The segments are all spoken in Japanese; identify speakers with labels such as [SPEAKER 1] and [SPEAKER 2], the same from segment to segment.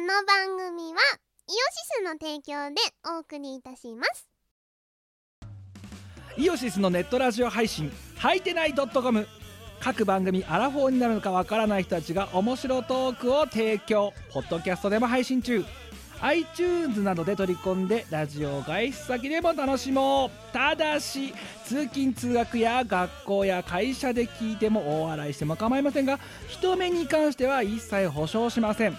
[SPEAKER 1] の番組はイオシスの提供でお送りいたします
[SPEAKER 2] イオシスのネットラジオ配信「はいてない .com」各番組アラフォーになるのかわからない人たちが面白トークを提供ポッドキャストでも配信中 iTunes などで取り込んでラジオを外出先でも楽しもうただし通勤通学や学校や会社で聞いても大笑いしても構いませんが人目に関しては一切保証しません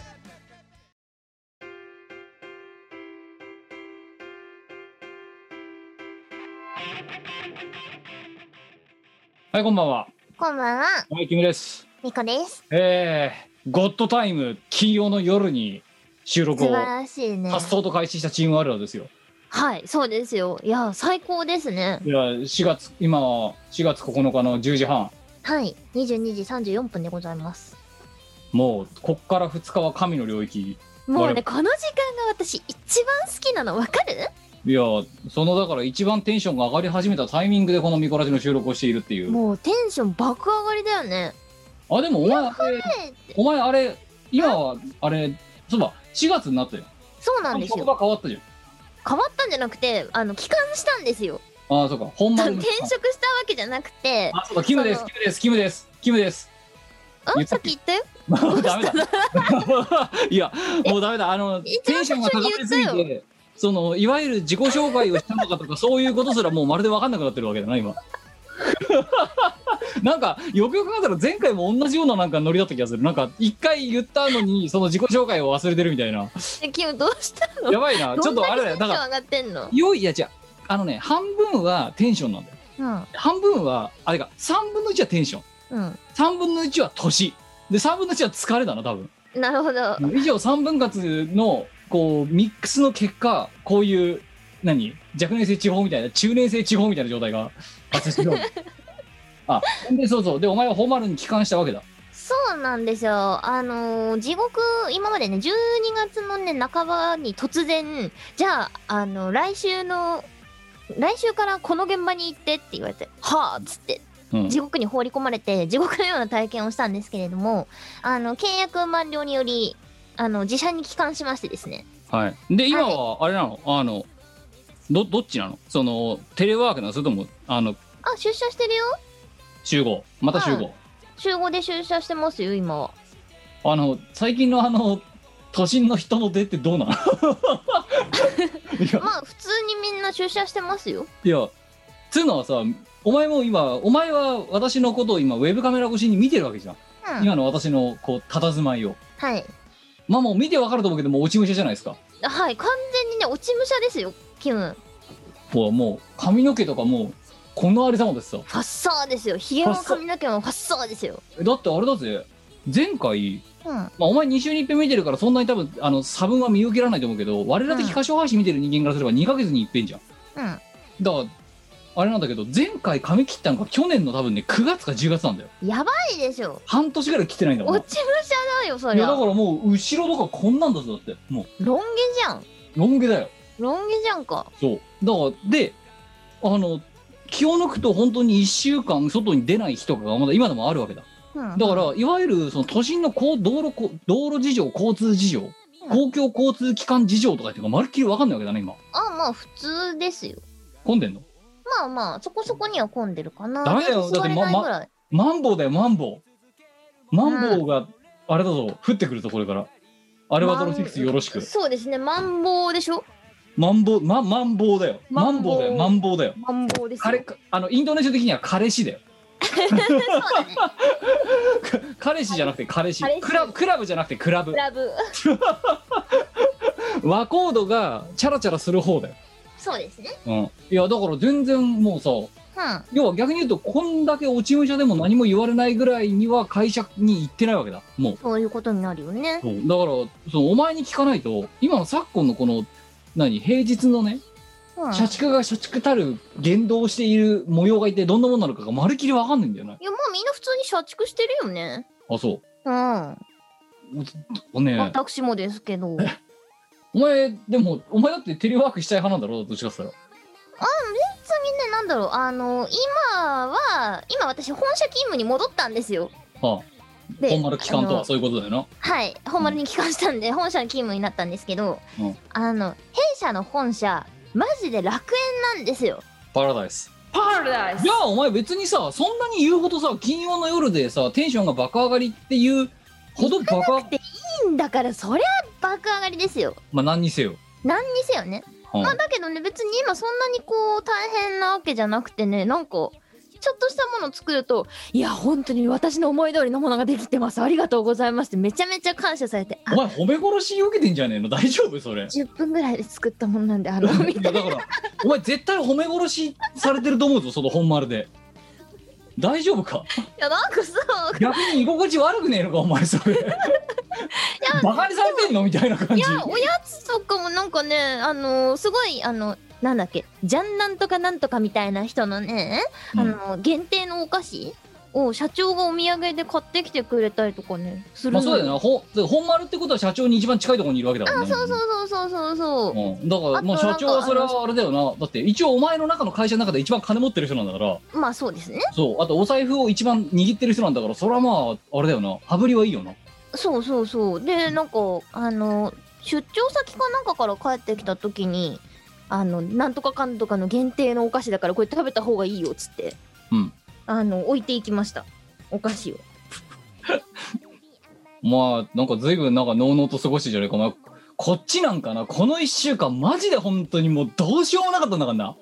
[SPEAKER 3] はい、こんばんは。
[SPEAKER 1] こんばんは
[SPEAKER 3] はい、キムです。
[SPEAKER 1] みこです
[SPEAKER 3] えー、ゴッドタイム金曜の夜に収録
[SPEAKER 4] 素
[SPEAKER 3] を
[SPEAKER 4] 晴らしいね。
[SPEAKER 3] 発送と開始したチームワールドですよ。
[SPEAKER 4] はい、そうですよ。いや、最高ですね。
[SPEAKER 3] いや、4月、今、4月9日の10時半。
[SPEAKER 4] はい、22時34分でございます。
[SPEAKER 3] もう、こっから2日は神の領域。
[SPEAKER 4] もう
[SPEAKER 3] 我々
[SPEAKER 4] ね、この時間が私一番好きなのわかる
[SPEAKER 3] いや、そのだから一番テンションが上がり始めたタイミングでこのミコラジの収録をしているっていう。
[SPEAKER 4] もうテンション爆上がりだよね。
[SPEAKER 3] あ、でもお前、あれ
[SPEAKER 4] はい、
[SPEAKER 3] お前あれ、今は、あれ、そうだ、4月になったよ。
[SPEAKER 4] そうなんです
[SPEAKER 3] 感
[SPEAKER 4] よ。
[SPEAKER 3] 覚が変わったじゃん。
[SPEAKER 4] 変わったんじゃなくて、あの、帰還したんですよ。
[SPEAKER 3] ああ、そうか、本
[SPEAKER 4] あ
[SPEAKER 3] 丸
[SPEAKER 4] の
[SPEAKER 3] の
[SPEAKER 4] 転職したわけじゃなくて、
[SPEAKER 3] あ、そうか、キムで
[SPEAKER 4] そ
[SPEAKER 3] す、
[SPEAKER 4] の
[SPEAKER 3] キムです、キムです、キムです。言
[SPEAKER 4] あ、
[SPEAKER 3] った
[SPEAKER 4] さ
[SPEAKER 3] っ
[SPEAKER 4] っ
[SPEAKER 3] け
[SPEAKER 4] き言ったよ。
[SPEAKER 3] もうダメだ。 いや、もうダメだ。あの、
[SPEAKER 4] 一
[SPEAKER 3] テン
[SPEAKER 4] 番
[SPEAKER 3] ショ
[SPEAKER 4] 最
[SPEAKER 3] ン
[SPEAKER 4] 初
[SPEAKER 3] が高
[SPEAKER 4] に
[SPEAKER 3] め
[SPEAKER 4] 言っ
[SPEAKER 3] す
[SPEAKER 4] た
[SPEAKER 3] ぎ
[SPEAKER 4] よ
[SPEAKER 3] て、その、いわゆる自己紹介をしたのかとか、そういうことすらもうまるで分かんなくなってるわけだな、今。 なんか、よくよく考えたら前回も同じようななんかノリだった気がする。なんか、一回言ったのに、その自己紹介を忘れてるみたいな。
[SPEAKER 4] えキムどうしたの
[SPEAKER 3] やばいな。ちょっとあれだよ。
[SPEAKER 4] ど
[SPEAKER 3] だ
[SPEAKER 4] ん
[SPEAKER 3] か
[SPEAKER 4] だけテ
[SPEAKER 3] ら、
[SPEAKER 4] ンション上がってんの
[SPEAKER 3] よい、いや違う。あのね、半分はテンションなんだよ。
[SPEAKER 4] うん。
[SPEAKER 3] 半分は、あれか、3分の1はテンション。
[SPEAKER 4] うん。
[SPEAKER 3] 3分の1は年。で、3分の1は疲れだな、多分。
[SPEAKER 4] なるほど。
[SPEAKER 3] 以上3分割のこうミックスの結果こういう何若年性地方みたいな中年性地方みたいな状態が発生してるあほんでそうそうでお前はホマルに帰還したわけだ
[SPEAKER 4] そうなんですよ。あのー地獄、今までね、12月のね、半ばに突然、じゃあ、あの、来週の、来週からこの現場に行ってって言われて、はあっつって、
[SPEAKER 3] うん
[SPEAKER 4] 地獄に放り込まれて、地獄のような体験をしたんですけれども、あの、契約満了により、あの、自社に帰還しましてですね。
[SPEAKER 3] はいで今はあれなのあのどどっちなのそのテレワークなのそれともあの
[SPEAKER 4] あ、出社してるよ。
[SPEAKER 3] 集合また集合、
[SPEAKER 4] 集合で出社してますよ、今は。
[SPEAKER 3] あの最近のあの都心の人の出ってどうなの いや
[SPEAKER 4] まあ、普通にみんな出社してますよ。
[SPEAKER 3] いや、つうのはさ、お前も今、お前は私のことを今、ウェブカメラ越しに見てるわけじゃん。
[SPEAKER 4] うん。
[SPEAKER 3] 今の私の、こう、佇まいを。
[SPEAKER 4] はい。
[SPEAKER 3] まあもう見てわかると思うけど、もう落ち武者じゃないですか。
[SPEAKER 4] はい、完全にね、落ち武者ですよ、キム。
[SPEAKER 3] もう、もう髪の毛とかもう、このあれ様ですさ。
[SPEAKER 4] ファッサーですよ。ひげも髪の毛もファッサーですよ。
[SPEAKER 3] だってあれだぜ、前回、
[SPEAKER 4] うん。
[SPEAKER 3] まあお前2週に1遍見てるから、そんなに多分、あの、差分は見受けられないと思うけど、我ら的歌唱配信見てる人間からすれば2ヶ月に1遍じゃん。
[SPEAKER 4] うん。
[SPEAKER 3] だから、あれなんだけど、前回髪切ったのが去年の多分ね、9月か10月なんだよ。
[SPEAKER 4] やばいでしょ。
[SPEAKER 3] 半年ぐらい切ってないんだもんな。
[SPEAKER 4] 落ち武者だよ、そ
[SPEAKER 3] い
[SPEAKER 4] りゃ。
[SPEAKER 3] やだ
[SPEAKER 4] ロ
[SPEAKER 3] か
[SPEAKER 4] ン
[SPEAKER 3] らもう後ろとかこんなんだぞだっても
[SPEAKER 4] 毛じゃん。
[SPEAKER 3] うロン毛だよ
[SPEAKER 4] ロン毛じゃんか。
[SPEAKER 3] そうだからであの気を抜くと本当に1週間外に出ない日とかがまだ今でもあるわけだ
[SPEAKER 4] うん。
[SPEAKER 3] だからいわゆるその都心のこう道路こ道路事情交通事情公共交通機関事情とかっていうかまるっきり分かんないわけだね今
[SPEAKER 4] あ、まあ、普通ですよ。
[SPEAKER 3] 混んでんの
[SPEAKER 4] まあまあ、そこそこには混んでるかな。
[SPEAKER 3] ダメだよ
[SPEAKER 4] 座れないぐらい。
[SPEAKER 3] マンボウだよマンボウマンボウがあれだぞ降ってくるぞこれからあれはドロシックスよろしく
[SPEAKER 4] そうですね、マンボウでしょ
[SPEAKER 3] マンボウまマンボウだよマ
[SPEAKER 4] マ
[SPEAKER 3] ン
[SPEAKER 4] ン
[SPEAKER 3] ボ
[SPEAKER 4] ボ
[SPEAKER 3] ウ
[SPEAKER 4] ウ
[SPEAKER 3] だよマンボウだよ
[SPEAKER 4] マンボウですよ。
[SPEAKER 3] 彼あのインドネシア的には彼氏だよ
[SPEAKER 4] そうだね。
[SPEAKER 3] 彼氏じゃなくて彼氏
[SPEAKER 4] 彼氏
[SPEAKER 3] クラブクラブじゃなくてクラブ
[SPEAKER 4] クラブ。
[SPEAKER 3] 和コードがチャラチャラする方だよ、
[SPEAKER 4] そうですね。
[SPEAKER 3] うん、いやだから全然もうさ
[SPEAKER 4] うん。
[SPEAKER 3] 要は逆に言うとこんだけ落ち武者でも何も言われないぐらいには会社に行ってないわけだもう
[SPEAKER 4] そういうことになるよね。
[SPEAKER 3] そうだからそのお前に聞かないと今の昨今のこの何平日のね
[SPEAKER 4] ううん
[SPEAKER 3] 社畜が社畜たる言動をしている模様がいてどんなものなのかがまるっきりわかんないんだよね。
[SPEAKER 4] いや、まあみんな普通に社畜してるよね。
[SPEAKER 3] あ、そう
[SPEAKER 4] うん。。
[SPEAKER 3] おね
[SPEAKER 4] 私もですけど。
[SPEAKER 3] お前、でも、お前だってテレワークしたい派なんだろどっちかっつったら。
[SPEAKER 4] 普通にね、なんだろう、あの、今は、今私本社勤務に戻ったんですよ。
[SPEAKER 3] はあ、
[SPEAKER 4] で
[SPEAKER 3] 本丸期間と
[SPEAKER 4] あの
[SPEAKER 3] はそういうことだよな。
[SPEAKER 4] はい、本丸に帰還したんで、本社の勤務になったんですけど、
[SPEAKER 3] うん
[SPEAKER 4] あの、弊社の本社、マジで楽園なんですよ。
[SPEAKER 3] パラダイス。
[SPEAKER 4] パラダイ
[SPEAKER 3] じゃあお前別にさ、そんなに言うほどさ、金曜の夜でさ、テンションが爆上がりっていうほどバカ、
[SPEAKER 4] だから、そりゃ爆上がりですよ。
[SPEAKER 3] まあ何にせよ。
[SPEAKER 4] 何にせよね。
[SPEAKER 3] うん
[SPEAKER 4] まあだけどね別に今そんなにこう大変なわけじゃなくてねなんかちょっとしたものを作ると「いや本当に私の思い通りのものができてますありがとうございます」ってめちゃめちゃ感謝されて「
[SPEAKER 3] お
[SPEAKER 4] あ
[SPEAKER 3] 前褒め殺し受けてんじゃねえの大丈夫それ。
[SPEAKER 4] 10分ぐらいで作ったものなんであ
[SPEAKER 3] い
[SPEAKER 4] の」み
[SPEAKER 3] やだから、お前絶対褒め殺しされてると思うぞ、その本丸で。大丈夫か
[SPEAKER 4] たいななんかさ
[SPEAKER 3] 逆に居心地悪くねえのか、お前そ れ。バカにされてんのみたいな感
[SPEAKER 4] い
[SPEAKER 3] じ。
[SPEAKER 4] やおやつとかもなんかねあのすごいあのなんだっけジャンなんとかなんとかみたいな人のね、あの限定のお菓子を社長がお土産で買ってきてくれたりとかねする
[SPEAKER 3] ま
[SPEAKER 4] の
[SPEAKER 3] あそうだよな、ほん本丸ってことは社長に一番近いところにいるわけだからね。
[SPEAKER 4] そうそうそうそうそう
[SPEAKER 3] うん、だから、
[SPEAKER 4] あと
[SPEAKER 3] まあ、社長
[SPEAKER 4] なん
[SPEAKER 3] は
[SPEAKER 4] か
[SPEAKER 3] それはあれだよな、だって一応お前の中の会社の中で一番金持ってる人なんだから、
[SPEAKER 4] まあそうですね。
[SPEAKER 3] そう、あとお財布を一番握ってる人なんだから、それはまあ、あれだよな、羽振りはいいよな。
[SPEAKER 4] そうそうそう。で、なんか、あの、出張先かなんかから帰ってきた時に、あの、なんとかかんとかの限定のお菓子だからこれ食べた方がいいよっつって、
[SPEAKER 3] うん
[SPEAKER 4] あの、置いていきました。お菓子を。
[SPEAKER 3] まあ、なんか随分なんか、のうのうと過ごしてんじゃねえか、お前。こっちなんかな、この一週間、マジで本当にもうどうしようもなかったんだからな。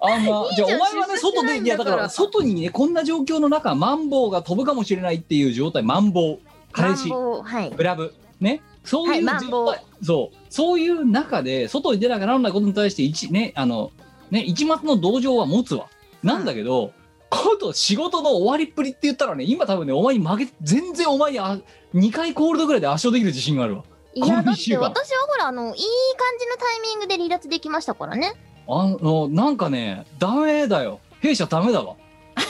[SPEAKER 3] あんま、じゃあお
[SPEAKER 4] じゃん
[SPEAKER 3] 前は
[SPEAKER 4] 出
[SPEAKER 3] ね、
[SPEAKER 4] 世し
[SPEAKER 3] 外
[SPEAKER 4] な
[SPEAKER 3] で、
[SPEAKER 4] いん
[SPEAKER 3] い
[SPEAKER 4] だ
[SPEAKER 3] や、
[SPEAKER 4] か
[SPEAKER 3] だ
[SPEAKER 4] ら
[SPEAKER 3] から、外にね、こんな状況の中、マンボウが飛ぶかもしれないっていう状態、マンボウ、彼氏
[SPEAKER 4] 乱。暴はい。
[SPEAKER 3] グラブねそういう
[SPEAKER 4] はいマ
[SPEAKER 3] 状
[SPEAKER 4] ンボウ
[SPEAKER 3] 態そうそういう中で外に出なきゃならないことに対して一ねあのね一抹の同情は持つわなんだけど、こと仕事の終わりっぷりって言ったらね今多分ねお前に負け全然お前にあ2回コールドぐらいで圧勝できる自信があるわ
[SPEAKER 4] いや、だ
[SPEAKER 3] この
[SPEAKER 4] っ
[SPEAKER 3] 一
[SPEAKER 4] て
[SPEAKER 3] 週間
[SPEAKER 4] 私はほら、あの、いい感じのタイミングで離脱できましたからね。
[SPEAKER 3] あのなんかねダメだよ弊社ダメだわ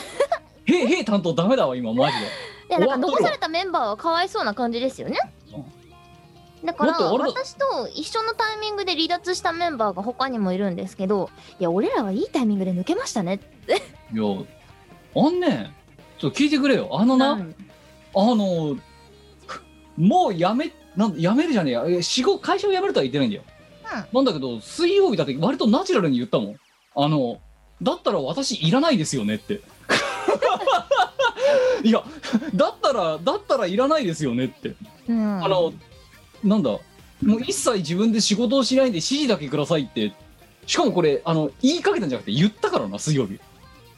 [SPEAKER 3] へ弊担当ダメだわ今マジで
[SPEAKER 4] いや、だから
[SPEAKER 3] 終わっとる
[SPEAKER 4] 残されたメンバーはかわいそうな感じですよね。だから
[SPEAKER 3] だって俺ら
[SPEAKER 4] 私と一緒のタイミングで離脱したメンバーが他にもいるんですけどいや俺らはいいタイミングで抜けましたね
[SPEAKER 3] いやあんねちょっと聞いてくれよあのな、
[SPEAKER 4] うん
[SPEAKER 3] あのもうやめなんやめるじゃねえやえ仕事会社を辞めるとは言ってないんだよ、なんだけど水曜日だって割とナチュラルに言ったもんあのだったら私いらないですよねって いやだったらだったらいらないですよねって、
[SPEAKER 4] うん、
[SPEAKER 3] あのなんだもう一切自分で仕事をしないんで指示だけくださいってしかもこれあの言いかけたんじゃなくて言ったからな水曜日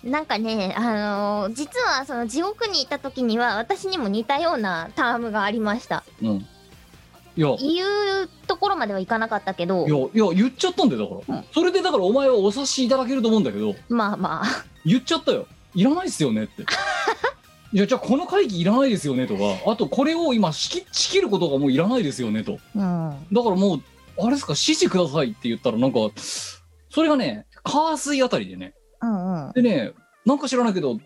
[SPEAKER 4] なんかね、あのー実はその地獄にいた時には私にも似たようなタームがありました
[SPEAKER 3] うんいや
[SPEAKER 4] 言うところまではいかなかったけど
[SPEAKER 3] いやいや言っちゃったんだよだから、それでだからお前はお察しいただけると思うんだけど
[SPEAKER 4] まあまあ
[SPEAKER 3] 言っちゃったよいらないっすよねっていやじゃあこの会議いらないですよねとかあとこれを今仕切仕切ることがもういらないですよねと
[SPEAKER 4] うん
[SPEAKER 3] だからもうあれですか指示くださいって言ったらなんかそれがね火水あたりでね
[SPEAKER 4] うんうん
[SPEAKER 3] でねなんか知らないけど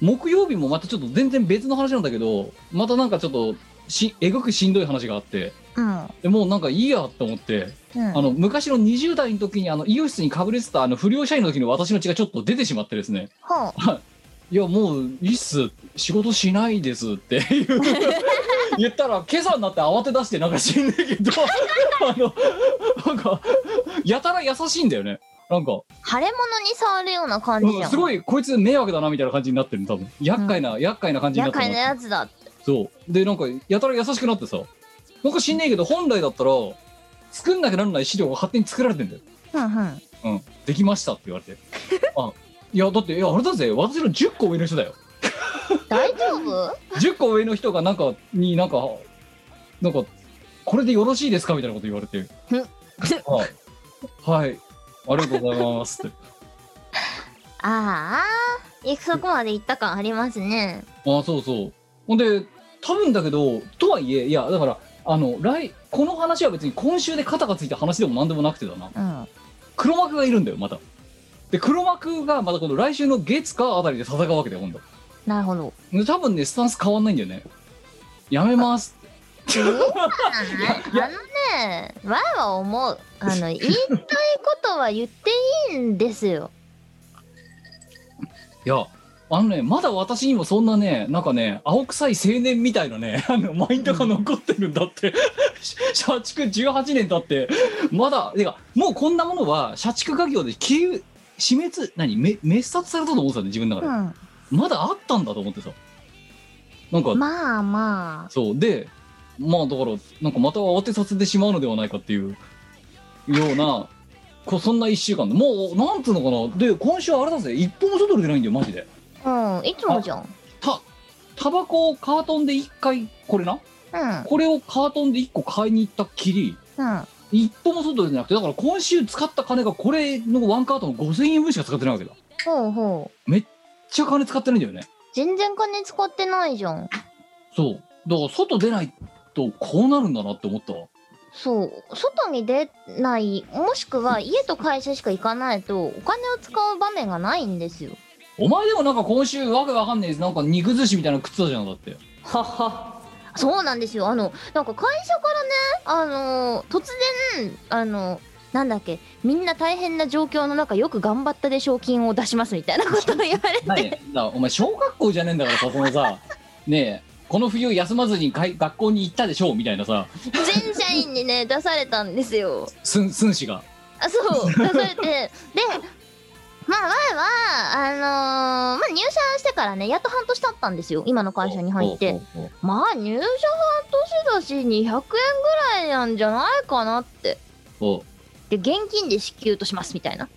[SPEAKER 3] 木曜日もまたちょっと全然別の話なんだけどまたなんかちょっとしえぐくしんどい話があって
[SPEAKER 4] うん
[SPEAKER 3] でもうなんかいいやと思って
[SPEAKER 4] うん
[SPEAKER 3] あの昔の20代の時にあの医療室にかぶれてたあの不良社員の時の私の血がちょっと出てしまってですね
[SPEAKER 4] ほう
[SPEAKER 3] いやもういいっす仕事しないですっていう 言ったら今朝になって慌て出してなんか死んだけど あのなんかやたら優しいんだよねなんか
[SPEAKER 4] 腫れ物に触るような感じじ
[SPEAKER 3] う
[SPEAKER 4] ゃ
[SPEAKER 3] ん
[SPEAKER 4] ん
[SPEAKER 3] すごいこいつ迷惑だなみたいな感じになってる多分厄介な、厄介な感じにな
[SPEAKER 4] 厄
[SPEAKER 3] ってる
[SPEAKER 4] 介なやつだ
[SPEAKER 3] そうでなんかやたら優しくなってさなんか死んねえけど本来だったら作んなきゃならない資料が勝手に作られてんだよ
[SPEAKER 4] うんうん
[SPEAKER 3] うん、できましたって言われてあいやだっていやあれだぜ私の10個上の人だよ
[SPEAKER 4] 大丈夫
[SPEAKER 3] 10個上の人がなんかになんかなんかこれでよろしいですかみたいなこと言われてあはいありがとうございますって
[SPEAKER 4] ああ行くとこまで行った感ありますね
[SPEAKER 3] あそうそうほんで多分だけどとはいえいやだからあの来この話は別に今週で肩がついた話でも何でもなくてだな
[SPEAKER 4] うん
[SPEAKER 3] 黒幕がいるんだよまたで黒幕がまたこの来週の月火あたりで戦うわけだよ今度
[SPEAKER 4] なるほど
[SPEAKER 3] で多分ねスタンス変わんないんだよねやめますいや
[SPEAKER 4] あのね前は思うあの言いたいことは言っていいんですよ
[SPEAKER 3] いやあのねまだ私にもそんなねなんかね青臭い青年みたいなね あのマインドが残ってるんだって 社畜18年経ってまだてかもうこんなものは社畜家業で消え死滅何め滅殺されたと思ってたね自分の中で、
[SPEAKER 4] ん
[SPEAKER 3] まだあったんだと思ってさなんか、
[SPEAKER 4] まあまあ
[SPEAKER 3] そうでまあだからなんかまた慌てさせてしまうのではないかっていうようなこうそんな1週間でもうなんつうのかなで今週あれだぜ一本も外に出ないんだよマジで
[SPEAKER 4] うんいつもじゃん
[SPEAKER 3] たタバコをカートンで1回これな
[SPEAKER 4] うん
[SPEAKER 3] これをカートンで1個買いに行ったっきり
[SPEAKER 4] うん
[SPEAKER 3] 一本も外出てなくてだから今週使った金がこれのワンカートン5000円分しか使ってないわけだめっ
[SPEAKER 4] ほうほう
[SPEAKER 3] ちゃ金使ってないんだよね
[SPEAKER 4] 全然金使ってないじゃん
[SPEAKER 3] そうだから外出ないとこうなるんだなって思ったわ
[SPEAKER 4] そう外に出ないもしくは家と会社しか行かないとお金を使う場面がないんですよ
[SPEAKER 3] お前でもなんか今週わけわかんないですなんか肉寿司みたいなの食ってたじゃんだって
[SPEAKER 4] ははそうなんですよあのなんか会社からねあの突然あのなんだっけみんな大変な状況の中よく頑張ったで賞金を出しますみたいなことを言わ れて
[SPEAKER 3] 何だからお前小学校じゃねえんだからさこのさ ねえこの冬休まずにかい学校に行ったでしょうみたいなさ
[SPEAKER 4] 全社員にね出されたんですよ
[SPEAKER 3] すんすんしが
[SPEAKER 4] あそう出されてでまあ前はあのーまあ、入社してからねやっと半年経ったんですよ今の会社に入って
[SPEAKER 3] おうおうおう
[SPEAKER 4] まあ入社半年だし200円ぐらいなんじゃないかなって
[SPEAKER 3] おう
[SPEAKER 4] で現金で支給としますみたいな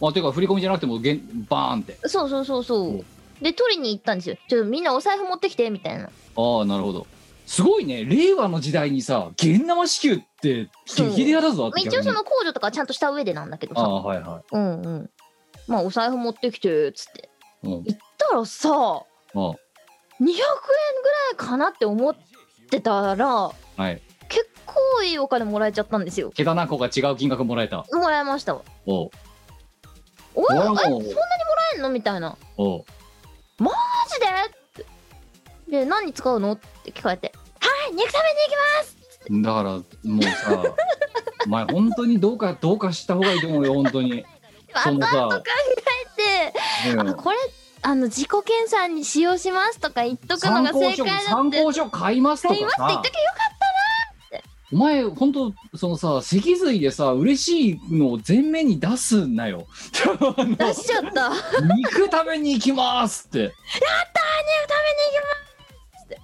[SPEAKER 3] まあていうか振り込みじゃなくてもうげんバーンって
[SPEAKER 4] そうそうそうそううんで取りに行ったんですよちょっとみんなお財布持ってきてみたいな
[SPEAKER 3] ああなるほどすごいね令和の時代にさ現生支給って
[SPEAKER 4] そう
[SPEAKER 3] 激レアだぞだ
[SPEAKER 4] ま
[SPEAKER 3] っ
[SPEAKER 4] あ
[SPEAKER 3] て
[SPEAKER 4] 一応
[SPEAKER 3] 逆
[SPEAKER 4] そ
[SPEAKER 3] に
[SPEAKER 4] の控除とかはちゃんとした上でなんだけど
[SPEAKER 3] あ
[SPEAKER 4] さ
[SPEAKER 3] あはいは
[SPEAKER 4] うんうんまあお財布持ってきてっつって
[SPEAKER 3] い、うん、
[SPEAKER 4] 行ったらさ200
[SPEAKER 3] あ
[SPEAKER 4] 円ぐらいかなって思ってたら
[SPEAKER 3] あはい
[SPEAKER 4] 結構いいお金もらえちゃったんですよ
[SPEAKER 3] 桁何個か違う金額もらえた
[SPEAKER 4] もらえましたわ
[SPEAKER 3] おう
[SPEAKER 4] おい
[SPEAKER 3] お
[SPEAKER 4] え
[SPEAKER 3] ら
[SPEAKER 4] そん
[SPEAKER 3] もう
[SPEAKER 4] なにもらえんのみたいな
[SPEAKER 3] おう
[SPEAKER 4] マジでってで何に使うのって聞かれてはい肉食べに行きます
[SPEAKER 3] だからも うさお前本当にどうかどうかした方がいいと思うよ本当に、その
[SPEAKER 4] わ
[SPEAKER 3] さ
[SPEAKER 4] ざと考えて
[SPEAKER 3] うん
[SPEAKER 4] あこれあの自己検査に使用しますとか言っとくの
[SPEAKER 3] 参
[SPEAKER 4] が
[SPEAKER 3] 考
[SPEAKER 4] 正
[SPEAKER 3] 書
[SPEAKER 4] 解だって
[SPEAKER 3] 参考書買いますと
[SPEAKER 4] 買いま
[SPEAKER 3] か
[SPEAKER 4] すって言っ
[SPEAKER 3] さ
[SPEAKER 4] ときゃよ
[SPEAKER 3] お前本当そのさ脊髄でさ嬉しいのを前面に出すなよ あの
[SPEAKER 4] 出しちゃった
[SPEAKER 3] 肉食べに行きますってやったー肉食べに行きますって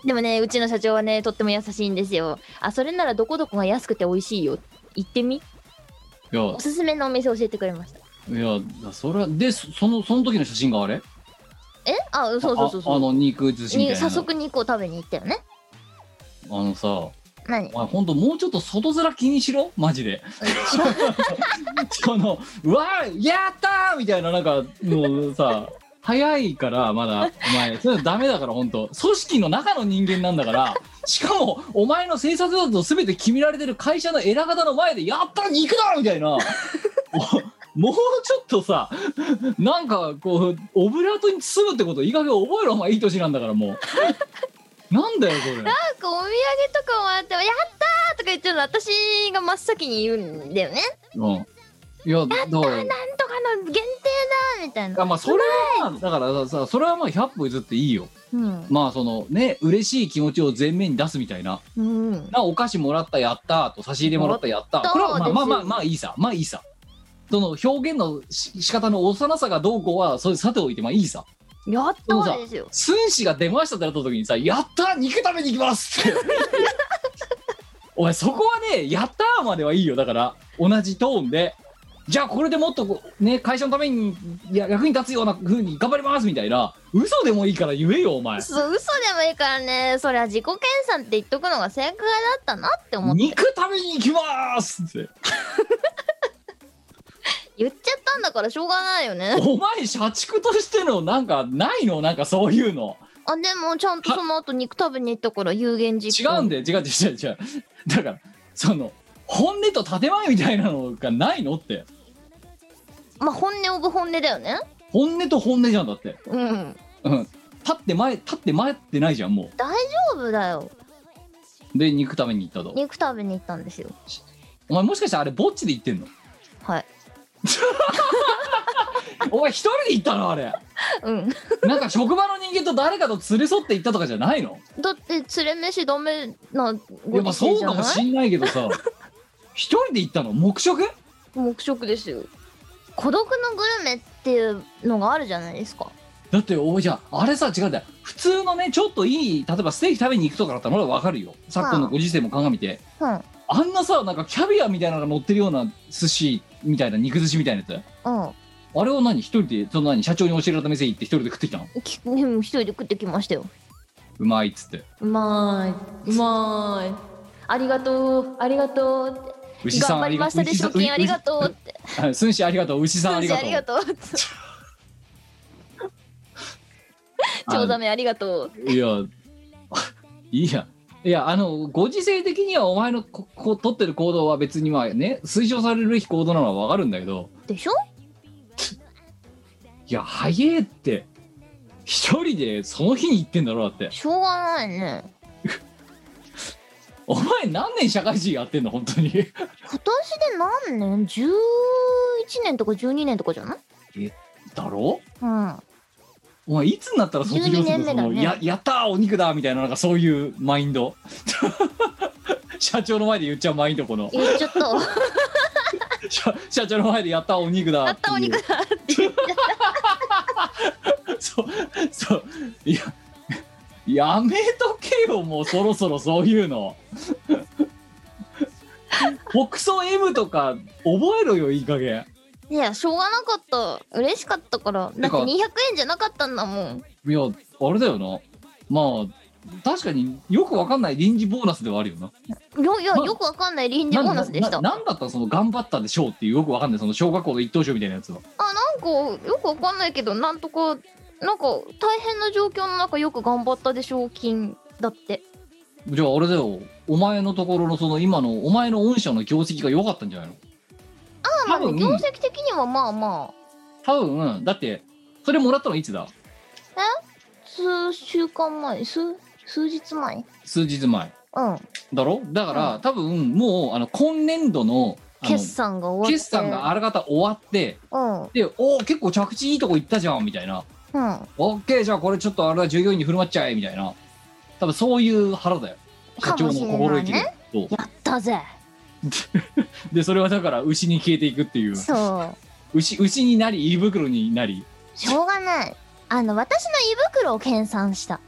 [SPEAKER 4] でもねうちの社長はねとっても優しいんですよあそれならどこどこが安くて美味しいよ行ってみ
[SPEAKER 3] いやいや
[SPEAKER 4] おすすめのお店教えてくれました
[SPEAKER 3] いやそれはでそそのその時の写真があれ
[SPEAKER 4] えあそうそうそう
[SPEAKER 3] ああ
[SPEAKER 4] そう
[SPEAKER 3] の肉寿司みたい
[SPEAKER 4] に
[SPEAKER 3] な
[SPEAKER 4] 早速肉を食べに行ったよね
[SPEAKER 3] あのさお
[SPEAKER 4] 何
[SPEAKER 3] 前ほんともうちょっと外面気にしろマジでそのうわーやったーみたいななんかもうさ早いからまだお前それはダメだから本当組織の中の人間なんだからしかもお前の生産活動全て決められてる会社の偉方の前でやった肉だみたいなおもうちょっとさなんかこうオブラートに包むってこといい加減覚えろお前いい年なんだからもうなんだよそれ
[SPEAKER 4] なんかお土産とかもらって「やったー!」とか言ってるの私が真っ先に言うんだよね
[SPEAKER 3] うんいやだか
[SPEAKER 4] な
[SPEAKER 3] ら
[SPEAKER 4] んとかの限定だみたいな
[SPEAKER 3] あまあそれはまあだからさそれはまあ100歩譲っていいよ
[SPEAKER 4] うん
[SPEAKER 3] まあそのね嬉しい気持ちを前面に出すみたいな
[SPEAKER 4] うん
[SPEAKER 3] なお菓子もらったやったーと差し入れもらったやったー
[SPEAKER 4] やったー
[SPEAKER 3] これはまあ
[SPEAKER 4] です
[SPEAKER 3] まあ
[SPEAKER 4] よ
[SPEAKER 3] まあまあいいさまあいいさその表現のし仕方の幼さがどうこうはそれさておいてまあいいさ
[SPEAKER 4] やったわけですよ
[SPEAKER 3] 寸志が出ましたってなった時にさ「やったー肉食べに行きます!」ってお前そこはね「やったー!」まではいいよだから同じトーンでじゃあこれでもっとこうね会社のためにや役に立つような風に頑張りますみたいな嘘でもいいから言えよお前
[SPEAKER 4] そう嘘でもいいからねそりゃ自己検査って言っとくのが正解だったなって思って
[SPEAKER 3] 肉食べに行きますって
[SPEAKER 4] 言っちゃったんだからしょうがないよね
[SPEAKER 3] お前社畜としてのなんかないのなんかそういうの
[SPEAKER 4] あ、でも、ちゃんとその後肉食べに行ったから有言実
[SPEAKER 3] 違
[SPEAKER 4] 行。
[SPEAKER 3] うんだよ違う違う違う違うだからその本音と建前みたいなのがないのって
[SPEAKER 4] まあ、本音オブ本音だよね。
[SPEAKER 3] 本音と本音じゃんだって、
[SPEAKER 4] うん。
[SPEAKER 3] うん、立って前立って前ってないじゃんも
[SPEAKER 4] 大丈夫だよ。
[SPEAKER 3] うで肉食べに行ったと
[SPEAKER 4] 肉食べに行ったんですよ。
[SPEAKER 3] お前もしかしたらあれぼっちで行ってんの
[SPEAKER 4] はい。
[SPEAKER 3] お前一人で行ったのあれ
[SPEAKER 4] うん。
[SPEAKER 3] なんか職場の人間と誰かと連れ添って行ったとかじゃないの
[SPEAKER 4] だって、連れ飯ダメな
[SPEAKER 3] いや
[SPEAKER 4] ご
[SPEAKER 3] ま
[SPEAKER 4] 時
[SPEAKER 3] あそ
[SPEAKER 4] 世
[SPEAKER 3] う
[SPEAKER 4] じゃ
[SPEAKER 3] かも
[SPEAKER 4] な
[SPEAKER 3] し
[SPEAKER 4] い
[SPEAKER 3] んないけどさ一人で行ったの黙食
[SPEAKER 4] 黙食ですよ。孤独のグルメっていうのがあるじゃないですか。
[SPEAKER 3] だってお前じゃああれさ違うんだよ普通のねちょっといい例えばステーキ食べに行くとかだったらまだわかるよ昨今のご時世も鑑みて
[SPEAKER 4] うん。
[SPEAKER 3] あんなさなんかキャビアみたいなのが乗ってるような寿司みたいな肉寿司みたいなやつ
[SPEAKER 4] うん。
[SPEAKER 3] あれを何一人でその何社長に教えられた店行って一人で食ってきたの
[SPEAKER 4] きでも一人で食ってきましたよ。
[SPEAKER 3] うまいっつって
[SPEAKER 4] うまい。うまい。ありがとう。ありがとう。
[SPEAKER 3] 牛さ
[SPEAKER 4] 頑
[SPEAKER 3] ん
[SPEAKER 4] 張りましたで、賞金ありがとうって。
[SPEAKER 3] う寸志ありがとう牛さんありがとう
[SPEAKER 4] とう。チョウザメありがとう。
[SPEAKER 3] いや、いいや。いや、あの、ご時世的にはお前のここ取ってる行動は別にまあね、推奨されるべき行動なのはわかるんだけど、
[SPEAKER 4] でしょ
[SPEAKER 3] いや、早えって、一人でその日に行ってんだろ、だって。
[SPEAKER 4] しょうがないね。
[SPEAKER 3] お前何年社会人やってんの、本当に。
[SPEAKER 4] 今年で何年 ?11 年とか12年とかじゃない
[SPEAKER 3] だろ
[SPEAKER 4] うん。
[SPEAKER 3] お前いつになったら卒業する
[SPEAKER 4] 12年目
[SPEAKER 3] の、そ
[SPEAKER 4] だね
[SPEAKER 3] のややったーお肉だみたいななんかそういうマインド社長の前で言っちゃうマインドこの
[SPEAKER 4] 言っちゃ ったわ。
[SPEAKER 3] 社社長の前でやったーお肉だ
[SPEAKER 4] やったお
[SPEAKER 3] っていう
[SPEAKER 4] 肉だって言っちゃっ
[SPEAKER 3] そう、そう、いや、やめとけよ、もうそろそろそういうの。北総 M とか覚えろよ、いい加減。
[SPEAKER 4] た。いや、しょうがなかった。嬉しかったから。だって
[SPEAKER 3] なんか
[SPEAKER 4] 200円じゃなかったんだもん。
[SPEAKER 3] いや、あれだよな。まあ、確かによくわかんない臨時ボーナスではあるよな。
[SPEAKER 4] いやいや、
[SPEAKER 3] な
[SPEAKER 4] よくわかんない臨時ボーナスでした。
[SPEAKER 3] ななんだったのその頑張ったでしょうっていうよくわかんない、その小学校の一等賞みたいなやつは。
[SPEAKER 4] あなんかよくわかんないけどなんとかなんか大変な状況の中よく頑張ったで賞金だって
[SPEAKER 3] じゃああれだよ、お前のところのその今の、お前の御社の業績が良かったんじゃないの
[SPEAKER 4] まあ
[SPEAKER 3] 多分
[SPEAKER 4] 業績的にはまあまあ
[SPEAKER 3] 多分、だって、それもらったのいつだ
[SPEAKER 4] 数週間前数数日前うん
[SPEAKER 3] 数日前。だろだから、多分もうあの今年度のあの
[SPEAKER 4] 決算が終わって
[SPEAKER 3] 決算があらかた終わって
[SPEAKER 4] うん
[SPEAKER 3] でおお結構着地いいとこ行ったじゃんみたいな
[SPEAKER 4] うん
[SPEAKER 3] オッケーじゃあこれちょっとあれだ従業員に振る舞っちゃえみたいな多分そういう腹だよ社
[SPEAKER 4] か
[SPEAKER 3] 長
[SPEAKER 4] も
[SPEAKER 3] の
[SPEAKER 4] しれないね
[SPEAKER 3] 心意気で、そう
[SPEAKER 4] やったぜ
[SPEAKER 3] でそれはだから牛に消えていくっていう
[SPEAKER 4] そう
[SPEAKER 3] 牛牛になり胃袋になり
[SPEAKER 4] しょうがないあの私の胃袋を研鑽した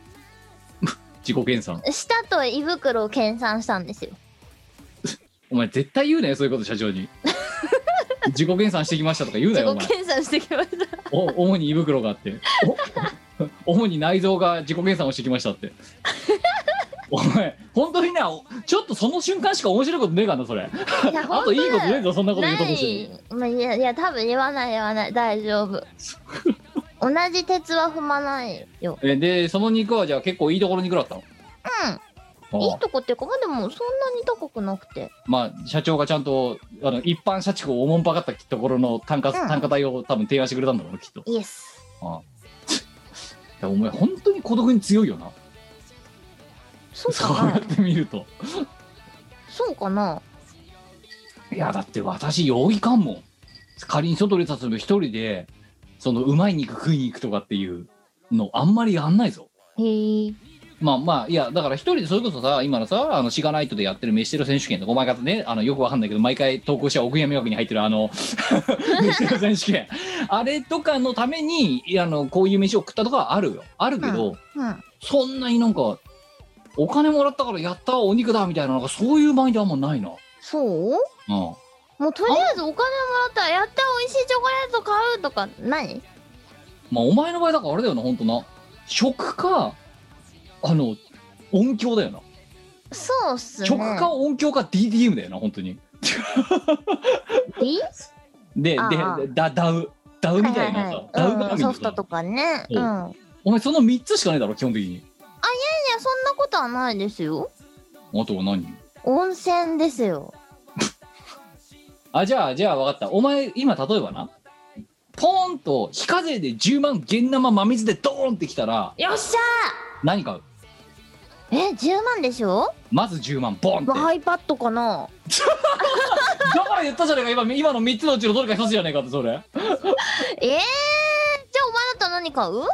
[SPEAKER 3] 自己研鑽
[SPEAKER 4] 舌と胃袋を研鑽したんですよ
[SPEAKER 3] お前絶対言うなよそういうこと社 長に自己研鑽してきましたとか言うな
[SPEAKER 4] 自
[SPEAKER 3] よお前
[SPEAKER 4] 己研鑽してきました
[SPEAKER 3] お主に胃袋があってお主に内臓が自己検査をしてきました ってお前本当になおちょっとその瞬間しか面白いことねえからなそれ
[SPEAKER 4] いや
[SPEAKER 3] あ
[SPEAKER 4] 本
[SPEAKER 3] と
[SPEAKER 4] 当
[SPEAKER 3] いいこと
[SPEAKER 4] だよ
[SPEAKER 3] ねえぞそんなこと言うと
[SPEAKER 4] な
[SPEAKER 3] こして
[SPEAKER 4] い、まあ、いやいや多分言わない言わない大丈夫 同じ鉄は踏まないよ
[SPEAKER 3] えでその肉はじゃあ結構いいところの肉だったの
[SPEAKER 4] うんい
[SPEAKER 3] あ
[SPEAKER 4] いとこっていうかまあでもそんなに高くなくて
[SPEAKER 3] まあ社長がちゃんとあの一般社畜をおもんぱかったところの単価、
[SPEAKER 4] うん
[SPEAKER 3] 単価帯を多分提案してくれたんだろうなきっと
[SPEAKER 4] イエス
[SPEAKER 3] あ あお前本当に孤独に強いよな
[SPEAKER 4] そう
[SPEAKER 3] そう
[SPEAKER 4] か
[SPEAKER 3] や
[SPEAKER 4] な
[SPEAKER 3] って見ると
[SPEAKER 4] そうかない
[SPEAKER 3] やだって私容疑かも仮に外出たとしても一人でそのうまい肉食いに行くとかっていうのあんまりやんないぞ
[SPEAKER 4] へえ
[SPEAKER 3] まあまあいやだから一人でそれこそさ今のさあのシガナイトでやってる飯テロ選手権とかお前方ねあのよくわかんないけど毎回投稿して奥山枠に入ってるあの 飯テロ選手権あれとかのためにいやあのこういう飯を食ったとかはあるよあるけど、
[SPEAKER 4] うん
[SPEAKER 3] そんなになんかお金もらったからやったーお肉だみたいななんかそういうマインドあんまないな
[SPEAKER 4] そう
[SPEAKER 3] うん
[SPEAKER 4] もうとりあえずお金もらったらやった美味しいチョコレート買うとかない
[SPEAKER 3] まあお前の場合だからあれだよな本当な食かあの音響だよな、
[SPEAKER 4] そうっすね
[SPEAKER 3] 食か音響か DDM だよな本当に
[SPEAKER 4] いい
[SPEAKER 3] でで
[SPEAKER 4] ああ
[SPEAKER 3] だダウダウみたいなさ、
[SPEAKER 4] はいはい
[SPEAKER 3] ダウ絡み
[SPEAKER 4] は
[SPEAKER 3] の
[SPEAKER 4] い、
[SPEAKER 3] さ
[SPEAKER 4] ソフトとかね
[SPEAKER 3] そう
[SPEAKER 4] うん
[SPEAKER 3] お前その3つしかねえだろ基本的に
[SPEAKER 4] やそんなことはないですよ
[SPEAKER 3] あとは何
[SPEAKER 4] 温泉ですよ
[SPEAKER 3] あじゃあじゃあ分かったお前今例えばなポーンと非課税で10万現生真水でドーンってきたら
[SPEAKER 4] よっしゃ
[SPEAKER 3] 何買う
[SPEAKER 4] ーえ10万でしょ
[SPEAKER 3] まず10万ボンってだか
[SPEAKER 4] iPad かな
[SPEAKER 3] ら言ったじゃねえか今今の3つのうちのどれか1つじゃねえかってそれ
[SPEAKER 4] えー、じゃあお前だったら何買う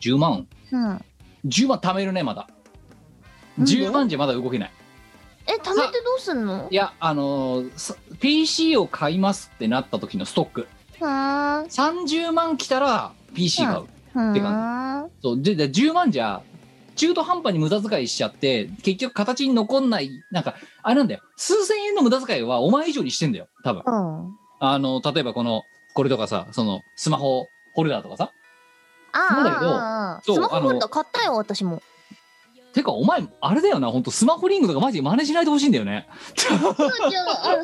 [SPEAKER 3] 10万
[SPEAKER 4] うん
[SPEAKER 3] 10万貯めるねまだ
[SPEAKER 4] なんで
[SPEAKER 3] 10万じゃまだ動けない
[SPEAKER 4] え貯めてどうすんの
[SPEAKER 3] いやあのーさ PC を買いますってなった時のストック
[SPEAKER 4] ふーん
[SPEAKER 3] 30万来たら PC 買う、
[SPEAKER 4] ふーん
[SPEAKER 3] そうでで10万じゃ中途半端に無駄遣いしちゃって結局形に残んないなんかあれなんだよ数千円の無駄遣いはお前以上にしてんだよ多分
[SPEAKER 4] うん
[SPEAKER 3] あの例えばこのこれとかさそのスマホホルダーとかさ
[SPEAKER 4] ああ
[SPEAKER 3] そうだけど
[SPEAKER 4] ああ
[SPEAKER 3] そう
[SPEAKER 4] スマホ
[SPEAKER 3] あの
[SPEAKER 4] ホルダー買ったよ私も
[SPEAKER 3] てかお前あれだよな本当スマホリングとかマジで真似しないでほしいんだよね
[SPEAKER 4] そう じゃああのスマホじゃな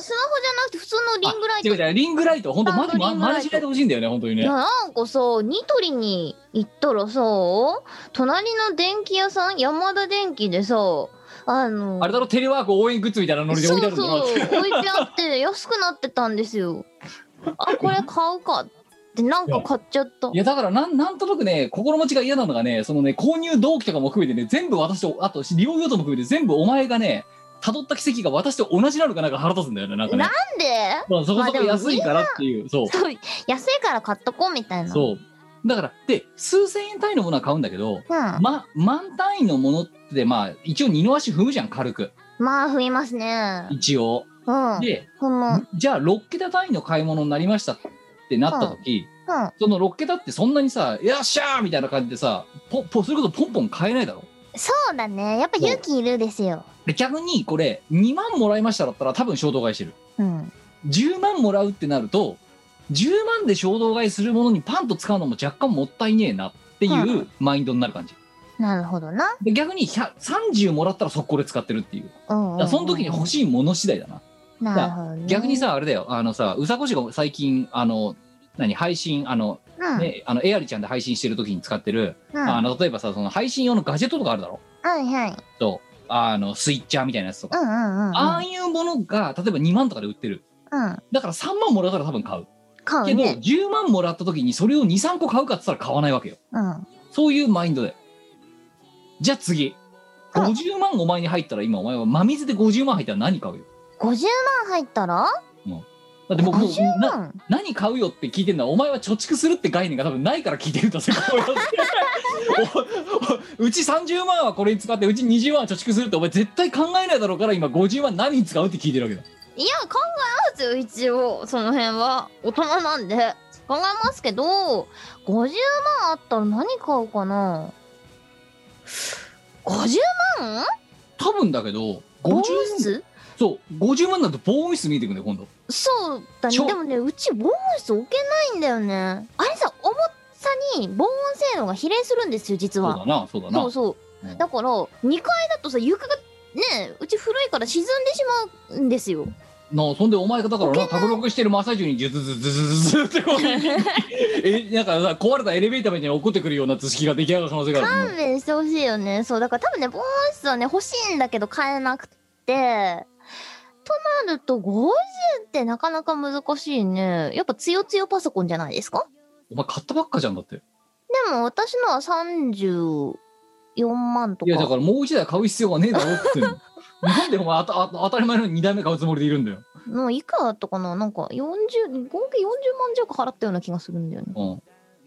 [SPEAKER 4] くて普通のリングライト
[SPEAKER 3] 違う違うリングライト本当マジで
[SPEAKER 4] あ
[SPEAKER 3] ま
[SPEAKER 4] リングライト
[SPEAKER 3] 真似しないでほしいんだよね本当に
[SPEAKER 4] いや
[SPEAKER 3] ね
[SPEAKER 4] なんかさニトリに行ったらさ隣の電気屋さん山田電機でさあの
[SPEAKER 3] あれだろテレワーク応援グッズみたいなノリで置いてあるんだろ
[SPEAKER 4] そうそう置いてあって安くなってたんですよあこれ買うかってなんか買っちゃった
[SPEAKER 3] いやだからなんなんとなくね心持ちが嫌なのがねそのね購入動機とかも含めてね全部私とあと利用用途も含めて全部お前がね辿った奇跡が私と同じなのかなんか腹立つんだよねなんかね
[SPEAKER 4] ななんで
[SPEAKER 3] まあ、そこそ
[SPEAKER 4] まあ
[SPEAKER 3] こ
[SPEAKER 4] でも
[SPEAKER 3] 安いからっていうそう
[SPEAKER 4] そう安いから買っとこうみたいなう、
[SPEAKER 3] そうだからで数千円単位のものは買うんだけど
[SPEAKER 4] ん、ま
[SPEAKER 3] ま満単位のものってまあ一応二の足踏むじゃん軽く
[SPEAKER 4] あ増えますね
[SPEAKER 3] 一応
[SPEAKER 4] うん
[SPEAKER 3] で
[SPEAKER 4] このうん
[SPEAKER 3] じゃあ6桁単位の買い物になりましたってなった時、その6桁ってそんなにさ「よっしゃー!」みたいな感じでさポポそれこそポンポン買えないだろ
[SPEAKER 4] そうだねやっぱ勇気いるですよ
[SPEAKER 3] で逆にこれ2万もらいましただったら多分衝動買いしてる
[SPEAKER 4] うん
[SPEAKER 3] 10万もらうってなると10万で衝動買いするものにパンと使うのも若干もったいねえなっていうマインドになる感じ
[SPEAKER 4] なるほどな
[SPEAKER 3] で逆に100 30もらったら速攻で使ってるっていう
[SPEAKER 4] うん
[SPEAKER 3] だ
[SPEAKER 4] うん
[SPEAKER 3] からその時に欲しいもの次第だな
[SPEAKER 4] なるほど、ね、
[SPEAKER 3] 逆に、さあれだよあのさうさこしが最近あの何配信あの
[SPEAKER 4] うん
[SPEAKER 3] ねあのエアリちゃんで配信してる時に使ってる
[SPEAKER 4] うん、
[SPEAKER 3] あの例えばさその配信用のガジェットとかあるだろ
[SPEAKER 4] はいはい
[SPEAKER 3] とあのスイッチャーみたいなやつと
[SPEAKER 4] う
[SPEAKER 3] か
[SPEAKER 4] んうんうんうん
[SPEAKER 3] ああいうものが例えば2万とかで売ってる
[SPEAKER 4] うん
[SPEAKER 3] だから3万もらったら多分買う。
[SPEAKER 4] 買
[SPEAKER 3] け
[SPEAKER 4] う
[SPEAKER 3] ど、
[SPEAKER 4] ね
[SPEAKER 3] 10万もらった時にそれを2、3個買うかって言ったら買わないわけよ。
[SPEAKER 4] うん
[SPEAKER 3] そういうマインドだよ。じゃあ次。
[SPEAKER 4] うん
[SPEAKER 3] 50万お前に入ったら今お前は真水で50万入ったら何買うよ。
[SPEAKER 4] 50万入ったら
[SPEAKER 3] だって僕もう
[SPEAKER 4] 50
[SPEAKER 3] な
[SPEAKER 4] 万
[SPEAKER 3] 何買うよって聞いてるのはお前は貯蓄するって概念が多分ないから聞いてるん だぜ。こうやっておおうち30万はこれに使ってうち20万は貯蓄するってお前絶対考えないだろうから今50万何に使うって聞いてるわけだ。
[SPEAKER 4] いや考えますよ一応その辺は大人なんで考えますけど50万あったら何買うかな50万
[SPEAKER 3] 多分だけど、50
[SPEAKER 4] ボ
[SPEAKER 3] 万
[SPEAKER 4] ー。イス
[SPEAKER 3] そう、50万だと防音室見えてくるんだよ今度。
[SPEAKER 4] そうだね
[SPEAKER 3] ちょ
[SPEAKER 4] でもねうち防音室置けないんだよねあれさ重さに防音性能が比例するんですよ実
[SPEAKER 3] そう
[SPEAKER 4] は
[SPEAKER 3] だな、そうだな。
[SPEAKER 4] そうそう
[SPEAKER 3] うん
[SPEAKER 4] だから2階だとさ床がねうち古いから沈んでしまうんです よ
[SPEAKER 3] なあそんでお前がだからな卓録してる真っ最中にジュズズズズズズってこうえなんかさ壊れたエレベーターみたいに落っこってくるような図式が出来上がる可能性がある
[SPEAKER 4] 勘弁してほしいよねそうだから多分ね防音室はね欲しいんだけど買えなくてとなると50ってなかなか難しいねやっぱつよつよパソコンじゃないですか
[SPEAKER 3] お前買ったばっかじゃんだって
[SPEAKER 4] でも私のは34万と
[SPEAKER 3] い
[SPEAKER 4] か
[SPEAKER 3] やだからもう一台買う必要がねえだろって言ってんのなんでお前あたあ当たり前のように2台目買うつもりでいるんだよ、
[SPEAKER 4] もういくらだったかななんか40合計40万弱払ったような気がするんだよね、
[SPEAKER 3] うん、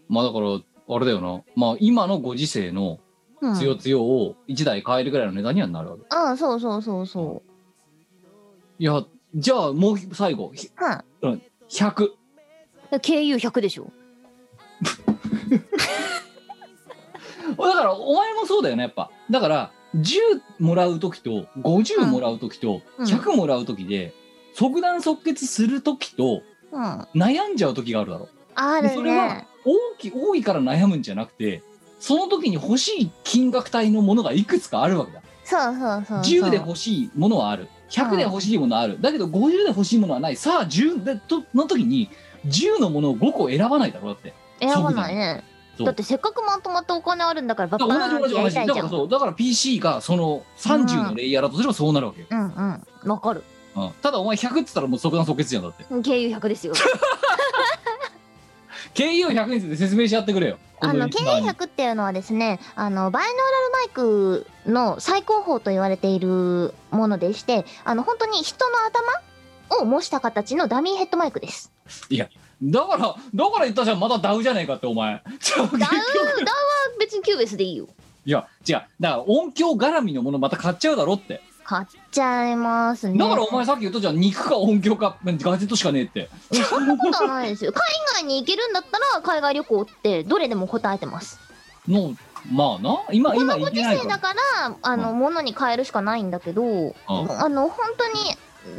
[SPEAKER 3] まあだからあれだよなまあ今のご時世の
[SPEAKER 4] うん、
[SPEAKER 3] つよつよを1台買えるぐらいの値段にはなるわけ
[SPEAKER 4] うんそうそうそうそう
[SPEAKER 3] いやじゃあもう最後ひ
[SPEAKER 4] は
[SPEAKER 3] 100
[SPEAKER 4] い KU100 でしょ
[SPEAKER 3] だからお前もそうだよねやっぱだから10もらう時と50もらう時と
[SPEAKER 4] うん
[SPEAKER 3] 100もらう時で即断即決する時と
[SPEAKER 4] うん
[SPEAKER 3] 悩んじゃう時があるだろ
[SPEAKER 4] ある
[SPEAKER 3] でそれは
[SPEAKER 4] ね
[SPEAKER 3] 大き多いから悩むんじゃなくてその時に欲しい金額帯のものがいくつかあるわけだ
[SPEAKER 4] そうそうそうそう
[SPEAKER 3] 10で欲しいものはある100で欲しいものはあるだけど50で欲しいものはないさあ10でとの時に10のものを5個選ばないだろだって
[SPEAKER 4] 選ばないね
[SPEAKER 3] そう
[SPEAKER 4] だってせっかくまとまったお金あるんだからバッ
[SPEAKER 3] だ
[SPEAKER 4] バ
[SPEAKER 3] から
[SPEAKER 4] ーン
[SPEAKER 3] 同
[SPEAKER 4] って
[SPEAKER 3] じ同
[SPEAKER 4] やり
[SPEAKER 3] じ
[SPEAKER 4] た
[SPEAKER 3] 同じ
[SPEAKER 4] いじゃ
[SPEAKER 3] だから
[SPEAKER 4] ん
[SPEAKER 3] そうだから PC がその30のレイヤーだとすればそうなるわけよ、
[SPEAKER 4] うんうんわかる
[SPEAKER 3] うんただお前100っつったらもう即断即決じゃんだって
[SPEAKER 4] 経由100ですよ
[SPEAKER 3] KU100 について説明し合ってくれよ
[SPEAKER 4] あの
[SPEAKER 3] こ
[SPEAKER 4] 経
[SPEAKER 3] リスナー
[SPEAKER 4] 由
[SPEAKER 3] に
[SPEAKER 4] 100っていうのはですねあのバイノーラルマイクの最高峰と言われているものでしてあの本当に人の頭を模した形のダミーヘッドマイクです
[SPEAKER 3] だからだから言ったじゃんまだダウじゃねえかってお前 結局
[SPEAKER 4] ダウダウは別にキューベースでいいよ
[SPEAKER 3] いや違うだから音響絡みのものまた買っちゃうだろって
[SPEAKER 4] 買っちゃいますね
[SPEAKER 3] だからお前さっき言ったじゃん肉か音響かガジェットしかねえって
[SPEAKER 4] いやそんなことはないですよ海外に行けるんだったら海外旅行ってどれでも答えてます
[SPEAKER 3] のまあな今今言っ
[SPEAKER 4] ご時
[SPEAKER 3] てない
[SPEAKER 4] 世
[SPEAKER 3] か
[SPEAKER 4] だ
[SPEAKER 3] ら
[SPEAKER 4] からあの、物に変えるしかないんだけど、あの本当に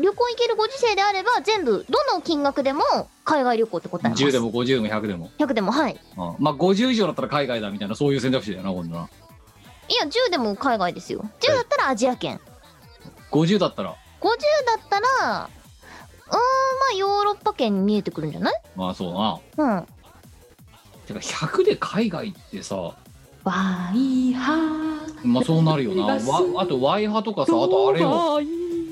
[SPEAKER 4] 旅行行けるご時世であれば全部どの金額でも海外旅行って答えます
[SPEAKER 3] 10でも50でも100でも、
[SPEAKER 4] 100でもはいい
[SPEAKER 3] うんまあ50以上だったら海外だみたいなそういう選択肢だよな今度な
[SPEAKER 4] や10でも海外ですよ10だったらアジア圏
[SPEAKER 3] 50だったら
[SPEAKER 4] 50だったらうーんまあヨーロッパ圏に見えてくるんじゃない
[SPEAKER 3] まあそうな
[SPEAKER 4] うん
[SPEAKER 3] てか100で海外ってさ
[SPEAKER 4] バ
[SPEAKER 5] いは
[SPEAKER 3] まあそうなるよな
[SPEAKER 5] います
[SPEAKER 3] わあとワイハとかさあとあれよ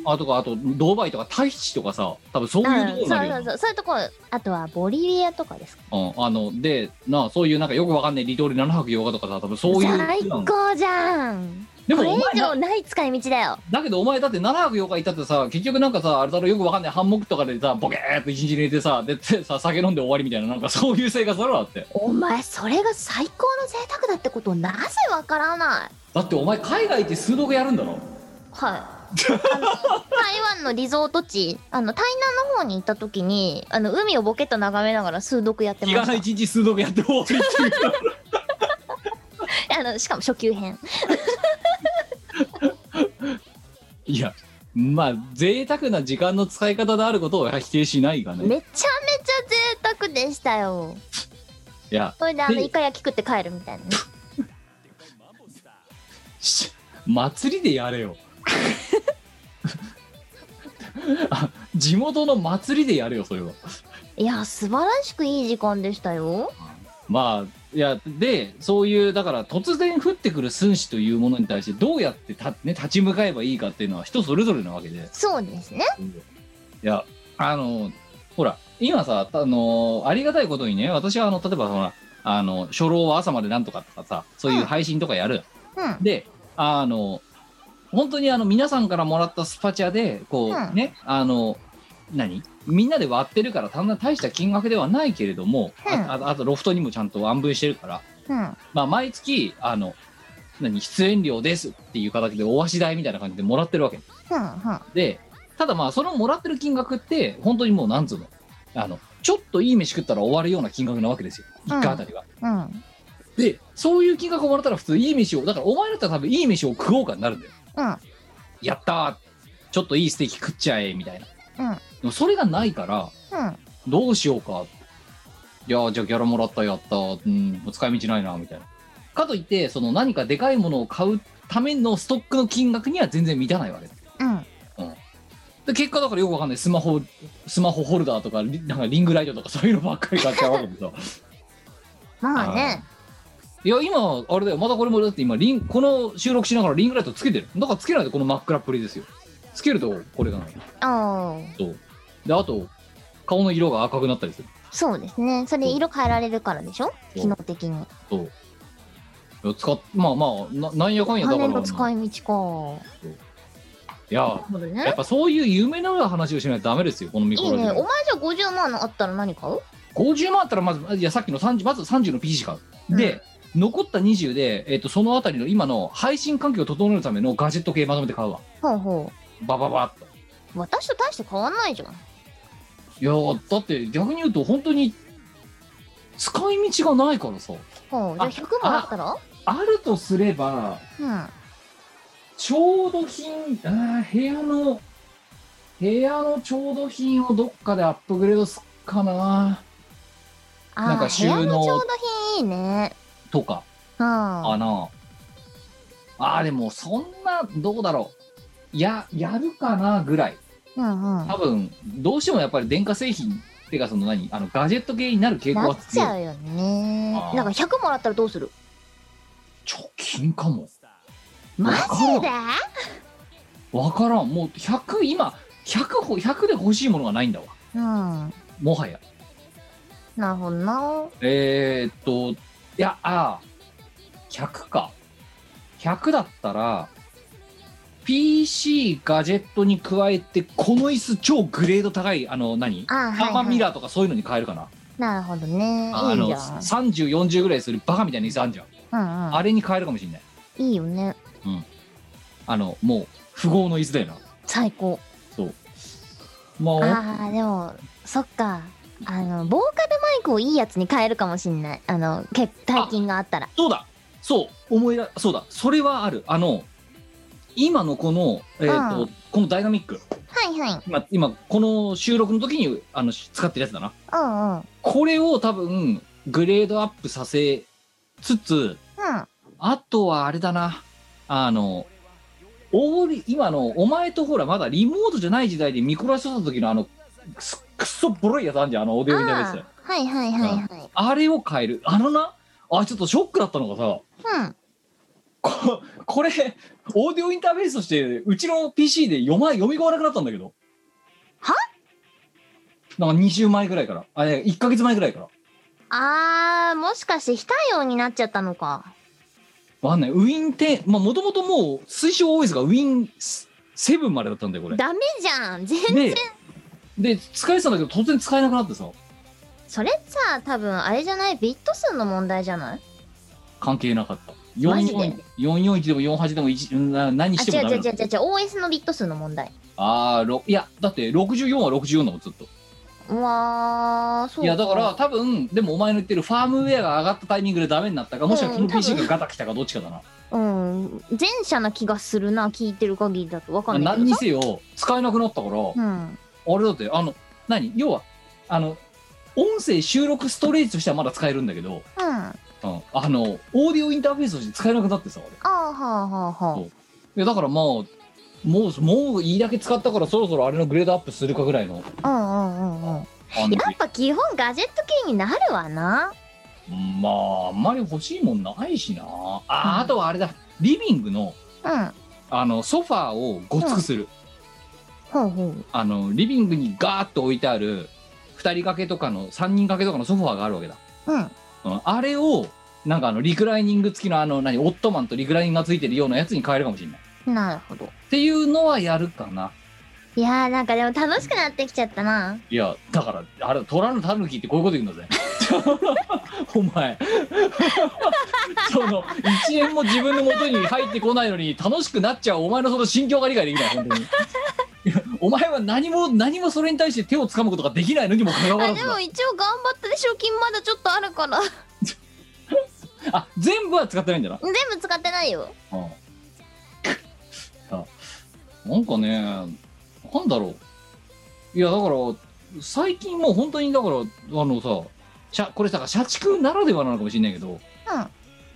[SPEAKER 3] あとかあとドバイとかタヒチとかさ多分そういうとこ
[SPEAKER 4] うん、
[SPEAKER 3] に
[SPEAKER 4] そ
[SPEAKER 3] な
[SPEAKER 4] う
[SPEAKER 3] るよ
[SPEAKER 4] そう
[SPEAKER 3] な
[SPEAKER 4] そうそういうとこあとはボリビアとかですか
[SPEAKER 3] うんあのでなあそういうなんかよくわかんない離島で7泊8日とかさ多分そういう
[SPEAKER 4] 最高じゃん
[SPEAKER 3] で
[SPEAKER 4] こ
[SPEAKER 3] も
[SPEAKER 4] れ
[SPEAKER 3] お前
[SPEAKER 4] 以
[SPEAKER 3] な
[SPEAKER 4] 上ない使い道だよ
[SPEAKER 3] だけどお前だって7泊8日いたってさ結局なんかさあれだろよくわかんないハンモックとかでさボケーっと一日寝てさでてさ酒飲んで終わりみたいななんかそういう生活だろだって
[SPEAKER 4] お前それが最高の贅沢だってことをなぜわからない
[SPEAKER 3] だってお前海外って数独やるんだろ
[SPEAKER 4] はいあの台湾のリゾート地あの台南の方に行った時にあの海をボケっと眺めながら数読やって
[SPEAKER 3] 日
[SPEAKER 4] ま
[SPEAKER 3] がな
[SPEAKER 4] し
[SPEAKER 3] 一日数独やって終わりっていう
[SPEAKER 4] た あのしかも初級編
[SPEAKER 3] いやまあ贅沢な時間の使い方であることを否定しないが
[SPEAKER 4] めち
[SPEAKER 3] ね
[SPEAKER 4] ゃめちゃ贅沢でしたよ
[SPEAKER 3] いや
[SPEAKER 4] それであの
[SPEAKER 3] で
[SPEAKER 4] イカ焼き食って帰るみ たいなね
[SPEAKER 3] し祭りでやれよ あ地元の祭りでやれよそれはい
[SPEAKER 4] や素晴らしくいい時間でしたよ
[SPEAKER 3] まあいやでそういうだから突然降ってくる寸志というものに対してどうやってた、ね、立ち向かえばいいかっていうのは人それぞれなわけで
[SPEAKER 4] そうですね
[SPEAKER 3] いやあのほら今さあのありがたいことにね私はあの例えばほらあの初老は朝までなんとかとかさそういう配信とかやる、
[SPEAKER 4] うん
[SPEAKER 3] であの本当にあの皆さんからもらったスパチャでこう、
[SPEAKER 4] うん
[SPEAKER 3] ねあの何みんなで割ってるからそんな大した金額ではないけれども、
[SPEAKER 4] うん
[SPEAKER 3] あああとロフトにもちゃんと安分してるから、
[SPEAKER 4] うん
[SPEAKER 3] まあ、毎月あの何出演料ですっていう形でおわし代みたいな感じでもらってるわけ
[SPEAKER 4] うんうん
[SPEAKER 3] でただまあそのもらってる金額って本当にもうなんつうのあのちょっといい飯食ったら終わるような金額なわけですよ1回あたりは。
[SPEAKER 4] うん
[SPEAKER 3] でそういう金額をもらったら普通いい飯をだからお前だったら多分いい飯を食おうかになるんだよ。
[SPEAKER 4] うん
[SPEAKER 3] やったーちょっといいステーキ食っちゃえみたいな、
[SPEAKER 4] うん
[SPEAKER 3] でもそれがないから
[SPEAKER 4] うん
[SPEAKER 3] どうしようかいやーじゃあギャラもらったやったーうん使い道ないなみたいなかといってその何かでかいものを買うためのストックの金額には全然満たないわけ
[SPEAKER 4] うん
[SPEAKER 3] で結果だからよくわかんないスマホスマホホルダーとかリなんかリングライトとかそういうのばっかり買っちゃうわけでさ
[SPEAKER 4] まあね
[SPEAKER 3] いや今あれだよまたこれもだって今リンこの収録しながらリングライトつけてるだからつけないでこの真っ暗っぷりですよつけるとこれがない
[SPEAKER 4] ああ
[SPEAKER 3] そうであと顔の色が赤くなったりする
[SPEAKER 4] そうですね。それ色変えられるからでしょ
[SPEAKER 3] そう
[SPEAKER 4] 機能的に。
[SPEAKER 3] そういや使っまあまあななんやかんやだか
[SPEAKER 4] 金
[SPEAKER 3] ら
[SPEAKER 4] の使
[SPEAKER 3] い
[SPEAKER 4] い道か。
[SPEAKER 3] や
[SPEAKER 4] なるほど
[SPEAKER 3] や
[SPEAKER 4] ね
[SPEAKER 3] っ。ぱそういう夢のような話をしないとダメですよこのミ
[SPEAKER 4] い
[SPEAKER 3] コ
[SPEAKER 4] い
[SPEAKER 3] ラジ
[SPEAKER 4] ね。
[SPEAKER 3] オ
[SPEAKER 4] お前じゃ50万のあったら何買う
[SPEAKER 3] 50万あったらまずいやさっきの30まず30の PC 買うで、残った20で、えっとそのあたりの今の配信環境を整えるためのガジェット系まとめて買うわ
[SPEAKER 4] ほうほ
[SPEAKER 3] バババッと
[SPEAKER 4] う。私と大して変わんないじゃん。
[SPEAKER 3] いやーだって逆に言うと本当に使い道がないからさ
[SPEAKER 4] ほう。じゃあ
[SPEAKER 3] あ
[SPEAKER 4] 100万あったら
[SPEAKER 3] あるとすれば
[SPEAKER 4] うん。
[SPEAKER 3] ちょうど品あー部屋の部屋のちょうど品をどっかでアップグレードすっかななん
[SPEAKER 4] あ
[SPEAKER 3] か
[SPEAKER 4] あ、部
[SPEAKER 3] 収納
[SPEAKER 4] 屋の調度品いいね。
[SPEAKER 3] とか
[SPEAKER 4] うん。
[SPEAKER 3] あなあーでもそんなどうだろうややるかなぐらい
[SPEAKER 4] うんうん。
[SPEAKER 3] 多分どうしてもやっぱり電化製品っていうかその何あのガジェット系になる傾向
[SPEAKER 4] な
[SPEAKER 3] は
[SPEAKER 4] っ
[SPEAKER 3] 強い
[SPEAKER 4] ちゃうよね
[SPEAKER 3] あー
[SPEAKER 4] なんか100もらったらどうする
[SPEAKER 3] 貯金かも
[SPEAKER 4] マジで
[SPEAKER 3] わからんもう100今100ほ100で欲しいものがないんだわ
[SPEAKER 4] うん
[SPEAKER 3] もはや
[SPEAKER 4] なるほどな
[SPEAKER 3] えー、っといやあー100か100だったら PC ガジェットに加えてこの椅子超グレード高いあの何
[SPEAKER 4] あー
[SPEAKER 3] ハーマ
[SPEAKER 4] はい、
[SPEAKER 3] ン
[SPEAKER 4] は
[SPEAKER 3] ミ
[SPEAKER 4] い、
[SPEAKER 3] ラーとかそういうのに変えるかな、
[SPEAKER 4] なるほどね
[SPEAKER 3] あ
[SPEAKER 4] いい
[SPEAKER 3] の
[SPEAKER 4] じゃ
[SPEAKER 3] 3040ぐらいするバカみたいな椅子あんじゃん、
[SPEAKER 4] ん、うん
[SPEAKER 3] あれに変えるかもしれない
[SPEAKER 4] うん、いいよね
[SPEAKER 3] あのもう富豪の椅子だよな
[SPEAKER 4] 最高
[SPEAKER 3] そうまあ
[SPEAKER 4] あーでもそっかあのボーカルマイクをいいやつに変えるかもしんないあのけ大金があったら
[SPEAKER 3] そうだそう思い出そうだそれはあるあの今のこの、えーと
[SPEAKER 4] う
[SPEAKER 3] このダイナミック
[SPEAKER 4] はいはい
[SPEAKER 3] 今今この収録の時にあのし使ってるやつだな
[SPEAKER 4] うんうんうん
[SPEAKER 3] これを多分グレードアップさせつつあとはあれだなあのオール今のお前とほらまだリモートじゃない時代で見殺しとった時のあのくすくっそボロいやつあんじゃんあのオーディオインターフェー
[SPEAKER 4] あ
[SPEAKER 3] ス
[SPEAKER 4] ーはいはいはいはい
[SPEAKER 3] あれを変えるあのなあちょっとショックだったのがさ
[SPEAKER 4] うん
[SPEAKER 3] こ これオーディオインターフェースとしてうちの PC で読ま読み込まなくなったんだけど
[SPEAKER 4] は
[SPEAKER 3] なんか20前ぐらいからあいや1か月前ぐらいから
[SPEAKER 4] あーもしかして非対応になっちゃったのか
[SPEAKER 3] わかんないウィン10まあもともともう推奨 OS がウィン7までだったんだよこれ
[SPEAKER 4] ダメじゃん全
[SPEAKER 3] でで使えてたんだけど突然使えなくなってさ
[SPEAKER 4] それさ多分あれじゃないビット数の問題じゃない
[SPEAKER 3] 関係なかった
[SPEAKER 4] マジで
[SPEAKER 3] 44 441でも48でも1な何
[SPEAKER 4] あ
[SPEAKER 3] して
[SPEAKER 4] 違
[SPEAKER 3] も
[SPEAKER 4] う
[SPEAKER 3] ダ
[SPEAKER 4] 違う
[SPEAKER 3] メ
[SPEAKER 4] 違う違
[SPEAKER 3] だ
[SPEAKER 4] う OS のビット数の問題
[SPEAKER 3] ああいやだって64は64だもんずっと
[SPEAKER 4] うわーそう
[SPEAKER 3] いやだから多分でもお前の言ってるファームウェアが上がったタイミングでダメになったかもしくはこ
[SPEAKER 4] う
[SPEAKER 3] の
[SPEAKER 4] ん多分
[SPEAKER 3] PC がガタきたかどっちかだな、
[SPEAKER 4] うん前者な気がするな聞いてる限りだとわかんないけど
[SPEAKER 3] 何に
[SPEAKER 4] さ
[SPEAKER 3] せよ使えなくなったから、
[SPEAKER 4] うん
[SPEAKER 3] あれだってあの何要はあの音声収録ストレージとしてはまだ使えるんだけど、
[SPEAKER 4] うんあ
[SPEAKER 3] うんあのオーディオインターフェースとして使えなくなってさあれい
[SPEAKER 4] あはあはあはあ
[SPEAKER 3] そうやだからまあもうもういいだけ使ったからそろそろあれのグレードアップするかぐらいの
[SPEAKER 4] うんうんうんうん
[SPEAKER 3] あの
[SPEAKER 4] やっぱ基本ガジェット系になるわな
[SPEAKER 3] まああんまり欲しいもんないしなあ,、
[SPEAKER 4] うん
[SPEAKER 3] あとはあれだリビングの
[SPEAKER 4] うん
[SPEAKER 3] あのソファーをごつくする、
[SPEAKER 4] ほうほう
[SPEAKER 3] あのリビングにガーッと置いてある2人掛けとかの3人掛けとかのソファーがあるわけだ、
[SPEAKER 4] うん
[SPEAKER 3] うん、あれをなんかあのリクライニング付きのあの何オットマンとリクライニングが付いてるようなやつに変えるかもしれないっ
[SPEAKER 4] なるほど
[SPEAKER 3] ていうのはやるかない
[SPEAKER 4] やーなんかでも楽しくなってきちゃったない
[SPEAKER 3] やだからあれ虎のタヌキってこういうこと言うんだぜ お前 その1円も自分の元に入ってこないのに楽しくなっちゃうお前のその心境が理解できない本当にいやお前は何も何もそれに対して手を掴むことができないのにもかかわ
[SPEAKER 4] あ
[SPEAKER 3] らず
[SPEAKER 4] で
[SPEAKER 3] だ
[SPEAKER 4] も一応頑張ったで賞金まだちょっとあるから
[SPEAKER 3] あ全部は使ってないんだな、
[SPEAKER 4] 全部使ってないよ
[SPEAKER 3] あなんかねなんだろういやだから最近もう本当にだからあのさ社これさ社畜ならではなのかもしれないけど
[SPEAKER 4] うん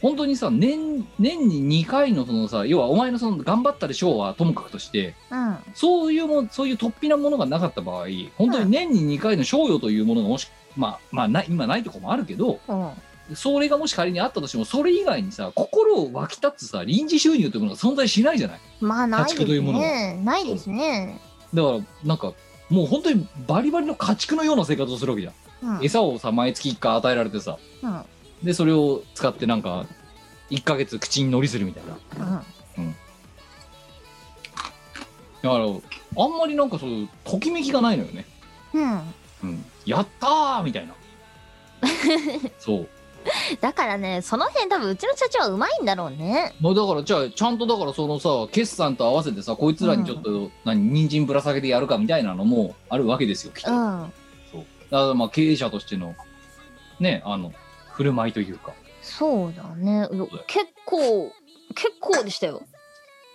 [SPEAKER 3] 本当にさ年年に2回のそのさ要はお前のその頑張ったで賞はともかくとして
[SPEAKER 4] うん
[SPEAKER 3] そういうもんそういう突飛なものがなかった場合本当に年に2回の賞与というものがもしまあまあない今ないとこもあるけど、
[SPEAKER 4] うん
[SPEAKER 3] それがもし仮にあったとしてもそれ以外にさ心を沸き立つさ臨時収入というものが存在しないじゃない
[SPEAKER 4] まあない
[SPEAKER 3] 家畜とい
[SPEAKER 4] で
[SPEAKER 3] う
[SPEAKER 4] す
[SPEAKER 3] もの
[SPEAKER 4] ね。ないですね。
[SPEAKER 3] だからなんかもう本当にバリバリの家畜のような生活をするわけじゃん、
[SPEAKER 4] うん。
[SPEAKER 3] 餌をさ毎月1回与えられてさ
[SPEAKER 4] うん。うん。
[SPEAKER 3] でそれを使ってなんか1ヶ月口に乗りするみたいなだか
[SPEAKER 4] あ
[SPEAKER 3] らあんまりなんかそうときめきがないのよね、
[SPEAKER 4] うん。
[SPEAKER 3] うん、やったーみたいなそう
[SPEAKER 4] だからね、その辺多分うちの社長はうまいんだろうね。
[SPEAKER 3] もうだからじゃあちゃんとだからそのさ決算と合わせてさこいつらにちょっと、何人参ぶら下げてやるかみたいなのもあるわけですよきっ
[SPEAKER 4] う
[SPEAKER 3] と、だか
[SPEAKER 4] ん。
[SPEAKER 3] らまあ経営者としてのねあの振る舞いというか
[SPEAKER 4] そうだね。う結構、結構でしたよ。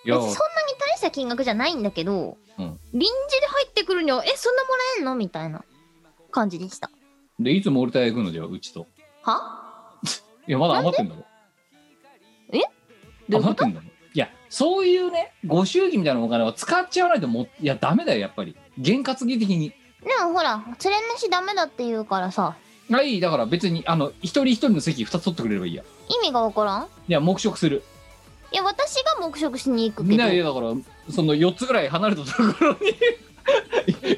[SPEAKER 3] い
[SPEAKER 4] 別
[SPEAKER 3] や
[SPEAKER 4] にそんなに大した金額じゃないんだけど、
[SPEAKER 3] うん
[SPEAKER 4] 臨時で入ってくるには、え、そんなもらえんのみたいな感じでした。
[SPEAKER 3] でいつも俺たち行くのじゃあうちと
[SPEAKER 4] はい
[SPEAKER 3] やまだ余ってんだろ
[SPEAKER 4] どういうこ
[SPEAKER 3] 余っ
[SPEAKER 4] と
[SPEAKER 3] てんだろいやそういうねご祝儀みたいなお金は使っちゃわないともういやダメだよやっぱり験担ぎ的に
[SPEAKER 4] でもほら連れ主ダメだって言うからさ
[SPEAKER 3] はい、だから別に、あの、一人一人の席2つ取ってくれればいいや。
[SPEAKER 4] 意味がわからん
[SPEAKER 3] いや、黙食する。
[SPEAKER 4] いや私が黙食しに行くけ
[SPEAKER 3] みん
[SPEAKER 4] ど
[SPEAKER 3] なで、だから、その4つぐらい離れたところに、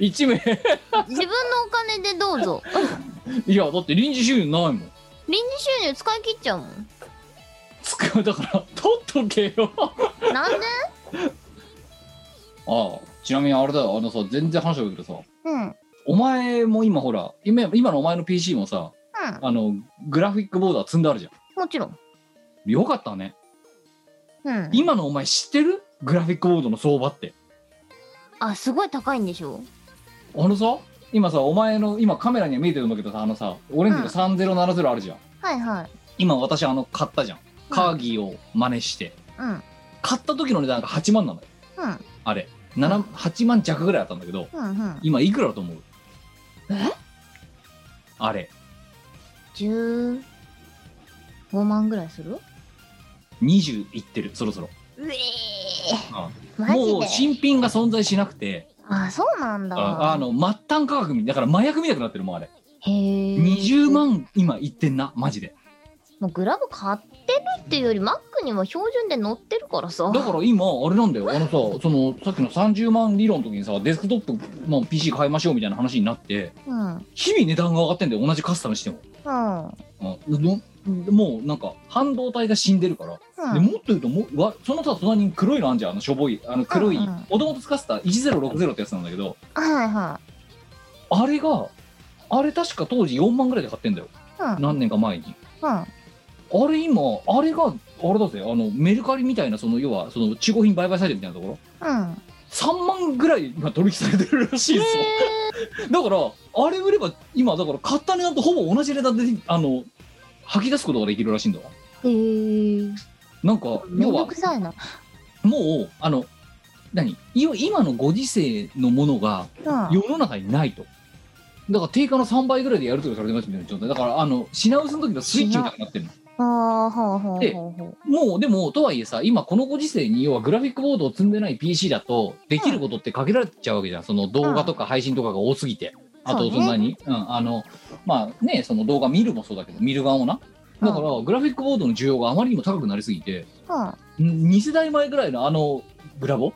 [SPEAKER 3] 1名。
[SPEAKER 4] 自分のお金でどうぞ
[SPEAKER 3] いや、だって臨時収入ないもん。
[SPEAKER 4] 臨時収入使い切っちゃうもん
[SPEAKER 3] 使う、だから、取っとけよ。
[SPEAKER 4] なんで
[SPEAKER 3] ああ、ちなみにあれだよ、あのさ、全然話だけどさ、
[SPEAKER 4] うんうん
[SPEAKER 3] お前も今ほら、今今のお前の PC もさ、あの、グラフィックボーダー積んであるじゃ
[SPEAKER 4] もちろん
[SPEAKER 3] ん。よかったね。
[SPEAKER 4] うん
[SPEAKER 3] 今のお前知ってるグラフィックボードの相場って。
[SPEAKER 4] あすごい高いんでしょ
[SPEAKER 3] あのさ、今さ、お前の、今カメラには見えてるんだけどさ、あのさ、オレンジの3070あるじゃん。
[SPEAKER 4] はいはい
[SPEAKER 3] 今私あの、買ったじゃん。カーギーを真似して。
[SPEAKER 4] うん
[SPEAKER 3] 買った時の値段が8万なのよ。
[SPEAKER 4] うん
[SPEAKER 3] あれ。7 8万弱ぐらいあったんだけど、
[SPEAKER 4] うんうん
[SPEAKER 3] 今いくらだと思う
[SPEAKER 4] え
[SPEAKER 3] あれ。
[SPEAKER 4] 15万ぐらいする
[SPEAKER 3] 20いってる、そろそろ。
[SPEAKER 4] うえ
[SPEAKER 3] うん
[SPEAKER 4] マジで
[SPEAKER 3] もう新品が存在しなくて、
[SPEAKER 4] あそうなんだ
[SPEAKER 3] あの末端価格みだから麻薬見たくなってるもんあれ、
[SPEAKER 4] へえ
[SPEAKER 3] 20万今いってんなマジで
[SPEAKER 4] もうグラブ買ってるっていうよりマックには標準で乗ってるからさ
[SPEAKER 3] だから今あれなんだよあのさそのさっきの30万理論の時にさデスクトップの PC 買いましょうみたいな話になって
[SPEAKER 4] うんうん
[SPEAKER 3] 日々値段が上がってんだよ同じカスタムしても、うんのもうなんか半導体が死んでるから、
[SPEAKER 4] うん
[SPEAKER 3] でもっと言うともうわそのさ隣に黒いのあんじゃんあのしょぼいあの黒い
[SPEAKER 4] うんうん
[SPEAKER 3] もともと使ってた1060ってやつなんだけど
[SPEAKER 4] はいは
[SPEAKER 3] あれがあれ確か当時4万ぐらいで買ってんだよ
[SPEAKER 4] いうん
[SPEAKER 3] 何年か前に
[SPEAKER 4] うん
[SPEAKER 3] あれ今あれがあれだぜあのメルカリみたいなその要はその中古品売買サイトみたいなところ
[SPEAKER 4] うん
[SPEAKER 3] 3万ぐらい今取引されてるらしいですよだからあれ売れば今だから買った値段とほぼ同じ値段であの吐き出すことができるらしいんだわ
[SPEAKER 4] へえ
[SPEAKER 3] なんか
[SPEAKER 4] め
[SPEAKER 3] 要
[SPEAKER 4] んど
[SPEAKER 3] は
[SPEAKER 4] くさいな
[SPEAKER 3] もうあの何い今のご時世のものが
[SPEAKER 4] うん
[SPEAKER 3] 世の中にないとだから定価の3倍ぐらいでやるとかされてますみたいな状態だからあの品薄の時のスイッチみたいになってるの
[SPEAKER 4] ああほうほう
[SPEAKER 3] で
[SPEAKER 4] ほうほう
[SPEAKER 3] もうでもとはいえさ今このご時世に要はグラフィックボードを積んでない PC だとできることって限られちゃうわけじゃんその動画とか配信とかが多すぎて、あ
[SPEAKER 4] そ
[SPEAKER 3] と
[SPEAKER 4] うね
[SPEAKER 3] そんなにう、ん、あのまあねその動画見るもそうだけど見る側もなだからグラフィックボードの需要があまりにも高くなりすぎて
[SPEAKER 4] うん
[SPEAKER 3] 2世代前ぐらいのあのグラボ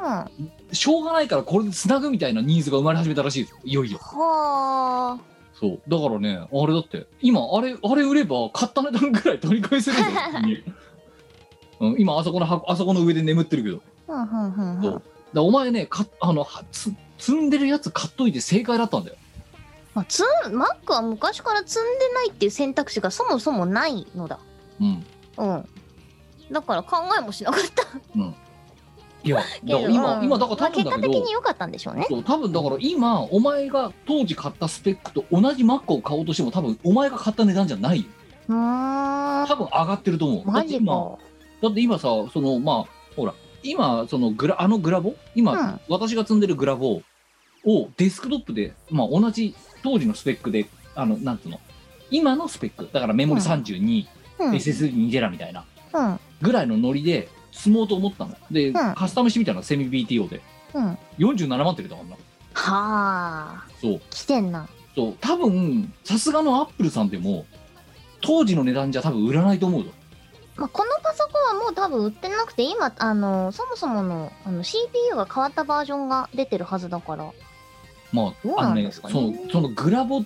[SPEAKER 4] うん
[SPEAKER 3] しょうがないからこれでつなぐみたいなニーズが生まれ始めたらしいですよいよいよ
[SPEAKER 4] はあ
[SPEAKER 3] そうだからねあれだって今あれあれ売れば買った値段ぐらい取り返せ るんだよ普通にうん、今あそこの箱あそこの上で眠ってるけど
[SPEAKER 4] うんうんうん
[SPEAKER 3] そううんだからお前ねかあのはつ積んでるやつ買っといて正解だったんだよ
[SPEAKER 4] まあ、積んマックは昔から積んでないっていう選択肢がそもそもないのだ
[SPEAKER 3] うん
[SPEAKER 4] うんだから考えもしなかった
[SPEAKER 3] いやだ
[SPEAKER 4] けど
[SPEAKER 3] から今、
[SPEAKER 4] うん
[SPEAKER 3] 今だか
[SPEAKER 4] まあ
[SPEAKER 3] ら多分
[SPEAKER 4] 結
[SPEAKER 3] だ
[SPEAKER 4] 果
[SPEAKER 3] け
[SPEAKER 4] 的
[SPEAKER 3] ど
[SPEAKER 4] に良かったんでしょうね
[SPEAKER 3] そう多分だから今お前が当時買ったスペックと同じ Mac を買おうとしても多分お前が買った値段じゃないよ
[SPEAKER 4] うーん
[SPEAKER 3] 多分上がってると思うだ
[SPEAKER 4] マ
[SPEAKER 3] って
[SPEAKER 4] ジ
[SPEAKER 3] 今
[SPEAKER 4] か
[SPEAKER 3] だって今さそのまあほら今そのグラあのグラボ今、
[SPEAKER 4] うん
[SPEAKER 3] 私が積んでるグラボをデスクトップで、まあ、同じ当時のスペックであのなんつうの今のスペックだからメモリ32、
[SPEAKER 4] うん
[SPEAKER 3] SSD2 テラみたいな
[SPEAKER 4] うん
[SPEAKER 3] ぐらいのノリで積もうと思ったので、
[SPEAKER 4] ん
[SPEAKER 3] カスタムしてみたのセミ BTO で
[SPEAKER 4] うんは
[SPEAKER 3] 47万って出たからな
[SPEAKER 4] あ
[SPEAKER 3] そう
[SPEAKER 4] 来てんな
[SPEAKER 3] そう多分さすがのアップルさんでも当時の値段じゃ多分売らないと思うぞ
[SPEAKER 4] まあ、このパソコンはもう多分売ってなくて今あのそもそものあの CPU が変わったバージョンが出てるはずだから
[SPEAKER 3] ま
[SPEAKER 4] どう
[SPEAKER 3] ああ
[SPEAKER 4] な
[SPEAKER 3] の
[SPEAKER 4] ん
[SPEAKER 3] ね
[SPEAKER 4] ですか
[SPEAKER 3] そ
[SPEAKER 4] ね
[SPEAKER 3] のそのグラボ1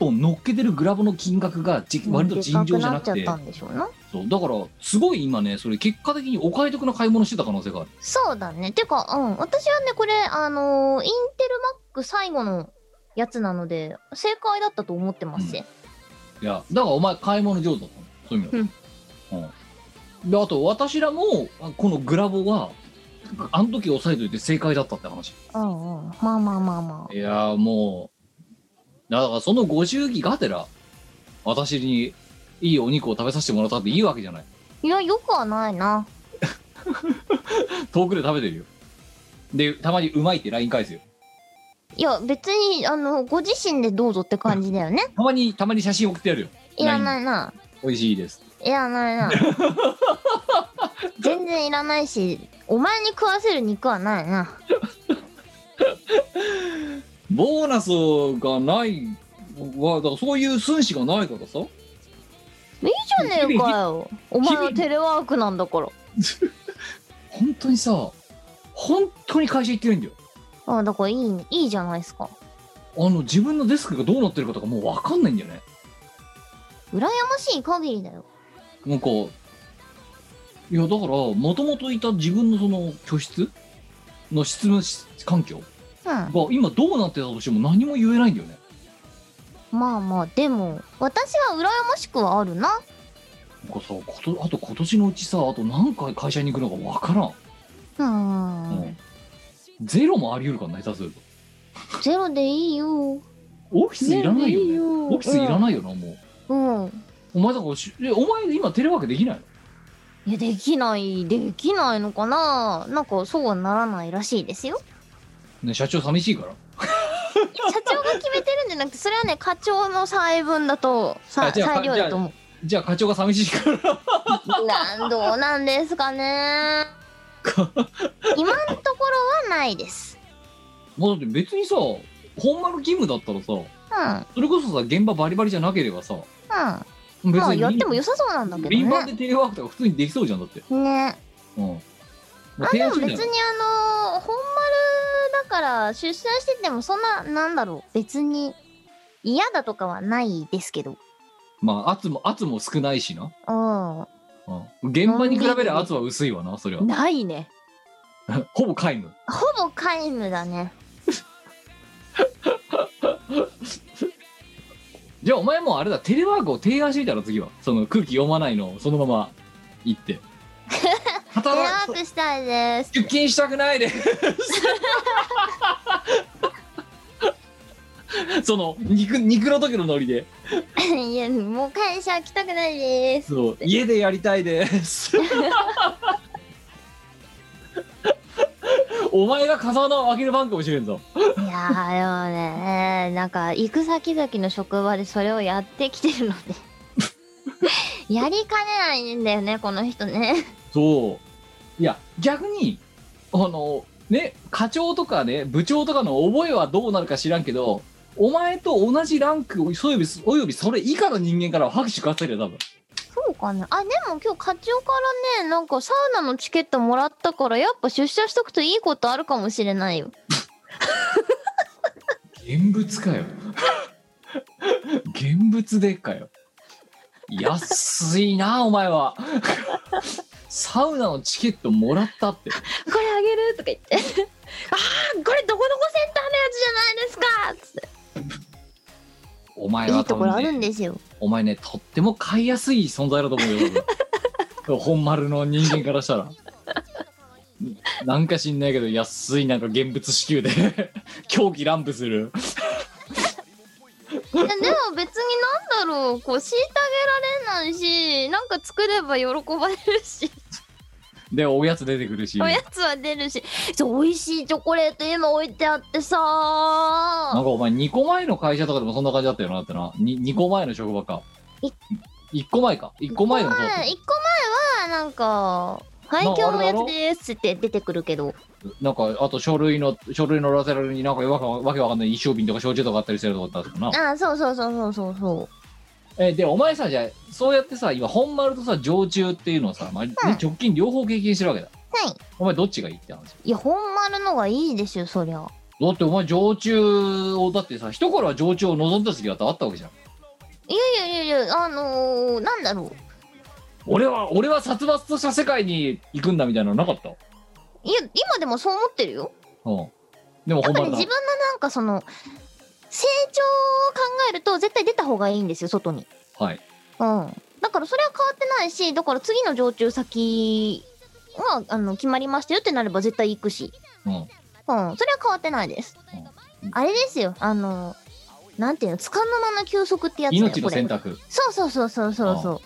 [SPEAKER 3] 本乗っけてるグラボの金額がじ割と尋常じゃなく
[SPEAKER 4] で
[SPEAKER 3] て
[SPEAKER 4] かくなっちゃったんでしょうな
[SPEAKER 3] そうだからすごい今ねそれ結果的にお買い得な買い物してた可能性がある
[SPEAKER 4] そうだねてかうん私はねこれあのインテルマック最後のやつなので正解だったと思ってますよ、
[SPEAKER 3] いやだからお前買い物上手だったのそういう意味だと、うんであと私らもあこのグラボはあの時押さえといて正解だったって話
[SPEAKER 4] うん、うんまあまあまあま
[SPEAKER 3] いやーもうだからそのご祝儀がてら私にいいお肉を食べさせてもらったっていいわけじゃない
[SPEAKER 4] あいやよくはないな
[SPEAKER 3] 遠くで食べてるよでたまにうまいって LINE 返すよ
[SPEAKER 4] いや別にあのご自身でどうぞって感じだよね
[SPEAKER 3] たまにたまに写真送ってやるよ
[SPEAKER 4] いらないな
[SPEAKER 3] 美味しいです
[SPEAKER 4] いらないな全然いらないしお前に食わせる肉はないな
[SPEAKER 3] 僕ボーナスがないはだからそういう寸志がないからさ
[SPEAKER 4] いいじゃねえかよお前はテレワークなんだから
[SPEAKER 3] 本当にさ本当に会社行ってるんだよ
[SPEAKER 4] ああだからいいねいいじゃないですか
[SPEAKER 3] あの自分のデスクがどうなってるかとかもう分かんないんだよね
[SPEAKER 4] 羨ましい限りだよ
[SPEAKER 3] なんかいやだからもともといた自分のその居室の執務室環境
[SPEAKER 4] うん
[SPEAKER 3] が今どうなってたとしても何も言えないんだよね
[SPEAKER 4] まあまあでも私は羨ましくはあるな
[SPEAKER 3] なんかさことあと今年のうちさあと何回会社に行くのか分からん
[SPEAKER 4] うー
[SPEAKER 3] うんんゼロもあり得るからね下手すると
[SPEAKER 4] ゼロでいいよ
[SPEAKER 3] オフィスいらないよ,、ね、
[SPEAKER 4] ゼロでいいよ
[SPEAKER 3] オフィスいらないよな、も
[SPEAKER 4] う
[SPEAKER 3] う
[SPEAKER 4] ん
[SPEAKER 3] お前だからしえお前今テレワークできないの
[SPEAKER 4] いやできないできないのかななんかそうはならないらしいですよ
[SPEAKER 3] ね社長寂しいから
[SPEAKER 4] 社長が決めてるんじゃなくてそれはね課長の裁分だとさ
[SPEAKER 3] あじゃあ
[SPEAKER 4] 裁量だと思う
[SPEAKER 3] じゃあ課長が寂しいから
[SPEAKER 4] なんどうなんですか ね今のところはないです
[SPEAKER 3] もうだって別にさ本丸勤務だったらさ
[SPEAKER 4] うんうん
[SPEAKER 3] それこそさ現場バリバリじゃなければさ
[SPEAKER 4] ま
[SPEAKER 3] 別
[SPEAKER 4] あ
[SPEAKER 3] に
[SPEAKER 4] やっても良さそうなんだけど
[SPEAKER 3] 輪番で
[SPEAKER 4] ね
[SPEAKER 3] テレワークとか普通にできそうじゃんだって
[SPEAKER 4] ね
[SPEAKER 3] うんもう
[SPEAKER 4] あでも
[SPEAKER 3] 案
[SPEAKER 4] 別
[SPEAKER 3] するん
[SPEAKER 4] に
[SPEAKER 3] じゃない
[SPEAKER 4] あの本丸だから出社しててもそんななんだろう別に嫌だとかはないですけど
[SPEAKER 3] まあ圧も圧も少ないしな、
[SPEAKER 4] うん
[SPEAKER 3] うん、現場に比べれば圧は薄いわなそれは
[SPEAKER 4] ないね
[SPEAKER 3] ほぼ皆無
[SPEAKER 4] ほぼ皆無だね
[SPEAKER 3] じゃあお前もうあれだテレワークを提案してみたら次はその空気読まないのをそのまま行って
[SPEAKER 4] テレワ
[SPEAKER 3] 働
[SPEAKER 4] ー
[SPEAKER 3] く
[SPEAKER 4] クしたいです
[SPEAKER 3] 出勤したくないです その肉肉の時のノリで
[SPEAKER 4] いやもう会社来たくない です
[SPEAKER 3] そう家でやりたいですお前が風穴を開ける番かもしれんぞ
[SPEAKER 4] いやーでもねなんか行く先々の職場でそれをやってきてるの でやりかねないんだよねこの人ね
[SPEAKER 3] そういや逆にあのね課長とかね部長とかの覚えはどうなるか知らんけどお前と同じランクおよびおよびそれ以下の人間からは拍手喝采だよ多分
[SPEAKER 4] そうかなあでも今日課長からねなんかサウナのチケットもらったからやっぱ出社しとくといいことあるかもしれないよ
[SPEAKER 3] 現物かよ現物でっかよ安いなお前はサウナのチケットもらったって
[SPEAKER 4] これあげるとか言って ああこれどこどこセンターのやつじゃないですか
[SPEAKER 3] お前
[SPEAKER 4] つってい
[SPEAKER 3] はい
[SPEAKER 4] と
[SPEAKER 3] 多
[SPEAKER 4] ころ
[SPEAKER 3] 分
[SPEAKER 4] あ
[SPEAKER 3] ね
[SPEAKER 4] るんですよ
[SPEAKER 3] お前ねとっても買いやすい存在だと思うよ多分本丸の人間からしたらなんか知んないけど安いなんか現物支給で 狂気乱舞する
[SPEAKER 4] いやでも別になんだろうこう虐げられないしなんか作れば喜ばれるし
[SPEAKER 3] でおやつ出てくるし
[SPEAKER 4] おや
[SPEAKER 3] な
[SPEAKER 4] つは出るしそう美味しいチョコレート今置いてあってさ
[SPEAKER 3] んかお前2個前の会社とかでもそんな感じだったよなってな 2, 個前の職場か
[SPEAKER 4] い
[SPEAKER 3] 1個前か1個前でもそうだった
[SPEAKER 4] 1個前はなんか「はい
[SPEAKER 3] ま
[SPEAKER 4] 今
[SPEAKER 3] あ
[SPEAKER 4] 日のやつです」って出てくるけど
[SPEAKER 3] なんかあと書類の書類のラセラルになんかわけわけわかんない一升瓶とか焼酎とかあったりしてるとこだったかな
[SPEAKER 4] ああそうそうそうそうそうそ
[SPEAKER 3] えーでお前さじゃあそうやってさ今本丸とさ常駐っていうのをさ、まあね直近両方経験してるわけだ
[SPEAKER 4] うはい
[SPEAKER 3] お前どっちがいいって話
[SPEAKER 4] いや本丸のがいいですよそりゃ
[SPEAKER 3] だってお前常駐をだってさ一頃は常駐を望んだ時期だってあったわけじゃん
[SPEAKER 4] いやいやいやいやあのー、なんだろう
[SPEAKER 3] 俺は俺は殺伐とした世界に行くんだみたいなのなかった
[SPEAKER 4] いや今でもそう思ってるよ
[SPEAKER 3] うんで
[SPEAKER 4] や
[SPEAKER 3] も
[SPEAKER 4] っ
[SPEAKER 3] 本
[SPEAKER 4] ぱり
[SPEAKER 3] 丸
[SPEAKER 4] 自
[SPEAKER 3] だ
[SPEAKER 4] 分のなんかその成長を考えると絶対出た方がいいんですよ外に
[SPEAKER 3] はい
[SPEAKER 4] うんだからそれは変わってないしだから次の常駐先はあの決まりましたよってなれば絶対行くし
[SPEAKER 3] うん
[SPEAKER 4] うんそれは変わってないです、
[SPEAKER 3] うん
[SPEAKER 4] あれですよあのなんていうのつかの間の休息ってやつだよ
[SPEAKER 3] 命の
[SPEAKER 4] これ
[SPEAKER 3] 選択
[SPEAKER 4] そうそうそうそうそうそう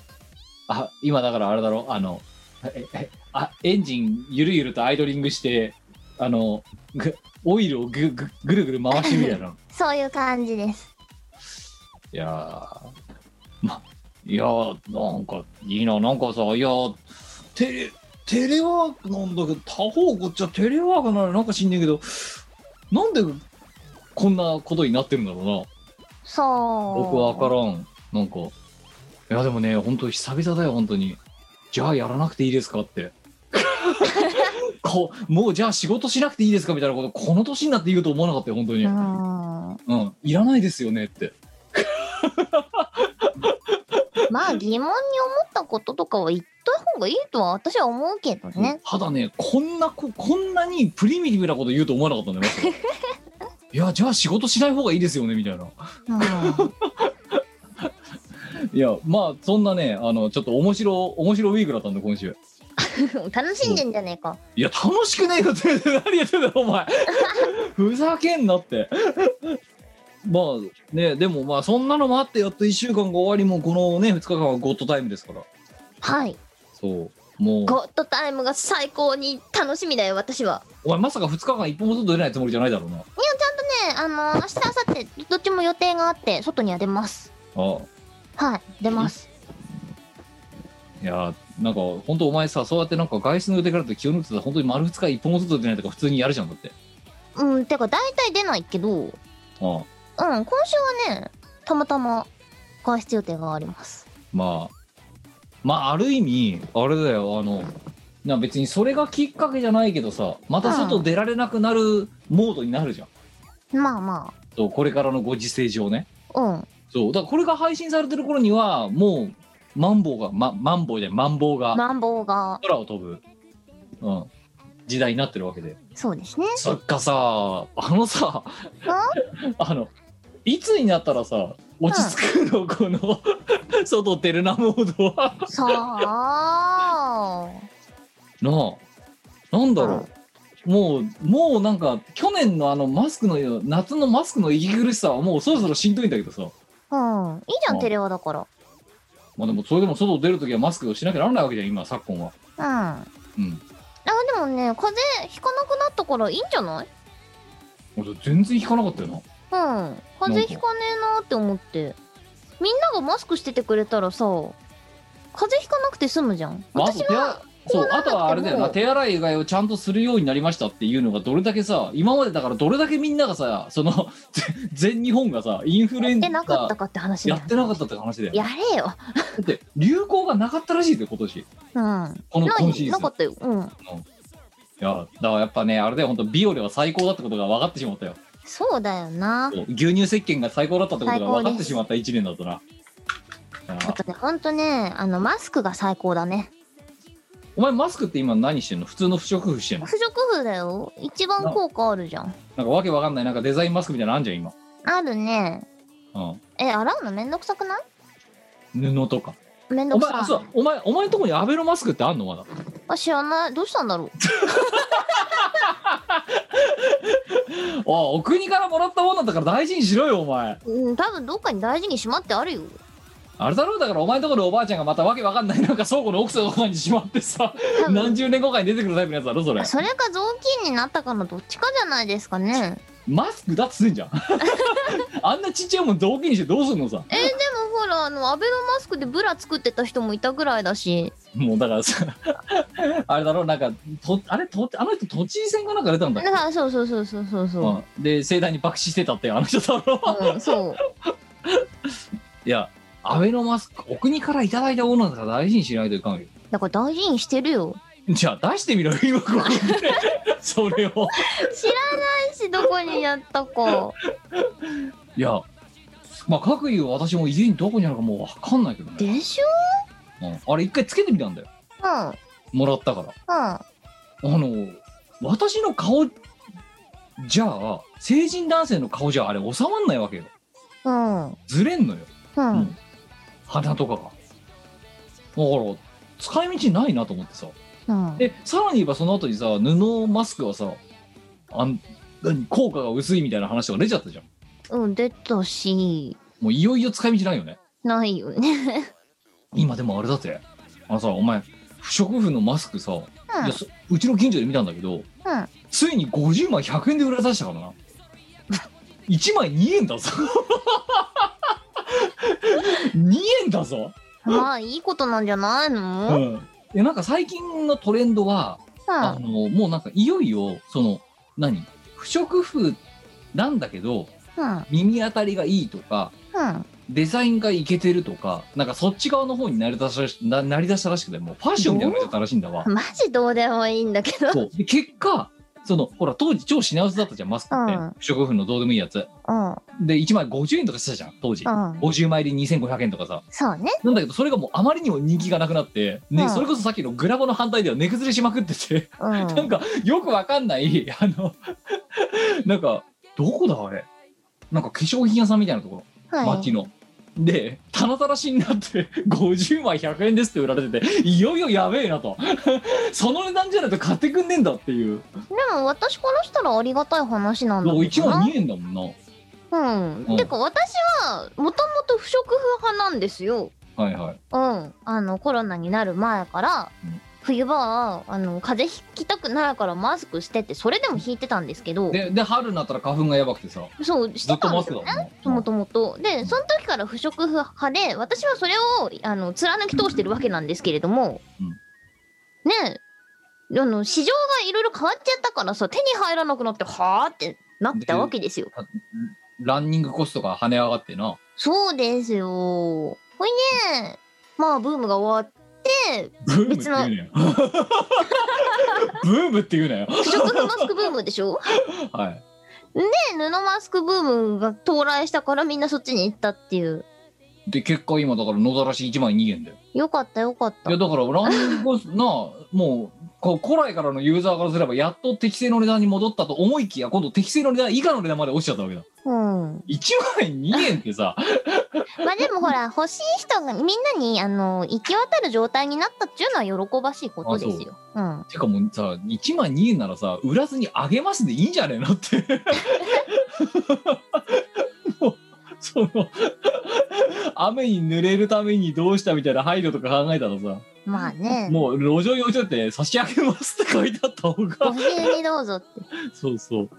[SPEAKER 3] あ今だからあれだろあのええあエンジンゆるゆるとアイドリングしてあの ぐオイルをぐぐぐるぐる回してみた いな
[SPEAKER 4] そういう感じです
[SPEAKER 3] いやーまいやーなんかいいななんかさいやーテレテレワークなんだけど他方こっちはテレワークなのになんか知んねえけどなんでこんなことになってるんだろうな
[SPEAKER 4] そう。
[SPEAKER 3] 僕は分からんなんかいやでもね本当久々だよ本当にじゃあやらなくていいですかって こもうじゃあ仕事しなくていいですかみたいなことこの年になって言うと思わなかったよ本当に、うん
[SPEAKER 4] うん
[SPEAKER 3] いらないですよねって
[SPEAKER 4] まあ疑問に思ったこととかは言った方がいいとは私は思うけどね。
[SPEAKER 3] ただねこんなここんなにプリミティブなこと言うと思わなかったんだよまず いやじゃあ仕事しない方がいいですよねみたい
[SPEAKER 4] う
[SPEAKER 3] な
[SPEAKER 4] ん、
[SPEAKER 3] いやまあそんなねあのちょっと面白面白ウィークだったんで今週
[SPEAKER 4] 楽しんでんじゃねえか。
[SPEAKER 3] いや楽しくないことやって何やってんだよお前ふざけんなってまあねでもまあそんなのもあってやっと1週間が終わりもうこのね2日間はゴッドタイムですから
[SPEAKER 4] はい。
[SPEAKER 3] そうもう
[SPEAKER 4] ゴッドタイムが最高に楽しみだよ、私は。
[SPEAKER 3] お前まさか2日間一歩も外出ないつもりじゃないだろうない
[SPEAKER 4] や、ちゃんとね、あの、明日、明後日、どっちも予定があって、外には出ます。
[SPEAKER 3] ああ
[SPEAKER 4] はい、出ます。
[SPEAKER 3] いやーなんか本当お前さそうやってなんか外出の予定があると気を抜くとさ本当に丸2日一歩も外出ないとか普通にやるじゃんだって
[SPEAKER 4] うん、てか、大体出ないけど、うん、
[SPEAKER 3] ああ
[SPEAKER 4] 今週はね、たまたま外出予定があります。
[SPEAKER 3] まあまあある意味あれだよあのな別にそれがきっかけじゃないけどさまた外出られなくなるモードになるじゃん、
[SPEAKER 4] まあま
[SPEAKER 3] そうこれからのご時世上ね
[SPEAKER 4] あ、うん。
[SPEAKER 3] そうだからこれが配信されてる頃にはもうマンボウが、ま、マンボウじゃないマンボウが
[SPEAKER 4] マンボウが、
[SPEAKER 3] 空を飛ぶ、うん、時代になってるわけで
[SPEAKER 4] そうですね。
[SPEAKER 3] そっかさあのさ あのいつになったらさ落ち着くの、この外出るなモードは
[SPEAKER 4] さあ。
[SPEAKER 3] なあなんだろう、もうもうなんか去年のあのマスクのよ夏のマスクの息苦しさはもうそろそろしんどいんだけどさ
[SPEAKER 4] うん、いいじゃ
[SPEAKER 3] うん
[SPEAKER 4] ん、テレワだから。
[SPEAKER 3] まあでもそれでも外出るときはマスクをしなきゃならないわけじゃん今昨今は
[SPEAKER 4] うん。あ、
[SPEAKER 3] うん
[SPEAKER 4] でもね、風邪ひかなくなったからいいんじゃない
[SPEAKER 3] 俺全然引かなかったよな
[SPEAKER 4] うん。風邪ひかねえなって思って。みんながマスクしててくれたらさ、風邪ひかなくて済むじゃん。
[SPEAKER 3] まあ
[SPEAKER 4] 私は、
[SPEAKER 3] あと手洗いそう
[SPEAKER 4] こうならなく
[SPEAKER 3] あ
[SPEAKER 4] て
[SPEAKER 3] と
[SPEAKER 4] も
[SPEAKER 3] はあれだよな手洗いうがいをちゃんとするようになりましたっていうのがどれだけさ今までだからどれだけみんながさその 全日本がさインフルエ
[SPEAKER 4] やっ
[SPEAKER 3] ン
[SPEAKER 4] て
[SPEAKER 3] ザ
[SPEAKER 4] なかったかって話だ
[SPEAKER 3] や
[SPEAKER 4] よ
[SPEAKER 3] っ。てなかったって話だよ
[SPEAKER 4] やれよ。
[SPEAKER 3] だって流行がなかったらしいぜ今年
[SPEAKER 4] うん。な
[SPEAKER 3] この今シー
[SPEAKER 4] い、
[SPEAKER 3] ズン
[SPEAKER 4] なかったよ。うん。
[SPEAKER 3] いやだからやっぱねあれだよ本当ビオレは最高だってことが分かってしまったよ
[SPEAKER 4] そうだよな。
[SPEAKER 3] そう牛乳石鹸が最高だったってことが分かってしまった1年だったな
[SPEAKER 4] だ
[SPEAKER 3] あ
[SPEAKER 4] ってほんとね、あの、マスクが最高だね。
[SPEAKER 3] お前マスクって今何してんの普通の不織布してんの
[SPEAKER 4] 不織布だよ。一番効果あるじゃん。
[SPEAKER 3] なんかわけわかんないなんかデザインマスクみたいなのあんじゃん今、
[SPEAKER 4] あるね。
[SPEAKER 3] うん
[SPEAKER 4] え、洗うのめんどくさくない
[SPEAKER 3] 布とか
[SPEAKER 4] めんど
[SPEAKER 3] お
[SPEAKER 4] く
[SPEAKER 3] 前
[SPEAKER 4] さ
[SPEAKER 3] あ
[SPEAKER 4] い。
[SPEAKER 3] そうお前お前のとこにアベノマスクってあんのまだ
[SPEAKER 4] あ知らないどうしたんだろう
[SPEAKER 3] あお国からもらったもんなんだから大事にしろよお前
[SPEAKER 4] うん多分どっかに大事にしまってあるよ
[SPEAKER 3] あれだろうだからお前のところのおばあちゃんがまたわけわかんないなんか倉庫の奥さんとかにしまってさ
[SPEAKER 4] 多分
[SPEAKER 3] 何十年後かに出てくるタイプのやつだろそれ
[SPEAKER 4] それか雑巾になったかのどっちかじゃないですかね
[SPEAKER 3] マスクだっつっ てんじゃんあんなちっちゃいもん雑巾にしてどうすんのさ
[SPEAKER 4] えーでもほらあのアベノマスクでブラ作ってた人もいたぐらいだし
[SPEAKER 3] もうだからさあれだろうなんかとあれとあの人都知事選がなんか出たんだ
[SPEAKER 4] だ
[SPEAKER 3] っ
[SPEAKER 4] か
[SPEAKER 3] け
[SPEAKER 4] ら そうそうそうそうそうそう
[SPEAKER 3] うんで盛大に爆死してたってあの人だろ
[SPEAKER 4] うん、そう
[SPEAKER 3] いやアベノマスクお国からいただいたものなんだから大事にしないといかんよ
[SPEAKER 4] だから大事にしてる よ
[SPEAKER 3] じゃあ出してみろよ今ここ でそれを
[SPEAKER 4] 知らないしどこにやったか
[SPEAKER 3] いやまあ各言う私も家にどこにあるかもうわかんないけどね、
[SPEAKER 4] でしょ
[SPEAKER 3] うんあれ一回つけてみたんだよ
[SPEAKER 4] うんうん
[SPEAKER 3] もらったから
[SPEAKER 4] あ
[SPEAKER 3] あの私の顔じゃあ成人男性の顔じゃあれ収まんないわけよ
[SPEAKER 4] うんうん
[SPEAKER 3] ずれんのよ
[SPEAKER 4] うん
[SPEAKER 3] 鼻とかがだから使い道ないなと思ってさ
[SPEAKER 4] うん
[SPEAKER 3] でさらに言えばその後にさ布マスクはさあん何効果が薄いみたいな話とか出ちゃったじゃん
[SPEAKER 4] うん出たし
[SPEAKER 3] もういよいよ使い道ないよね
[SPEAKER 4] ないよね
[SPEAKER 3] 今でもあれだってあのさお前不織布のマスクさ、う
[SPEAKER 4] うん
[SPEAKER 3] うちの近所で見たんだけど、ついに50枚100円で売ら出したからな1枚2円だぞ 2円だぞ、
[SPEAKER 4] まあいいことなんじゃないの、
[SPEAKER 3] う
[SPEAKER 4] うん、
[SPEAKER 3] ん、いやなんか最近のトレンドは、あのもうなんかいよいよその何不織布なんだけど
[SPEAKER 4] うん
[SPEAKER 3] 耳当たりがいいとか
[SPEAKER 4] うん
[SPEAKER 3] デザインがいけてるとかなんかそっち側の方になりだしたらしななりだしたらしくてもうファッションみたいなのが出たらしいんだわ
[SPEAKER 4] マジどうでもいいんだけど
[SPEAKER 3] そうで結果そのほら当時超品薄だったじゃんマスクって、
[SPEAKER 4] うん
[SPEAKER 3] 不織布のどうでもいいやつ
[SPEAKER 4] うんうん
[SPEAKER 3] で1枚50円とかしてたじゃん当時、50枚で2500円とかさ
[SPEAKER 4] そうね
[SPEAKER 3] なんだけどそれがもうあまりにも人気がなくなって、ね
[SPEAKER 4] うん
[SPEAKER 3] それこそさっきのグラボの反対では値崩れしまくってて、
[SPEAKER 4] うん
[SPEAKER 3] なんかよくわかんないあの なんかどこだあれなんか化粧品屋さんみたいなところ
[SPEAKER 4] は
[SPEAKER 3] 街
[SPEAKER 4] い
[SPEAKER 3] の。で、棚たらしになって、50枚100円ですって売られてて、いよいよやべえなと。 その値段じゃないと買ってくんねえんだっていう。
[SPEAKER 4] でも私からしたらありがたい話なんだ
[SPEAKER 3] もう
[SPEAKER 4] け
[SPEAKER 3] 1
[SPEAKER 4] どな
[SPEAKER 3] 枚2円だもん
[SPEAKER 4] うん、
[SPEAKER 3] うん
[SPEAKER 4] てか私はもともと不織布派なんですよ。
[SPEAKER 3] な。はいはい。
[SPEAKER 4] うん、あのコロナになる前から、
[SPEAKER 3] うん
[SPEAKER 4] 冬場はあの風邪ひきたくないからマスクしててそれでもひいてたんですけど
[SPEAKER 3] で、で春になったら花粉がやばくてさ、
[SPEAKER 4] そうし
[SPEAKER 3] ず
[SPEAKER 4] て
[SPEAKER 3] っと
[SPEAKER 4] たん
[SPEAKER 3] マ
[SPEAKER 4] で
[SPEAKER 3] ス
[SPEAKER 4] す
[SPEAKER 3] クだ
[SPEAKER 4] よ
[SPEAKER 3] もんね。
[SPEAKER 4] もともとでその時から不織布派で私はそれをあの貫き通してるわけなんですけれども、
[SPEAKER 3] うん
[SPEAKER 4] ねえあの市場がいろいろ変わっちゃったからさ手に入らなくなってはあってなったわけですよ。
[SPEAKER 3] ランニングコストが跳ね上がってな。
[SPEAKER 4] そうですよ。ほいね、まあブームが終わって、
[SPEAKER 3] ブームって言うなよ。 ブームって言うなよ。
[SPEAKER 4] 不織布マスクブームでし ょ
[SPEAKER 3] はい。
[SPEAKER 4] で、布マスクブームが到来したからみんなそっちに行ったっていう。
[SPEAKER 3] で、結果今だから野ざらし1枚2円だよ。
[SPEAKER 4] よかったよかっ
[SPEAKER 3] い
[SPEAKER 4] た
[SPEAKER 3] や。だからランニングコストなあもうこう古来からのユーザーからすればやっと適正の値段に戻ったと思いきや今度適正の値段以下の値段まで落ちちゃったわけだ
[SPEAKER 4] うん。
[SPEAKER 3] 1枚2円ってさ
[SPEAKER 4] まあでもほら、欲しい人がみんなに、あの、行き渡る状態になったっていうのは喜ばしいことですよ。うん。
[SPEAKER 3] てかもうさ1枚2円ならさ売らずに上げますでいいんじゃねえのってもうその雨に濡れるためにどうしたみたいな配慮とか考えたらさ
[SPEAKER 4] まあね。
[SPEAKER 3] もう路上に置いといて差し上げますって書いてあった方
[SPEAKER 4] ご
[SPEAKER 3] が
[SPEAKER 4] 自由にどうぞって。
[SPEAKER 3] そうそうい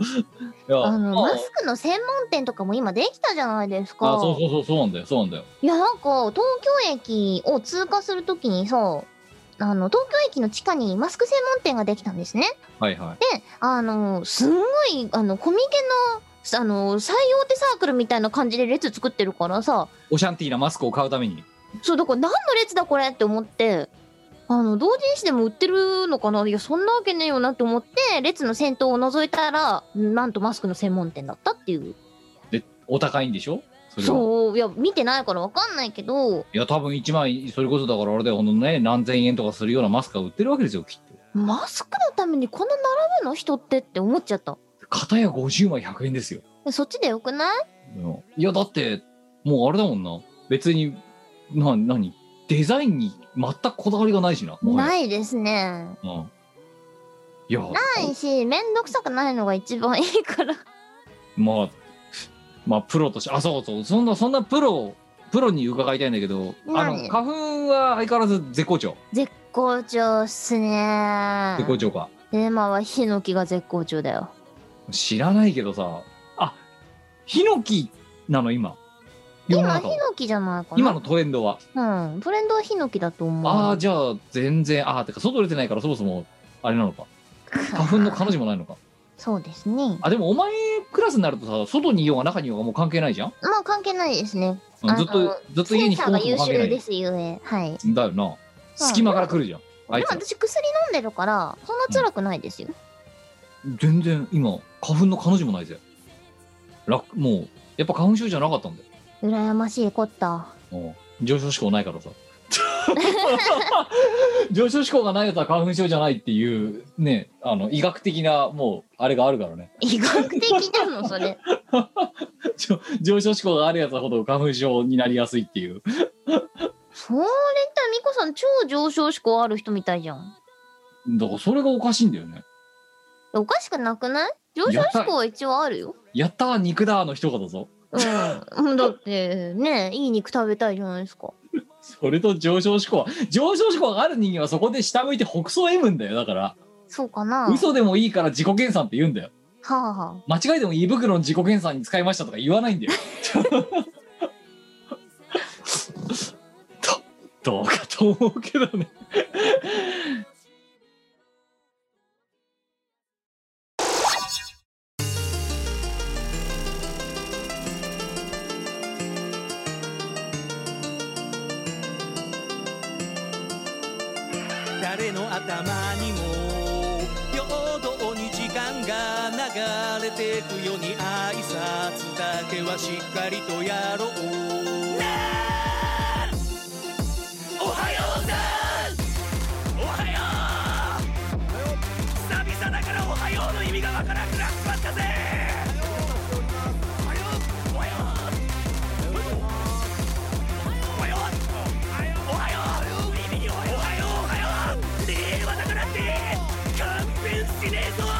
[SPEAKER 3] や
[SPEAKER 4] あの、
[SPEAKER 3] まあ
[SPEAKER 4] マスクの専門店とかも今できたじゃないですか。
[SPEAKER 3] あそうそうそうそうなんだよそうなんだよ
[SPEAKER 4] いや、なんか、東京駅を通過するときにさ、あの、東京駅の地下にマスク専門店ができたんですね。
[SPEAKER 3] はいはい
[SPEAKER 4] で、あの、すんごい、あの、コミケの、あの、最大手サークルみたいな感じで列作ってるからさ、
[SPEAKER 3] オシャンティーなマスクを買うために
[SPEAKER 4] そう、だから何の列だこれって思って、あの、同人誌でも売ってるのかないや、そんなわけねえよなって思って、列の先頭を覗いたら、なんとマスクの専門店だったっていう。
[SPEAKER 3] お高いんでしょそれは
[SPEAKER 4] そう、いや、見てないからわかんないけど、
[SPEAKER 3] いや多分1枚それこそだからあれだよほんとね何千円とかするようなマスクが売ってるわけですよきっと
[SPEAKER 4] マスクのためにこんな並ぶの人ってって思っちゃった。
[SPEAKER 3] 片や50枚100円ですよ
[SPEAKER 4] そっちでよくない
[SPEAKER 3] うんいやだってもうあれだもんな別にな何デザインに全くこだわりがないしなもはや
[SPEAKER 4] ないですね。
[SPEAKER 3] うんいや
[SPEAKER 4] ないし、めんどくさくないのが一番いいから。
[SPEAKER 3] まあまあプロとしてあそうそうそんなそんなプロプロに伺いたいんだけどあの
[SPEAKER 4] 何
[SPEAKER 3] 花粉は相変わらず絶好調
[SPEAKER 4] 絶好調っすね
[SPEAKER 3] 絶好調か
[SPEAKER 4] テーマはヒノキが絶好調だよ。
[SPEAKER 3] 知らないけどさあヒノキなの今世の
[SPEAKER 4] 今、
[SPEAKER 3] 中
[SPEAKER 4] ヒ
[SPEAKER 3] は
[SPEAKER 4] ノキじゃないかな。
[SPEAKER 3] 今のトレンドは、
[SPEAKER 4] うん。トレンドはヒノキだと思う。
[SPEAKER 3] ああじゃあ全然ああてか外出てないからそもそもあれなのか花粉の彼女もないのか
[SPEAKER 4] そうですね。
[SPEAKER 3] あでもお前クラスになるとさ外にいようが中にいようがもう関係ないじゃん
[SPEAKER 4] まあ関係ないですね。
[SPEAKER 3] うん
[SPEAKER 4] あの
[SPEAKER 3] ずっとずっと
[SPEAKER 4] セ
[SPEAKER 3] 家
[SPEAKER 4] ン
[SPEAKER 3] に引
[SPEAKER 4] サ
[SPEAKER 3] こ
[SPEAKER 4] ー
[SPEAKER 3] も
[SPEAKER 4] が
[SPEAKER 3] 関
[SPEAKER 4] 優
[SPEAKER 3] 係な
[SPEAKER 4] 秀で
[SPEAKER 3] い
[SPEAKER 4] すゆえ。はい。
[SPEAKER 3] だよな隙間から来るじゃんあ
[SPEAKER 4] で
[SPEAKER 3] い
[SPEAKER 4] も
[SPEAKER 3] つら
[SPEAKER 4] 私薬飲んでるから、そんな辛くないですよ。
[SPEAKER 3] 全然今花粉の彼女もないぜ楽もうやっぱ花粉症じゃなかったんだよ
[SPEAKER 4] 羨ましいこった。
[SPEAKER 3] うん上昇志向ないから さ上昇志向がないやつは花粉症じゃないっていうねあの医学的なもうあれがあるからね
[SPEAKER 4] 医学的なのそれ
[SPEAKER 3] 上上昇志向があるやつほど花粉症になりやすいっていう
[SPEAKER 4] それってミコさん超上昇志向ある人みたいじゃん
[SPEAKER 3] だからそれがおかしいんだよね
[SPEAKER 4] おかしくなくない上昇志向は一応あるよ
[SPEAKER 3] やったー肉だーの一言ぞ
[SPEAKER 4] うんだってねいい肉食べたいじゃないですか
[SPEAKER 3] それと上昇志向は上昇志向がある人間はそこで下向いて北総 M んだよだから
[SPEAKER 4] そうかな
[SPEAKER 3] 嘘でもいいから自己検算って言うんだよ
[SPEAKER 4] はあは
[SPEAKER 3] 間違いでも胃袋の自己検査に使いましたとか言わないんだよ。 どどうかと思うけどね。
[SPEAKER 5] 誰の頭にも平等に時間が流れてくように挨拶だけはしっかりとやろうおはようさんおはよう久々だからおはようの意味がわからなくなっちまったぜおはようおはようおはようおはようおはようおはようおはようおはよう令和だからって勘弁しねえぞおは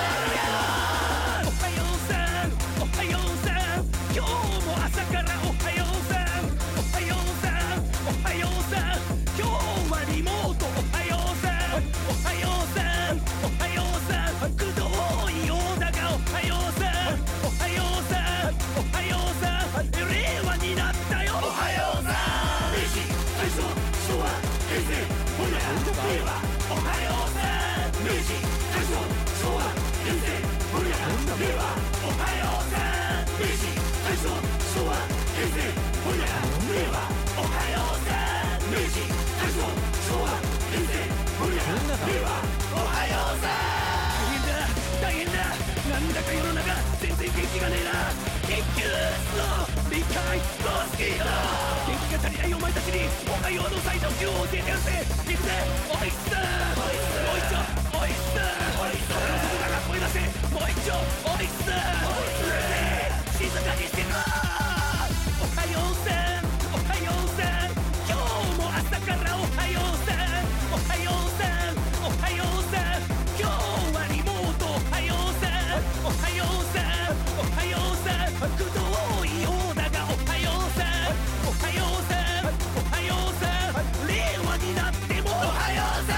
[SPEAKER 5] ようおはようさんおはようさん今日も朝からおはようさんおはようさんおはようさん今日はリモートおはようさんおはようさんおはようさんくどいようだがおはようさんおはようさんおはようさん令和になったよおはようさん明治大正昭和平成ほら令和おはようさん明治大正昭和平成ほら令和おはようさん明治大正昭和平成ほら令和おはようさん明治大正昭和平成ほら令和おはようさん大変だ大変だなんだか世の中全然元気がねえな研究室の理解ロスキーだ元気が足りないお前たちにおはようの最上級を教えてやるぜ行くぜおいっすおいっすおいっすおいっす腹の底から声出せもう一丁おいっすうるせえ静かにしてろおはようさんおはようさん今日も朝からおはようさんおはようさんおはようさん今日はリモートおはようさんおはようさんおはようさんくどいようだがおはようさんおはようさんおはようさん令和になってもおはようさ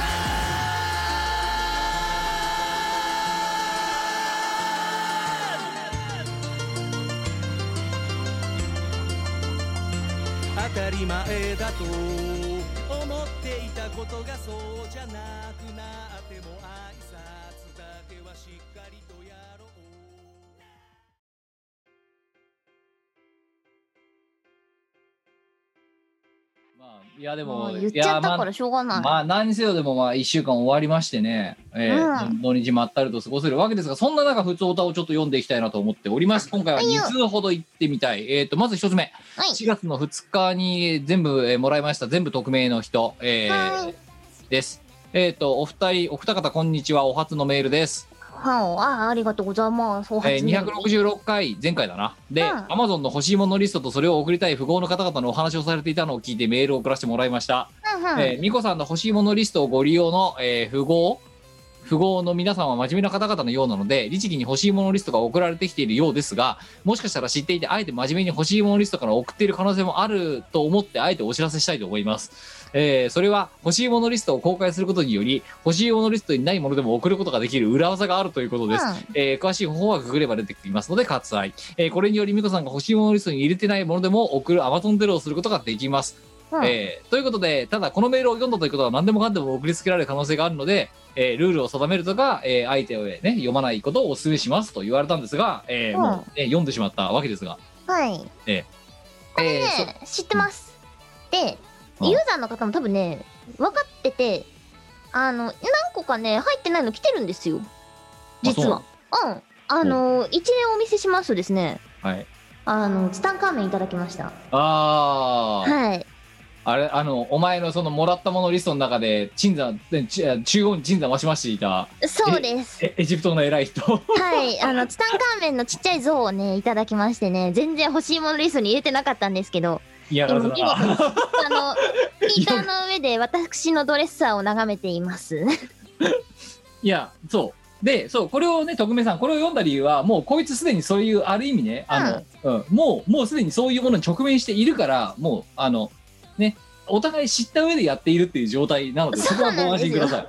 [SPEAKER 5] ん当たり前だと思っていたことがそうじゃなくなっても挨拶だけはしっかりとやろう
[SPEAKER 3] まあ、いやでも
[SPEAKER 4] もう言っちゃったからしょうがない。
[SPEAKER 3] まあ何にせよでもまあ1週間終わりましてね、え
[SPEAKER 4] う
[SPEAKER 3] ー
[SPEAKER 4] ん
[SPEAKER 3] 土日まったりと過ごせるわけですがそんな中普通歌をちょっと読んでいきたいなと思っております今回は
[SPEAKER 4] はいよ
[SPEAKER 3] 2通ほど行ってみたい、えー、とまず1つ目
[SPEAKER 4] はい
[SPEAKER 3] 4月の2日に全部、えーもらいました全部匿名の人、えー
[SPEAKER 4] はい
[SPEAKER 3] ですえっ、とお二人お二方こんにちはお初のメールです
[SPEAKER 4] はお、あ、ありがとうございます。お初
[SPEAKER 3] えー、
[SPEAKER 4] めて
[SPEAKER 3] 266回前回だなで、
[SPEAKER 4] うん
[SPEAKER 3] Amazon の欲しいものリストとそれを送りたい富豪の方々のお話をされていたのを聞いてメールを送らせてもらいました、
[SPEAKER 4] うんうん
[SPEAKER 3] えー美子さんの欲しいものリストをご利用の、えー富豪富豪の皆さんは真面目な方々のようなので律儀に欲しいものリストが送られてきているようですがもしかしたら知っていてあえて真面目に欲しいものリストから送っている可能性もあると思ってあえてお知らせしたいと思います、えーそれは欲しいものリストを公開することにより欲しいものリストにないものでも送ることができる裏技があるということです、えー詳しい方法はググれば出てきますので割愛、えーこれにより美子さんが欲しいものリストに入れてないものでも送る Amazon デロをすることができます、
[SPEAKER 4] うん
[SPEAKER 3] えーということでただこのメールを読んだということは何でもかんでも送りつけられる可能性があるので、えールールを定めるとか、えー相手を、ね、読まないことをお勧めしますと言われたんですが、えー
[SPEAKER 4] うん
[SPEAKER 3] もうね読んでしまったわけですが、
[SPEAKER 4] はい。
[SPEAKER 3] えーそ
[SPEAKER 4] ね、知ってます。で、
[SPEAKER 3] うん
[SPEAKER 4] ユーザーの方も多分ね、分かってて、あの、何個かね、入ってないの来てるんですよ。実は。うん。あの、一例お見せしますとですね、
[SPEAKER 3] はい、
[SPEAKER 4] あの、ツタンカーメンいただきました。
[SPEAKER 3] あー、
[SPEAKER 4] はい。
[SPEAKER 3] あれあのお前のそのもらったものリストの中で鎮座えち中央に鎮座ましましていた
[SPEAKER 4] そうです。
[SPEAKER 3] えエジプトの偉い人
[SPEAKER 4] はい。あの、ツタンカーメンのちっちゃい像をね、いただきましてね、全然欲しいものリストに入れてなかったんですけど、
[SPEAKER 3] 嫌が
[SPEAKER 4] 今
[SPEAKER 3] ら
[SPEAKER 4] 見
[SPEAKER 3] せ
[SPEAKER 4] 事
[SPEAKER 3] だ
[SPEAKER 4] に、
[SPEAKER 3] な
[SPEAKER 4] あの、 スピーカーの上で私のドレッサーを眺めています。
[SPEAKER 3] いや、そう。で、そう、これをね、徳明さん、これを読んだ理由は、もうこいつすでにそういう、ある意味ね、あの、うん、もう、もうすでにそういうものに直面しているから、もう、あの、ね、お互い知った上でやっているっていう状態なので、そこはご安心ください。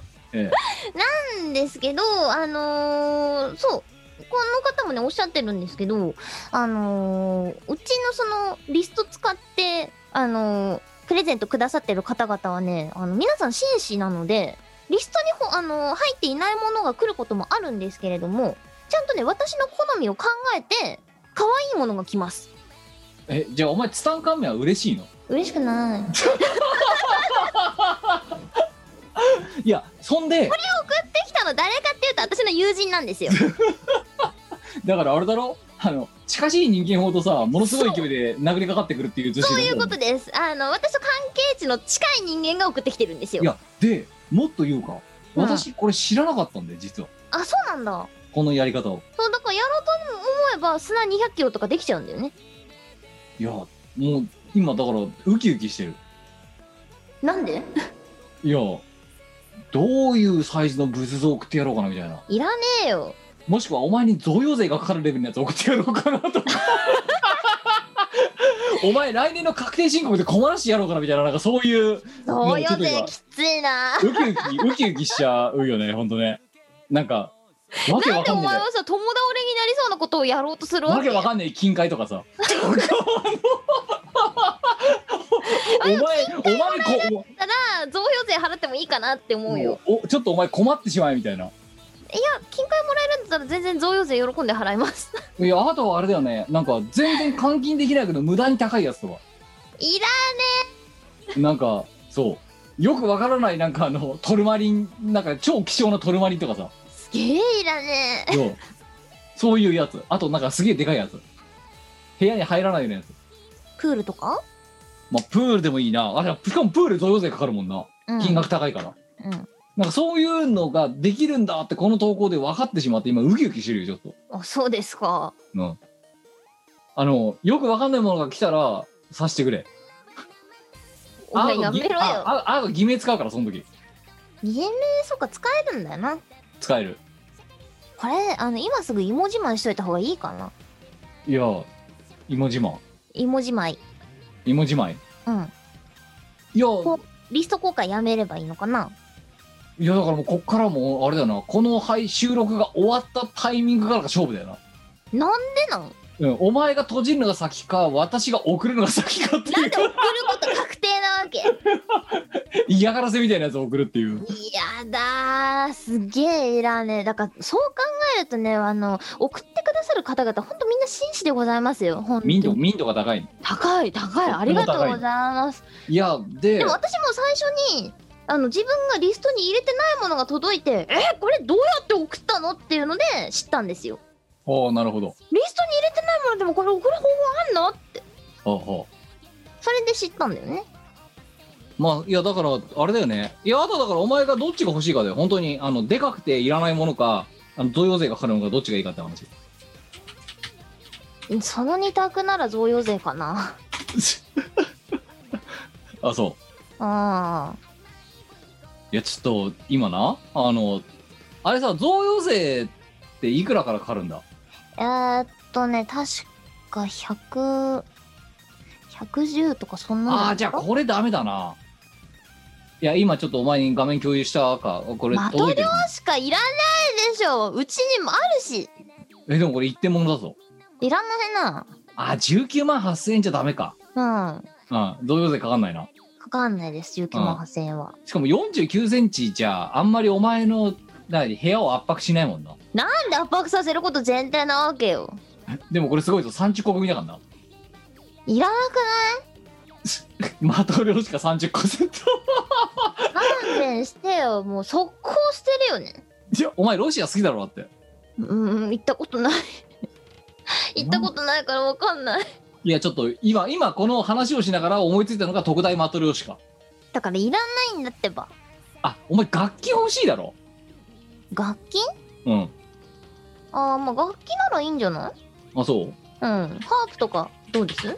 [SPEAKER 4] なんですけど、あのーそう。この方もね、おっしゃってるんですけど、あのーうちのその、リスト使って、あのープレゼントくださってる方々はね、あの、皆さん紳士なので、リストにほ、あのー入っていないものが来ることもあるんですけれども、ちゃんとね、私の好みを考えて、可愛いものが来ます。
[SPEAKER 3] え、じゃあ、お前、ツタンカンメンは嬉しいの
[SPEAKER 4] 嬉しくない。
[SPEAKER 3] いやそん
[SPEAKER 4] 送
[SPEAKER 3] で
[SPEAKER 4] ってきたの誰かっていうと私の友人なんです よ
[SPEAKER 3] だからあれだろあの近しい人間ほどさものすごい勢いで殴りかかってくるっていう図式
[SPEAKER 4] そう
[SPEAKER 3] だ
[SPEAKER 4] いう
[SPEAKER 3] ろ
[SPEAKER 4] ことですあの私と関係値の近い人間が送ってきてるんです
[SPEAKER 3] い
[SPEAKER 4] よ
[SPEAKER 3] やでもっと言うか
[SPEAKER 4] うん
[SPEAKER 3] 私これ知らなかったんで実は
[SPEAKER 4] あそうなんだ
[SPEAKER 3] このやり方を
[SPEAKER 4] そうだからやろうと思えば砂200キロとかできちゃうんだよね
[SPEAKER 3] いやもう今だからウキウキしてる
[SPEAKER 4] なんで
[SPEAKER 3] いやどういうサイズの仏像を送ってやろうかなみたいない
[SPEAKER 4] らねえよ
[SPEAKER 3] もしくはお前に贈与税がかかるレベルのやつ送ってやろうかな とかお前来年の確定申告で困らしてやろうかなみたいななんかそうい
[SPEAKER 4] 贈
[SPEAKER 3] うちょ
[SPEAKER 4] 与
[SPEAKER 3] っと今
[SPEAKER 4] 税きついな
[SPEAKER 3] ウキウキ、ウキウキしちゃうよね、ほんとね。なんか、わけ
[SPEAKER 4] な
[SPEAKER 3] わ
[SPEAKER 4] んで
[SPEAKER 3] か
[SPEAKER 4] お
[SPEAKER 3] ん
[SPEAKER 4] 前
[SPEAKER 3] ない。
[SPEAKER 4] はさ友倒れになりそうなことをやろうとするわ
[SPEAKER 3] わ
[SPEAKER 4] け
[SPEAKER 3] けわかんない金塊と かさ。お前、お前こ
[SPEAKER 4] だから贈与税払ってもいいかなって思うよ
[SPEAKER 3] お、ちょっとお前困ってしまえみたいな。
[SPEAKER 4] いや金塊もらえるんだったら全然贈与税喜んで払います
[SPEAKER 3] いや、あとはあれだよね、なんか全然換金できないけど、無駄に高いやつとか。
[SPEAKER 4] いら
[SPEAKER 3] なんか、そう。よくわからない、なんかあの、トルマリン、なんか超希少なトルマリンとかさ。
[SPEAKER 4] すげえいらねえ
[SPEAKER 3] そうそういうやつ。あとなんかすげえでかいやつ。部屋に入らないようなやつ。
[SPEAKER 4] プールとか、
[SPEAKER 3] まあ、プールでもいいな。あれ、しかもプール贈与税かかるもんな。
[SPEAKER 4] うん、
[SPEAKER 3] 金額高いから。
[SPEAKER 4] うん
[SPEAKER 3] なんかそういうのができるんだってこの投稿で分かってしまって、今ウキウキしてるよ、ちょっと。
[SPEAKER 4] あそうですか
[SPEAKER 3] うん。あの、よく分かんないものが来たら、さしてくれ。
[SPEAKER 4] お前やめろよ
[SPEAKER 3] あああと偽名使うから、その時。
[SPEAKER 4] 偽名そっか使えるんだよな
[SPEAKER 3] 使える。
[SPEAKER 4] これあの今すぐ芋自慢しといた方がいいかない
[SPEAKER 3] や、芋自慢。
[SPEAKER 4] 芋じまい
[SPEAKER 3] 芋自慢。
[SPEAKER 4] うん
[SPEAKER 3] いや、
[SPEAKER 4] こリスト公開やめればいいのかない
[SPEAKER 3] や、だからもうこっからもう、あれだよな。この配収録が終わったタイミングからが勝負だよな。
[SPEAKER 4] なんでなん
[SPEAKER 3] うん、お前が閉じるのが先か、私が送るのが先かっていう。
[SPEAKER 4] なんで送ること確定なわ け
[SPEAKER 3] 嫌がらせみたいなやつを送るっていう
[SPEAKER 4] いやだーすげえいらねえだからそう考えるとねあの送ってくださる方々ほんとみんな紳士でございますよほんと
[SPEAKER 3] 民度
[SPEAKER 4] に
[SPEAKER 3] 民度が高い
[SPEAKER 4] 高い高いありがとうございます
[SPEAKER 3] いやで
[SPEAKER 4] でも私も最初にあの自分がリストに入れてないものが届いてえこれどうやって送ったのっていうので知ったんですよ
[SPEAKER 3] ああなるほど
[SPEAKER 4] リストに入れてないものでもこれ送る方法あんの
[SPEAKER 3] ああ
[SPEAKER 4] それで知ったんだよね
[SPEAKER 3] まあいやだからあれだよねいやあとだからお前がどっちが欲しいかだよ本当にあのでかくていらないものかあの贈与税がかかるのかどっちがいいかって話
[SPEAKER 4] その二択なら贈与税かな
[SPEAKER 3] あそ
[SPEAKER 4] あ
[SPEAKER 3] ういやちょっと今なあのあれさ贈与税っていくらからかかるんだ
[SPEAKER 4] ーえー、っとね確か100 110とかそんなの
[SPEAKER 3] ああじゃあこれダメだないや今ちょっとお前に画面共有したかこれ
[SPEAKER 4] まと
[SPEAKER 3] 届いてる
[SPEAKER 4] しかいらないでしょうちにもあるし
[SPEAKER 3] えでもこれ一点物だぞ
[SPEAKER 4] いらない
[SPEAKER 3] あ19万8000円じゃダメか
[SPEAKER 4] なうん
[SPEAKER 3] うん、同様税かかんないな。
[SPEAKER 4] かかんないです19万8000円は、
[SPEAKER 3] しかも49センチじゃ、あんまりお前の、なに、部屋を圧迫しないもんな。
[SPEAKER 4] なんで圧迫させること前提なわけよ
[SPEAKER 3] でもこれすごいぞ、30個組だからな。
[SPEAKER 4] いらなく
[SPEAKER 3] マトリョーシカ30個セット。
[SPEAKER 4] ない勘弁してよもう速攻捨てるよね
[SPEAKER 3] いや、お前ロシア好きだろ、だって。
[SPEAKER 4] うん行ったこと ない行ったことないからわかんない
[SPEAKER 3] いや、ちょっと、今、今この話をしながら思いついたのが特大マトリョーシカ。
[SPEAKER 4] だからいらないんだってば
[SPEAKER 3] あ、お前楽器欲しいだろ。
[SPEAKER 4] 楽器
[SPEAKER 3] うん。
[SPEAKER 4] ああまあ楽器ならいいんじゃない
[SPEAKER 3] あ、そ
[SPEAKER 4] う
[SPEAKER 3] う。
[SPEAKER 4] んハープとかどうです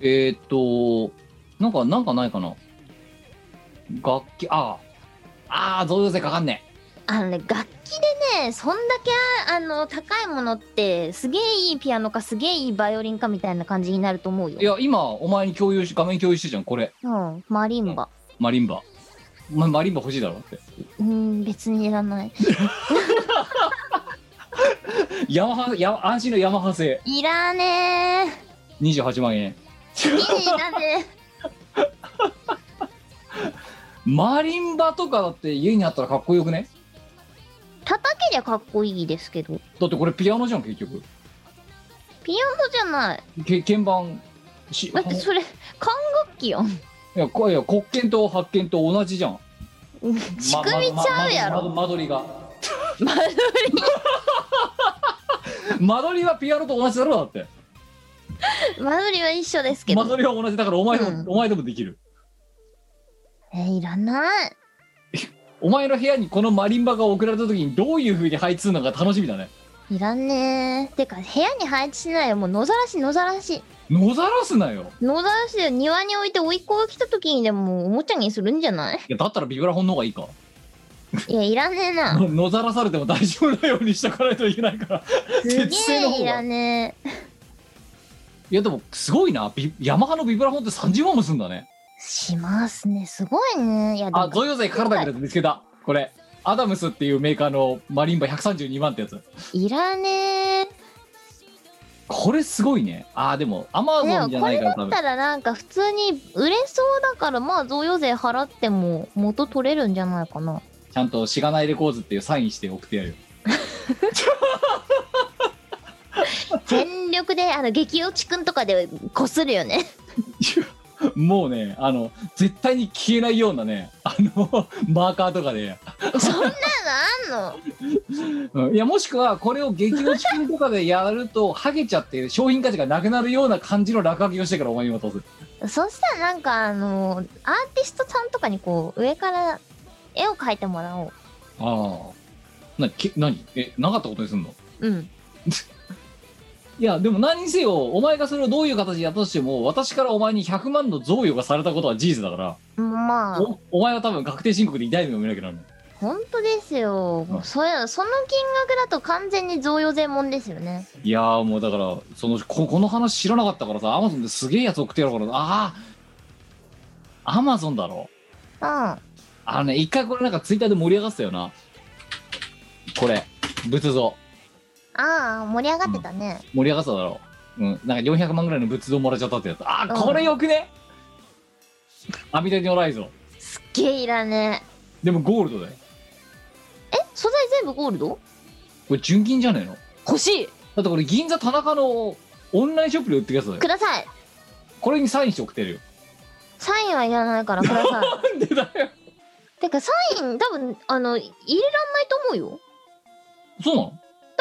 [SPEAKER 3] えー、っと、なんか、なんかないかな。楽器、ああ。ああ、同様税かかんねえ。
[SPEAKER 4] あのね楽器でねそんだけあの高いものってすげえいいピアノかすげえいいバイオリンかみたいな感じになると思うよ
[SPEAKER 3] いや、今、お前に共有し、画面共有してるじゃん、これ。
[SPEAKER 4] うんマリンバ
[SPEAKER 3] マリンバ。お前マリンバ欲しいだろって。
[SPEAKER 4] うん別にいらない
[SPEAKER 3] ヤマハ、ヤ安心のヤマハ製、
[SPEAKER 4] いらね
[SPEAKER 3] 28万円。
[SPEAKER 4] え。いらね
[SPEAKER 3] マリンバとかだって家にあったらかっこよくね
[SPEAKER 4] え。叩けりゃかっこいいですけど。
[SPEAKER 3] だってこれピアノじゃん、結局。
[SPEAKER 4] そうじゃない。
[SPEAKER 3] け鍵盤、し、
[SPEAKER 4] だってそれ、管楽器やん。
[SPEAKER 3] いや、こいや、黒鍵と白鍵と同じじゃん。
[SPEAKER 4] 仕組みちゃうやろ
[SPEAKER 3] まままま間取りが間取り間取りはピアノと同じだろだって
[SPEAKER 4] 間取りは一緒ですけ
[SPEAKER 3] 間
[SPEAKER 4] ど
[SPEAKER 3] 取りは同じだからお前でも、
[SPEAKER 4] うん
[SPEAKER 3] お前でもできる
[SPEAKER 4] えーいらない
[SPEAKER 3] お前の部屋にこのマリンバが送られた時にどういうふうに配置するのか楽しみだね
[SPEAKER 4] いらんねーてか部屋に配置しないよもう野ざらし野ざらし
[SPEAKER 3] 野ざらすなよ
[SPEAKER 4] 野ざらしで庭に置いて甥っ子が来た時にでもおもちゃにするんじゃない
[SPEAKER 3] いやだったらビブラフォンの方がいいか
[SPEAKER 4] いやいらねえな
[SPEAKER 3] の 野ざらされても大丈夫なようにしとかないといけないから
[SPEAKER 4] すげ
[SPEAKER 3] 鉄製の方
[SPEAKER 4] え
[SPEAKER 3] が
[SPEAKER 4] いらねえ
[SPEAKER 3] いやでもすごいなビヤマハのビブラフォンって30万もすんだね
[SPEAKER 4] しますねすごいねいやで
[SPEAKER 3] あ
[SPEAKER 4] も
[SPEAKER 3] 贈与税かからないけど見つけたこれアダムスっていうメーカーのマリンバ132万ってやつ
[SPEAKER 4] いらね
[SPEAKER 3] これすごいねあーでもアマ
[SPEAKER 4] えで
[SPEAKER 3] ゾ
[SPEAKER 4] も
[SPEAKER 3] ンじゃ
[SPEAKER 4] こ
[SPEAKER 3] ない
[SPEAKER 4] れ
[SPEAKER 3] か
[SPEAKER 4] だ
[SPEAKER 3] ら多
[SPEAKER 4] っ
[SPEAKER 3] 分
[SPEAKER 4] たらなんか普通に売れそうだからまあ贈与税払っても元取れるんじゃないか な
[SPEAKER 3] ちゃんとしがないレコーズっていうサインして送ってやるよ
[SPEAKER 4] 全力であの激落ちくんとかでこするよね
[SPEAKER 3] もうねあの絶対に消えないようなねあの マーカーとかで、
[SPEAKER 4] そんなのあんの
[SPEAKER 3] うんいやもしくはこれを激落ち金とかでやるとハゲちゃって商品価値がなくなるような感じの落書きをしてからお前に渡す
[SPEAKER 4] そしたらなんかあのアーティストさんとかにこう上から絵を描いてもらおう
[SPEAKER 3] ああなけ何えなかったことにすんの
[SPEAKER 4] うん
[SPEAKER 3] いや、でも何にせよ、お前がそれをどういう形でやったとしても、私からお前に100万の贈与がされたことは事実だから、
[SPEAKER 4] まあ
[SPEAKER 3] おお前は多分確定申告で痛い目を見なきゃならない。
[SPEAKER 4] 本当ですよもうそれその金額だと完全に贈与税もんですよね
[SPEAKER 3] いやーもうだから、そのこ、この話知らなかったからさ、アマゾンですげえやつ送ってやろうから、ああ、アマゾンだろ。
[SPEAKER 4] うん
[SPEAKER 3] あのね、一回これなんかツイッターで盛り上がってたよな。これ、仏像。
[SPEAKER 4] ああ盛り上がってたね、
[SPEAKER 3] 盛り上がってただろ。うん、なんか400万ぐらいの仏像もらっちゃったってやつ。ああ、これよくね、網戸におらいぞ。
[SPEAKER 4] ゲイだね
[SPEAKER 3] でもゴールドだよ。
[SPEAKER 4] え素材全部ゴールド
[SPEAKER 3] これ純金じゃねえの
[SPEAKER 4] 欲しい
[SPEAKER 3] だってこれ銀座田中のオンラインショップで売ってるやつだよ
[SPEAKER 4] ください
[SPEAKER 3] これにサインして送ってるよ
[SPEAKER 4] サインはいらないからください
[SPEAKER 3] なんでだよ
[SPEAKER 4] てかサイン多分あの入れらんないと思うよ
[SPEAKER 3] そうな
[SPEAKER 4] だ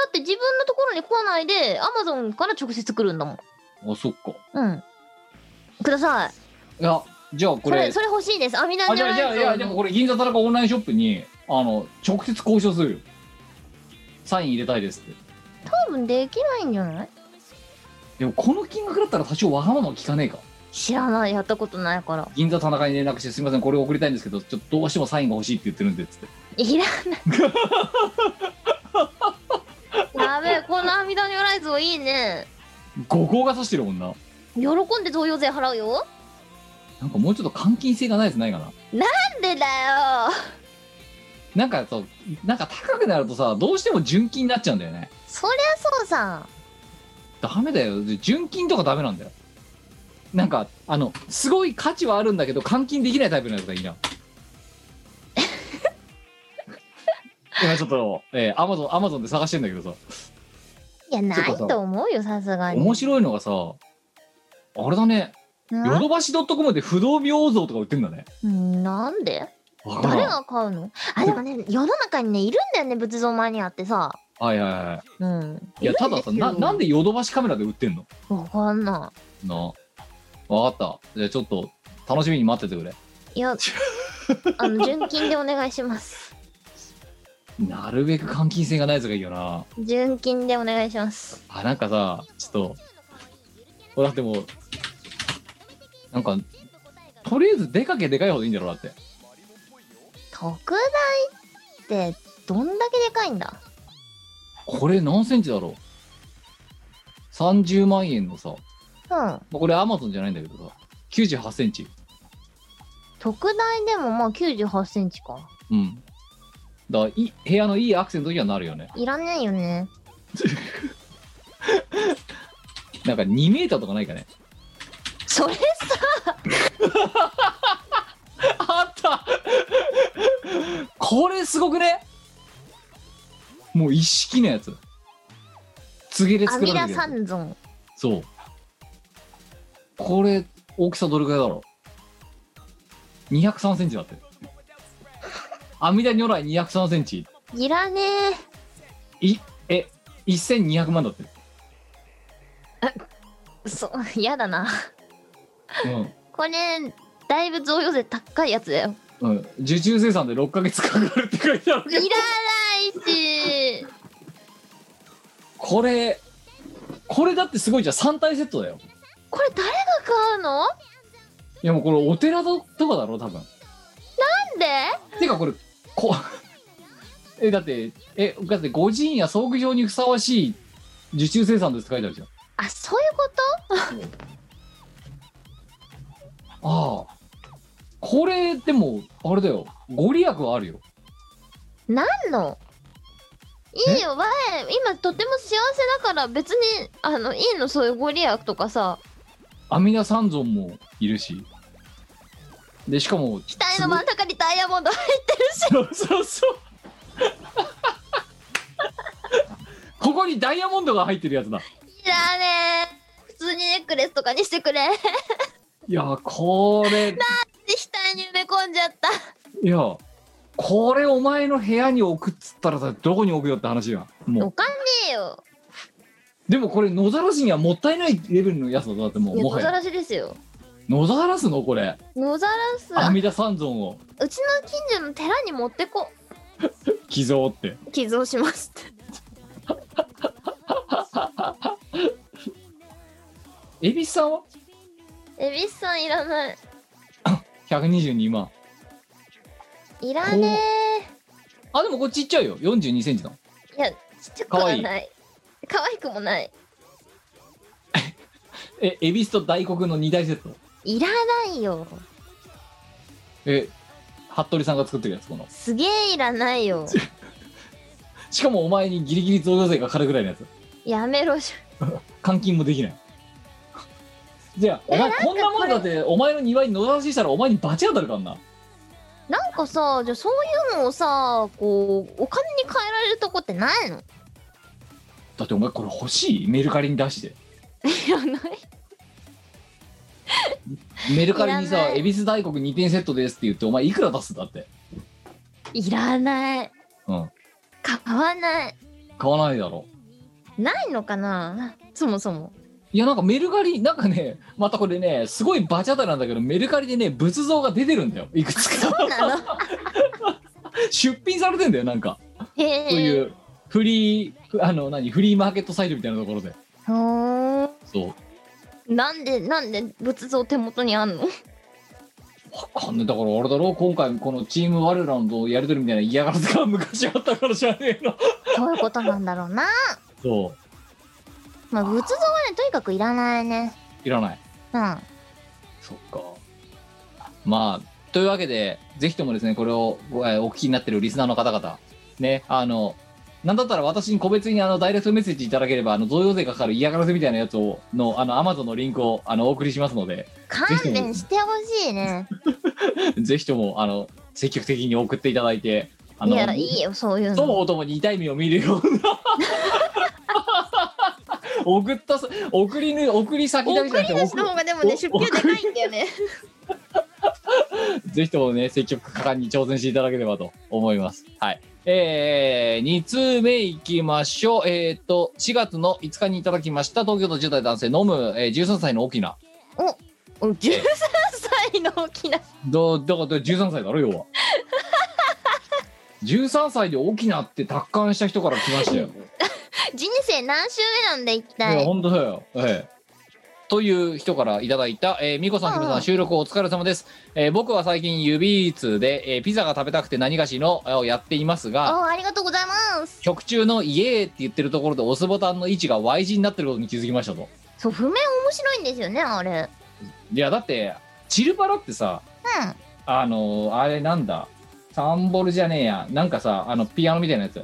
[SPEAKER 4] って自分のところに来ないでアマゾンから直接来るんだもん
[SPEAKER 3] のあそっか
[SPEAKER 4] うんください
[SPEAKER 3] いやじゃあこ
[SPEAKER 4] それ
[SPEAKER 3] れ
[SPEAKER 4] それ欲しいです。網
[SPEAKER 3] あ
[SPEAKER 4] 団
[SPEAKER 3] じ
[SPEAKER 4] じゃ
[SPEAKER 3] ゃあ
[SPEAKER 4] ない
[SPEAKER 3] じゃあいやでもこれ銀座田中オンラインショップにあの直接交渉するよサイン入れたいですって
[SPEAKER 4] 多分できないんじゃない
[SPEAKER 3] でもこの金額だったら多少わがまま聞かねえか
[SPEAKER 4] 知らないやったことないから
[SPEAKER 3] 銀座田中に連絡してすみませんこれ送りたいんですけどちょっとどうしてもサインが欲しいって言ってるんでっつって
[SPEAKER 4] いら ないやべえこの網団にライズもいいね
[SPEAKER 3] 五号が指してるもんな
[SPEAKER 4] 喜んで贈与税払うよ
[SPEAKER 3] なんかもうちょっと換金性がないやつないかな
[SPEAKER 4] なんでだよ
[SPEAKER 3] なんかそうなんか高くなるとさどうしても純金になっちゃうんだよね
[SPEAKER 4] そりゃそうさ
[SPEAKER 3] ダメだよ純金とかダメなんだよなんかあのすごい価値はあるんだけど換金できないタイプのやつがい いな今ちょっと、えー、アマゾンアマゾンで探してんだけどさ
[SPEAKER 4] いやない
[SPEAKER 3] ちょっと
[SPEAKER 4] と思うよさすがに
[SPEAKER 3] 面白いのがさあれだね
[SPEAKER 4] な
[SPEAKER 3] ヨドバシドットコムで不動明像とか売ってんだね
[SPEAKER 4] うんなんで
[SPEAKER 3] わからん
[SPEAKER 4] 誰が買うのあでもね世の中にねいるんだよね仏像マニアってさ
[SPEAKER 3] はいはいは
[SPEAKER 4] うん
[SPEAKER 3] いいやたださななんでヨドバシカメラで売ってんの
[SPEAKER 4] わかんな
[SPEAKER 3] なわかったじゃあちょっと楽しみに待っててくれ
[SPEAKER 4] いい やあの純金でお願いします
[SPEAKER 3] なるべく換金性がないやつがいいよな
[SPEAKER 4] 純金でお願いします
[SPEAKER 3] あなんかさちょっと俺だってもうなんかとりあえずでかけでかいほどいいんだろうだって
[SPEAKER 4] 特大ってどんだけでかいんだ
[SPEAKER 3] これ何センチだろう30万円のさ
[SPEAKER 4] うん
[SPEAKER 3] これアマゾンじゃないんだけどさ98センチ
[SPEAKER 4] 特大でもまあ9 8センチか
[SPEAKER 3] うんだからいい部屋のいいアクセントにはなるよね
[SPEAKER 4] いらねえよね
[SPEAKER 3] なんか2メーターとかないかね
[SPEAKER 4] それさ
[SPEAKER 3] あったこれすごくねもう一式のやつ告げで
[SPEAKER 4] 阿
[SPEAKER 3] 作
[SPEAKER 4] 弥
[SPEAKER 3] られ
[SPEAKER 4] 陀
[SPEAKER 3] てるや
[SPEAKER 4] 三
[SPEAKER 3] つ
[SPEAKER 4] 尊
[SPEAKER 3] そう。これ、大きさどれくらいだろう ?203 センチだって。阿弥陀如来203センチ
[SPEAKER 4] いらね
[SPEAKER 3] いえ1200万だって
[SPEAKER 4] え。そう、やだな。
[SPEAKER 3] う
[SPEAKER 4] これ、だいぶ贈与税高いやつだよ。
[SPEAKER 3] ん、うん、受注生産で6ヶ月かかるって書いてある
[SPEAKER 4] い
[SPEAKER 3] け
[SPEAKER 4] ら
[SPEAKER 3] ど
[SPEAKER 4] ないし。
[SPEAKER 3] これこれだってすごいじゃん3体セットだよ
[SPEAKER 4] これ誰が買うのない
[SPEAKER 3] やもうこれお寺とかだろ多
[SPEAKER 4] ん
[SPEAKER 3] 分
[SPEAKER 4] で
[SPEAKER 3] てかこれこ えだってえだって御神や葬儀場にふさわしい受注生産ですって書いてあるじゃん
[SPEAKER 4] あ、そういうこと
[SPEAKER 3] ああこれでもあれだよご利益はあるよ
[SPEAKER 4] 何のいいよ、わえ、今とても幸せだから別に、あの、いいの、そういうご利益とかさ、
[SPEAKER 3] 阿弥陀三尊もいるしでしかも
[SPEAKER 4] 額の真ん中にダイヤモンド入ってるし、
[SPEAKER 3] そうそうそう。 ここにダイヤモンドが入ってるやつだ。
[SPEAKER 4] いらねえ。普通にネックレスとかにしてくれ。で、
[SPEAKER 3] いやー、これ、
[SPEAKER 4] 額に埋め込んじゃった。
[SPEAKER 3] いやー、これお前の部屋に置くっつったらさ、どこに置くよって話じゃん。も
[SPEAKER 4] お
[SPEAKER 3] う。
[SPEAKER 4] かんねえよ。
[SPEAKER 3] でもこれ、野ざらしにはもったいないレベルのやつだぞだっても、
[SPEAKER 4] いうや、
[SPEAKER 3] も
[SPEAKER 4] 野
[SPEAKER 3] は
[SPEAKER 4] ざ
[SPEAKER 3] や。
[SPEAKER 4] らしですよ。
[SPEAKER 3] 野ざらすのこれ。
[SPEAKER 4] 野ざらす。
[SPEAKER 3] 阿弥陀三尊を
[SPEAKER 4] うちの近所の寺に持ってこ。
[SPEAKER 3] 寄贈って。
[SPEAKER 4] 寄贈しますって。
[SPEAKER 3] 恵比寿さんは
[SPEAKER 4] えびすさんいらない。
[SPEAKER 3] ?122 万。
[SPEAKER 4] いらね
[SPEAKER 3] あ、でもこれちっちゃいよ。42センチだ。
[SPEAKER 4] え。いや、ちっちゃく
[SPEAKER 3] かわ
[SPEAKER 4] はい
[SPEAKER 3] い
[SPEAKER 4] ない。可愛くもない。
[SPEAKER 3] え、恵比寿と大黒の2大セット。
[SPEAKER 4] いらないよ。
[SPEAKER 3] え、服部さんが作ってるやつ、この。
[SPEAKER 4] すげえいらない よ。
[SPEAKER 3] しかもお前にギリギリ贈与税がかかるぐらいのやつ
[SPEAKER 4] やめろし。
[SPEAKER 3] 換金もできないじゃあお前こんなもんだってお前の庭に野ざらししたらお前に罰当たるからな
[SPEAKER 4] なんかさ、じゃあそういうのをさ、こう、お金に換えられるとこってないの
[SPEAKER 3] だってお前これ欲しいメルカリに出して
[SPEAKER 4] いらない。
[SPEAKER 3] メルカリに
[SPEAKER 4] いら
[SPEAKER 3] さ
[SPEAKER 4] ない
[SPEAKER 3] 恵比寿大黒2点セットですって言ってお前いくら出すんだって
[SPEAKER 4] いらない。
[SPEAKER 3] うん
[SPEAKER 4] 買わない。
[SPEAKER 3] 買わないだろ
[SPEAKER 4] ないのかなそもそも。
[SPEAKER 3] いやなんかメルカリなんかね またこれねすごい罰当たりなんだけどメルカリでね仏像が出てるんだよいくつ
[SPEAKER 4] そう
[SPEAKER 3] か
[SPEAKER 4] な の
[SPEAKER 3] 出品されてんだよなんか
[SPEAKER 4] へ
[SPEAKER 3] こ
[SPEAKER 4] え。
[SPEAKER 3] ういうフリーあの何フリーマーケットサイトみたいなところで
[SPEAKER 4] ほーん
[SPEAKER 3] そう
[SPEAKER 4] なんで、なんで仏像手元にあ んの
[SPEAKER 3] わかんねえだからあれだろ今回このチーム我らのやりとりみたいな嫌がらせが昔あったからじゃねえの
[SPEAKER 4] そういうことなんだろうな。
[SPEAKER 3] そ
[SPEAKER 4] まあ、仏像はね、とにかくいらないね。
[SPEAKER 3] ういらない
[SPEAKER 4] うん。
[SPEAKER 3] そっかまあというわけでぜひともですねこれをえーお聞きになってるリスナーの方々ねあのなんだったら私に個別にあのダイレクトメッセージいただければあの贈与税がかかる嫌がらせみたいなやつをのあのアマゾンのリンクをあのお送りしますので
[SPEAKER 4] 勘弁してほしいね。
[SPEAKER 3] ぜひともあの積極的に送っていただいてあ
[SPEAKER 4] い
[SPEAKER 3] の
[SPEAKER 4] や、いいよ、そういう
[SPEAKER 3] とも
[SPEAKER 4] の。
[SPEAKER 3] おともに痛い目を見るような 送ったさ送りぬ送り先だけじゃなくて
[SPEAKER 4] 私の方がでもね、出費はでかいんだよ ね。
[SPEAKER 3] 送ぜひともね積極果敢に挑戦していただければと思いますはいえー、2通目いきましょうえーっと4月の5日にいただきました東京都10代男性飲む、えー、13歳の大きな
[SPEAKER 4] うん13歳の大きな。
[SPEAKER 3] どだから13歳だろ要 は13歳で大きなって達観した人から来ました よ
[SPEAKER 4] 人生何周目なんだ、一
[SPEAKER 3] いや
[SPEAKER 4] 体。
[SPEAKER 3] 本当だよ、ええという人からいただいた、えー、美子さん、ひろさ
[SPEAKER 4] うん
[SPEAKER 3] ん、収録お疲れ様です。えー僕は最近、指通で、えーピザが食べたくて何がしのえーをやっていますが、
[SPEAKER 4] おありがとうございます。
[SPEAKER 3] 曲中のイエーって言ってるところで押すボタンの位置が Y 字になってることに気づきましたと。
[SPEAKER 4] そう、譜面面白いんですよね、あれ。
[SPEAKER 3] いや、だって、チルパラってさ、
[SPEAKER 4] うん。
[SPEAKER 3] あのーあれなんだ、サンボルじゃねえや、なんかさ、あの、ピアノみたいなやつ。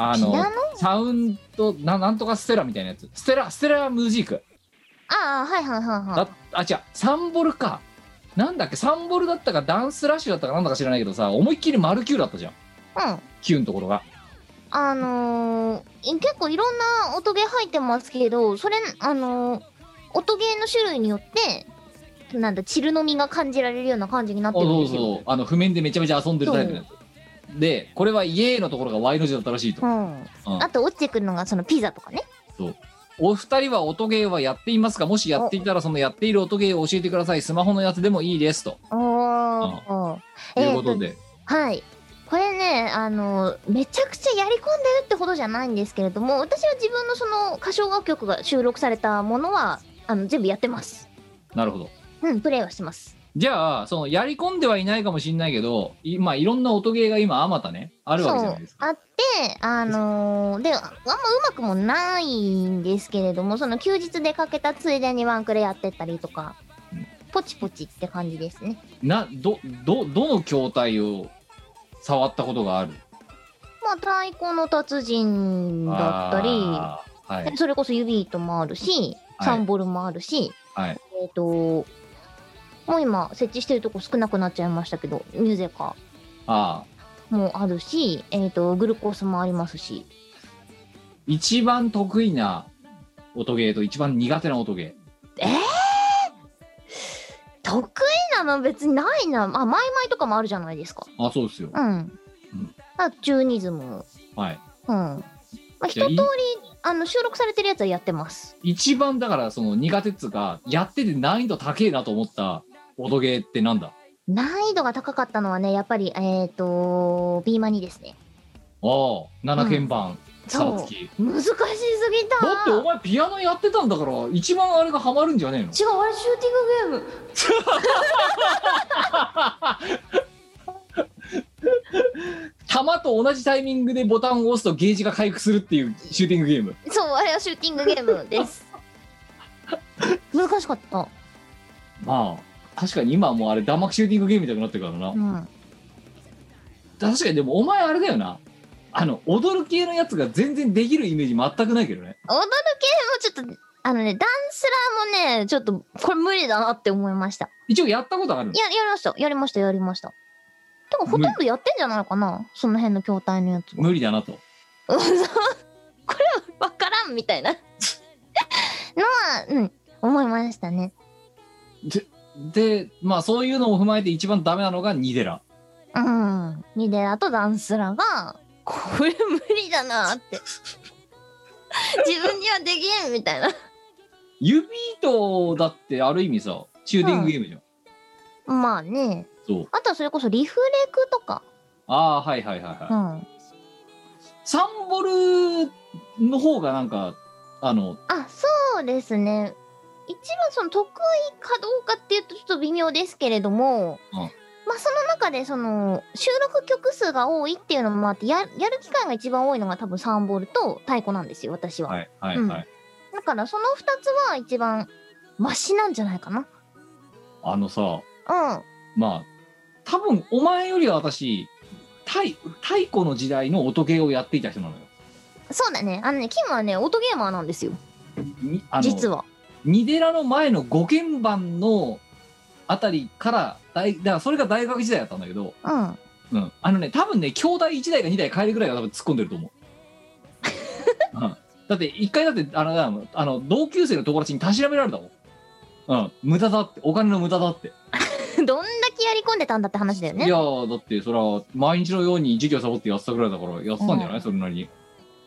[SPEAKER 3] あの
[SPEAKER 4] ピアノ、
[SPEAKER 3] サウンドな、なんとかステラみたいなやつ。ステラ、ステラムジーク。
[SPEAKER 4] ああ、はいはいはいはい。
[SPEAKER 3] だあ違うサンボルかなんだっけサンボルだったかダンスラッシュだったかなんだか知らないけどさ思いっきり丸9だったじゃん
[SPEAKER 4] うん。
[SPEAKER 3] 9のところが
[SPEAKER 4] あのー、い結構いろんな音ゲー入ってますけど、それ、あのー、音ゲーの種類によって、なんだ、チルの実が感じられるような感じになっ
[SPEAKER 3] そ
[SPEAKER 4] て
[SPEAKER 3] う
[SPEAKER 4] るん
[SPEAKER 3] そ
[SPEAKER 4] で
[SPEAKER 3] う
[SPEAKER 4] すよ。
[SPEAKER 3] そうあの譜面でめちゃめちゃ遊んでるタイプのやつでこれは「イエーイのところが Y の字だったらしいと、
[SPEAKER 4] うん。
[SPEAKER 3] うん
[SPEAKER 4] あと落ちてくるのがそのピザとかね。
[SPEAKER 3] お二人は音ゲーはやっていますかもしやっていたらそのやっている音ゲーを教えてくださいスマホのやつでもいいですと
[SPEAKER 4] おお。
[SPEAKER 3] いう
[SPEAKER 4] ー
[SPEAKER 3] ことで、
[SPEAKER 4] はい。これね、あの、めちゃくちゃやり込んでるってほどじゃないんですけれども、私は自分のその歌唱楽曲が収録されたものは、あの、全部やってます。
[SPEAKER 3] なるほど
[SPEAKER 4] うん、プレイはしてます。
[SPEAKER 3] じゃあそのやり込んではいないかもしれないけどい,、まあ、いろんな音ゲーが今あまたねあるわけじゃないですか
[SPEAKER 4] そうあって、あのーで、あんまうまくもないんですけれども、その休日出かけたついでにワンクレやってったりとか
[SPEAKER 3] うん、
[SPEAKER 4] ポチポチって感じですね。
[SPEAKER 3] などどどの筐体を触ったことがある
[SPEAKER 4] まあ、太鼓の達人だったり、
[SPEAKER 3] あーはい
[SPEAKER 4] それこそ指糸もあるし、
[SPEAKER 3] はい
[SPEAKER 4] サンボルもあるし、
[SPEAKER 3] はい
[SPEAKER 4] えっ、と、もう今設置してるとこ少なくなっちゃいましたけど、ミューゼカ
[SPEAKER 3] あー
[SPEAKER 4] もあるし、えっ、と、グルコースもありますし、
[SPEAKER 3] 一番得意な音ゲーと一番苦手な音ゲ
[SPEAKER 4] 得意なの別にないな。あ、マイマイとかもあるじゃないですか。
[SPEAKER 3] ーあそうですよ
[SPEAKER 4] うん。あ、チューニズム。
[SPEAKER 3] はい
[SPEAKER 4] うん。まあ、一
[SPEAKER 3] じゃあ
[SPEAKER 4] 通
[SPEAKER 3] い
[SPEAKER 4] り、あの、収録されてるやつはやってます。
[SPEAKER 3] 一番だからその苦手っつうかやってて難易度高えなと思った音ゲーってなんだ
[SPEAKER 4] 難易度が高かったのはね、やっぱり、えっ、と、ビーマニですね。
[SPEAKER 3] ああ7鍵盤
[SPEAKER 4] そう
[SPEAKER 3] 皿付き、
[SPEAKER 4] 難しすぎた
[SPEAKER 3] だってお前ピアノやってたんだから一番あれがハマるんじゃねえの
[SPEAKER 4] 違うあれシューティングゲーム
[SPEAKER 3] 弾と同じタイミングでボタンを押すとゲージが回復するっていうシューティングゲーム
[SPEAKER 4] そうあれはシューティングゲームです 難しかった
[SPEAKER 3] まあ確かに今はもうあれ弾幕シューティングゲームみたいになってるからな、
[SPEAKER 4] うん
[SPEAKER 3] 確かにでもお前あれだよなあの踊る系のやつが全然できるイメージ全くないけどね
[SPEAKER 4] 踊る系もちょっとあのねダンスラーもねちょっとこれ無理だなって思いました
[SPEAKER 3] 一応やったことあるの
[SPEAKER 4] いややりましたやりましたやりました多分ほとんどやってんじゃないのかなその辺の筐体のやつ は
[SPEAKER 3] 無理だなと
[SPEAKER 4] うんそうこれは分からんみたいなのはうん思いましたね
[SPEAKER 3] でまあそういうのを踏まえて一番ダメなのがニデラ
[SPEAKER 4] うん。ミデラとダンスラが、これ無理だなって。自分にはできんみたいな。
[SPEAKER 3] 指とだってある意味さシューティングゲームじゃん、
[SPEAKER 4] まあね。
[SPEAKER 3] そう
[SPEAKER 4] あとはそれこそリフレクとか。
[SPEAKER 3] ああはいはいはいはい、
[SPEAKER 4] うん。
[SPEAKER 3] サンボルの方がなんかあの
[SPEAKER 4] あ、そうですね。一番その得意かどうかっていうとちょっと微妙ですけれども、
[SPEAKER 3] うん
[SPEAKER 4] まあその中でその収録曲数が多いっていうのもあってややる機会が一番多いのが多分サンボルと太鼓なんですよ私は、
[SPEAKER 3] はいはいはい、
[SPEAKER 4] うんだからその2つは一番マシなんじゃないかな
[SPEAKER 3] あのさ
[SPEAKER 4] うん
[SPEAKER 3] まあ多分お前よりは私太太古の時代の音ゲーをやっていた人なのよ
[SPEAKER 4] そうだね。あのね、キムはね、音ゲーマーなんですよ。
[SPEAKER 3] にあの
[SPEAKER 4] 実は。
[SPEAKER 3] ニデラの前の五鍵盤のあたりから大だからそれが大学時代だったんだけど、
[SPEAKER 4] うん。
[SPEAKER 3] うん、あのね多分ね兄弟1台か2台変えるぐらいが多分突っ込んでる と思う、うん、だって一回だってあのあのあの同級生の友達にたしなめられたもんうん無駄だってお金の無駄だって、
[SPEAKER 4] どんだけやり込んでたんだって話だよ
[SPEAKER 3] い
[SPEAKER 4] ね。
[SPEAKER 3] やーだってそれは毎日のように授業サボってやってたぐらいだからやってたんじゃない、
[SPEAKER 4] うん
[SPEAKER 3] それなりに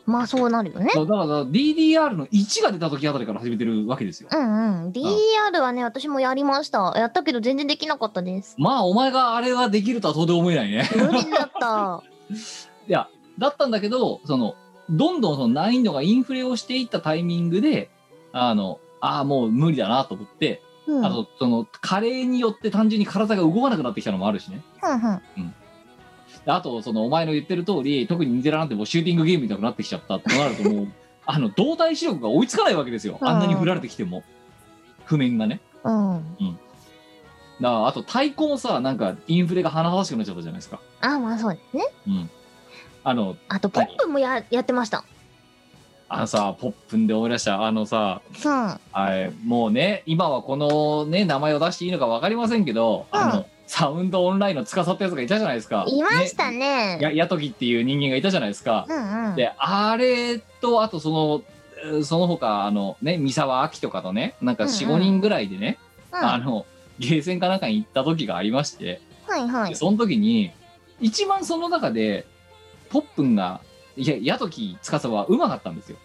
[SPEAKER 4] まあそうなるよね。
[SPEAKER 3] そうだから DDR の1が出た時あたりから始めてるわけですよ
[SPEAKER 4] うんうん。DDR はね、私もやりました。やったけど全然できなかった です。
[SPEAKER 3] まあお前があれができるとはとても思えないね
[SPEAKER 4] 無理だった。
[SPEAKER 3] いやだったんだけどそのどんどんその難易度がインフレをしていったタイミングであのああもう無理だなと思って
[SPEAKER 4] うん。う
[SPEAKER 3] あ
[SPEAKER 4] んうん。
[SPEAKER 3] と、その、加齢によって単純に体が動かなくなってきたのもあるしね。であと、その、お前の言ってる通り、特にニデラなんてもうシューティングゲームみたくなってきちゃったってなると、もう、あの、動体視力が追いつかないわけですよ。
[SPEAKER 4] うん
[SPEAKER 3] あんなに振られてきても。譜面がね。
[SPEAKER 4] うん。
[SPEAKER 3] だから、あと、太鼓もさ、なんか、インフレが華々しくなっちゃったじゃないですか。
[SPEAKER 4] あ、まあそうですね。
[SPEAKER 3] うん。あの、
[SPEAKER 4] あと、ポップもややってました。
[SPEAKER 3] あのさ、ポップンで思い出した、あのさ、
[SPEAKER 4] うん。
[SPEAKER 3] はい、もうね、今はこのね、名前を出していいのか分かりませんけど、あ
[SPEAKER 4] う
[SPEAKER 3] の、サウンドオンラインの司ってやつがいたじゃないですか。
[SPEAKER 4] いま
[SPEAKER 3] ね
[SPEAKER 4] したね。
[SPEAKER 3] ややときっていう人間がいたじゃないですか。
[SPEAKER 4] うんうん。
[SPEAKER 3] であれとあとそのえーその他あのね三沢亜紀とかとねなんか45、
[SPEAKER 4] うんうん
[SPEAKER 3] 人ぐらいでね、
[SPEAKER 4] うん、
[SPEAKER 3] あ
[SPEAKER 4] は
[SPEAKER 3] のゲーセンかなんかに行った時がありまして、
[SPEAKER 4] いは
[SPEAKER 3] で
[SPEAKER 4] い。
[SPEAKER 3] その時に一番その中でポップンがいや矢時司はうまかったんですよ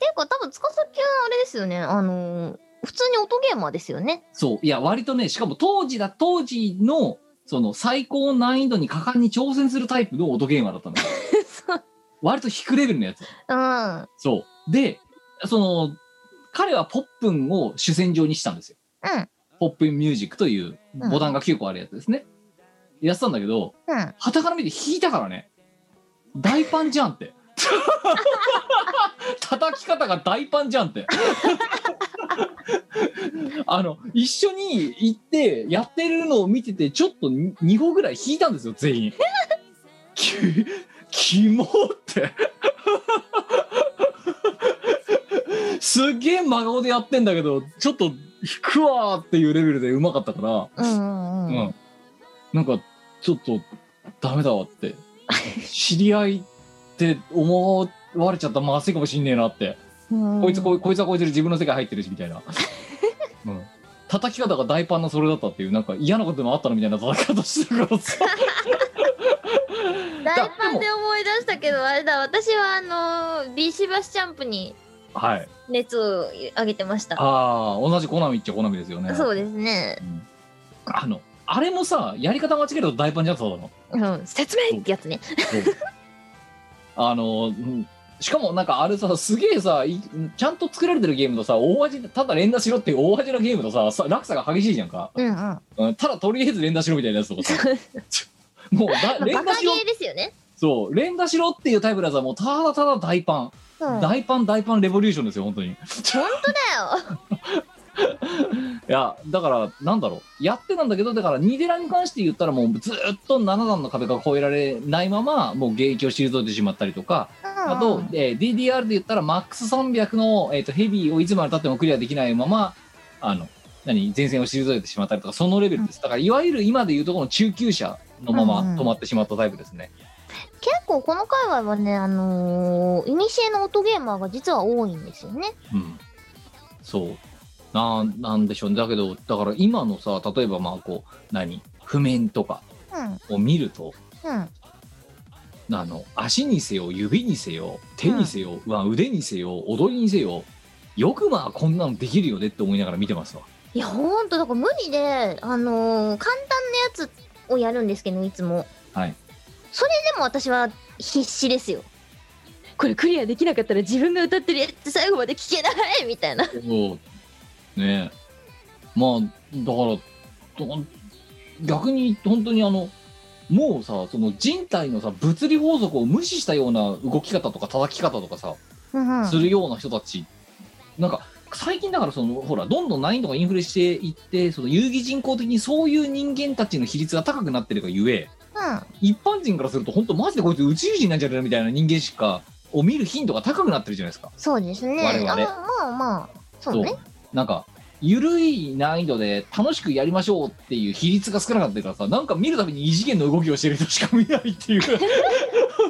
[SPEAKER 4] ていうか多分司君あれですよねあのー普通に音ゲーマーですよね
[SPEAKER 3] そういや割とねしかも当時だ当時のその最高難易度に果敢に挑戦するタイプの音ゲーマーだったんですよ
[SPEAKER 4] そう
[SPEAKER 3] 割と低レベルのやつ
[SPEAKER 4] うん
[SPEAKER 3] そうでその彼はポップンを主戦場にしたんですよ
[SPEAKER 4] うん
[SPEAKER 3] ポップンミュージックというボタンが9個あるやつですね、やってたんだけど
[SPEAKER 4] うん
[SPEAKER 3] はたから見て引いたからね大パンじゃんって 叩き方が大パンじゃんって あの一緒に行ってやってるのを見ててちょっと2歩ぐらい引いたんですよ全員 きキモって すっげえ真顔でやってんだけどちょっと引くわーっていうレベルでうまかったから
[SPEAKER 4] うんうんうん
[SPEAKER 3] うん、なんかちょっとダメだわって 知り合いって思われちゃったまずいかもしんねえなって、こいつこいこいつはこいつで自分の世界入ってるしみた いな、うん、叩き方が大パンのそれだったっていうなんか嫌なことでもあったのみたいな叩き方してるからさ
[SPEAKER 4] 大パンで思い出したけどあれだ私はあのービシバシチャンプに
[SPEAKER 3] はい
[SPEAKER 4] 熱を上げてました
[SPEAKER 3] ああ同じコナミっちゃコナミですよね、
[SPEAKER 4] そううですね
[SPEAKER 3] ん、あのあれもさやり方間違えると大パンじゃっただろ
[SPEAKER 4] うん説明ってやつね
[SPEAKER 3] あの、うんしかもなんかあれさ、すげえさ、いちゃんと作られてるゲームとさ、大味で、ただ連打しろっていう大味のゲームとさ、さ落差が激しいじゃんか。
[SPEAKER 4] うんうんバ
[SPEAKER 3] うんただとりあえず連打しろみたいなやつ とかさ。もうだ、連打
[SPEAKER 4] カ
[SPEAKER 3] し
[SPEAKER 4] ゲ
[SPEAKER 3] ろ、
[SPEAKER 4] ーですよね
[SPEAKER 3] そう、連打しろっていうタイプのやつはもうただただ大パン。
[SPEAKER 4] うんだよ
[SPEAKER 3] 大パン大パンレボリューションですよ、本当に。いや、だから、なんだろう。やってたんだけど、だから、ニデラに関して言ったらもうずーっと7段の壁が越えられないまま、もう現役を退いてしまったりとか、あ
[SPEAKER 4] う
[SPEAKER 3] と
[SPEAKER 4] ん、
[SPEAKER 3] えー DDR で言ったら MAX300 の、えー、とヘビーをいつまでたってもクリアできないままあの何前線を退いてしまったりとかそのレベルですだからいわゆる今でいうところの中級者のまま
[SPEAKER 4] うんうん
[SPEAKER 3] 止まってしまったタイプですね、
[SPEAKER 4] 結構この界隈はねあのー、いにしえの音ゲーマーが実は多いんですよね
[SPEAKER 3] うん、そうなんなんでしょうねだけどだから今のさ例えばまあこう何譜面とか
[SPEAKER 4] うん
[SPEAKER 3] を見ると
[SPEAKER 4] うん
[SPEAKER 3] あの足にせよ指にせよ手にせよ、まあ腕にせよ踊りにせよよくまあこんなのできるよねって思いながら見てますわ
[SPEAKER 4] いやほんとだから無理であのー、簡単なやつをやるんですけどいつも
[SPEAKER 3] はい
[SPEAKER 4] それでも私は必死ですよこれクリアできなかったら自分が歌ってるやつ最後まで聞けないみたいな
[SPEAKER 3] そうねえまあだからど逆に本当にあのもうさその人体のさ物理法則を無視したような動き方とか叩き方とかさ、
[SPEAKER 4] うんうん
[SPEAKER 3] するような人たちなんか最近だからそのほらどんどん難易度がインフレしていってその有義人口的にそういう人間たちの比率が高くなってるがゆえ一般人からすると本当マジでこいつ宇宙人なんじゃないのみたいな人間しかを見る頻度が高くなってるじゃないですか。
[SPEAKER 4] そうですね
[SPEAKER 3] 我々
[SPEAKER 4] あまあまあそうね
[SPEAKER 3] なんか緩い難易度で楽しくやりましょうっていう比率が少なかったからさなんか見るたびに異次元の動きをしてる人しか見ないっていう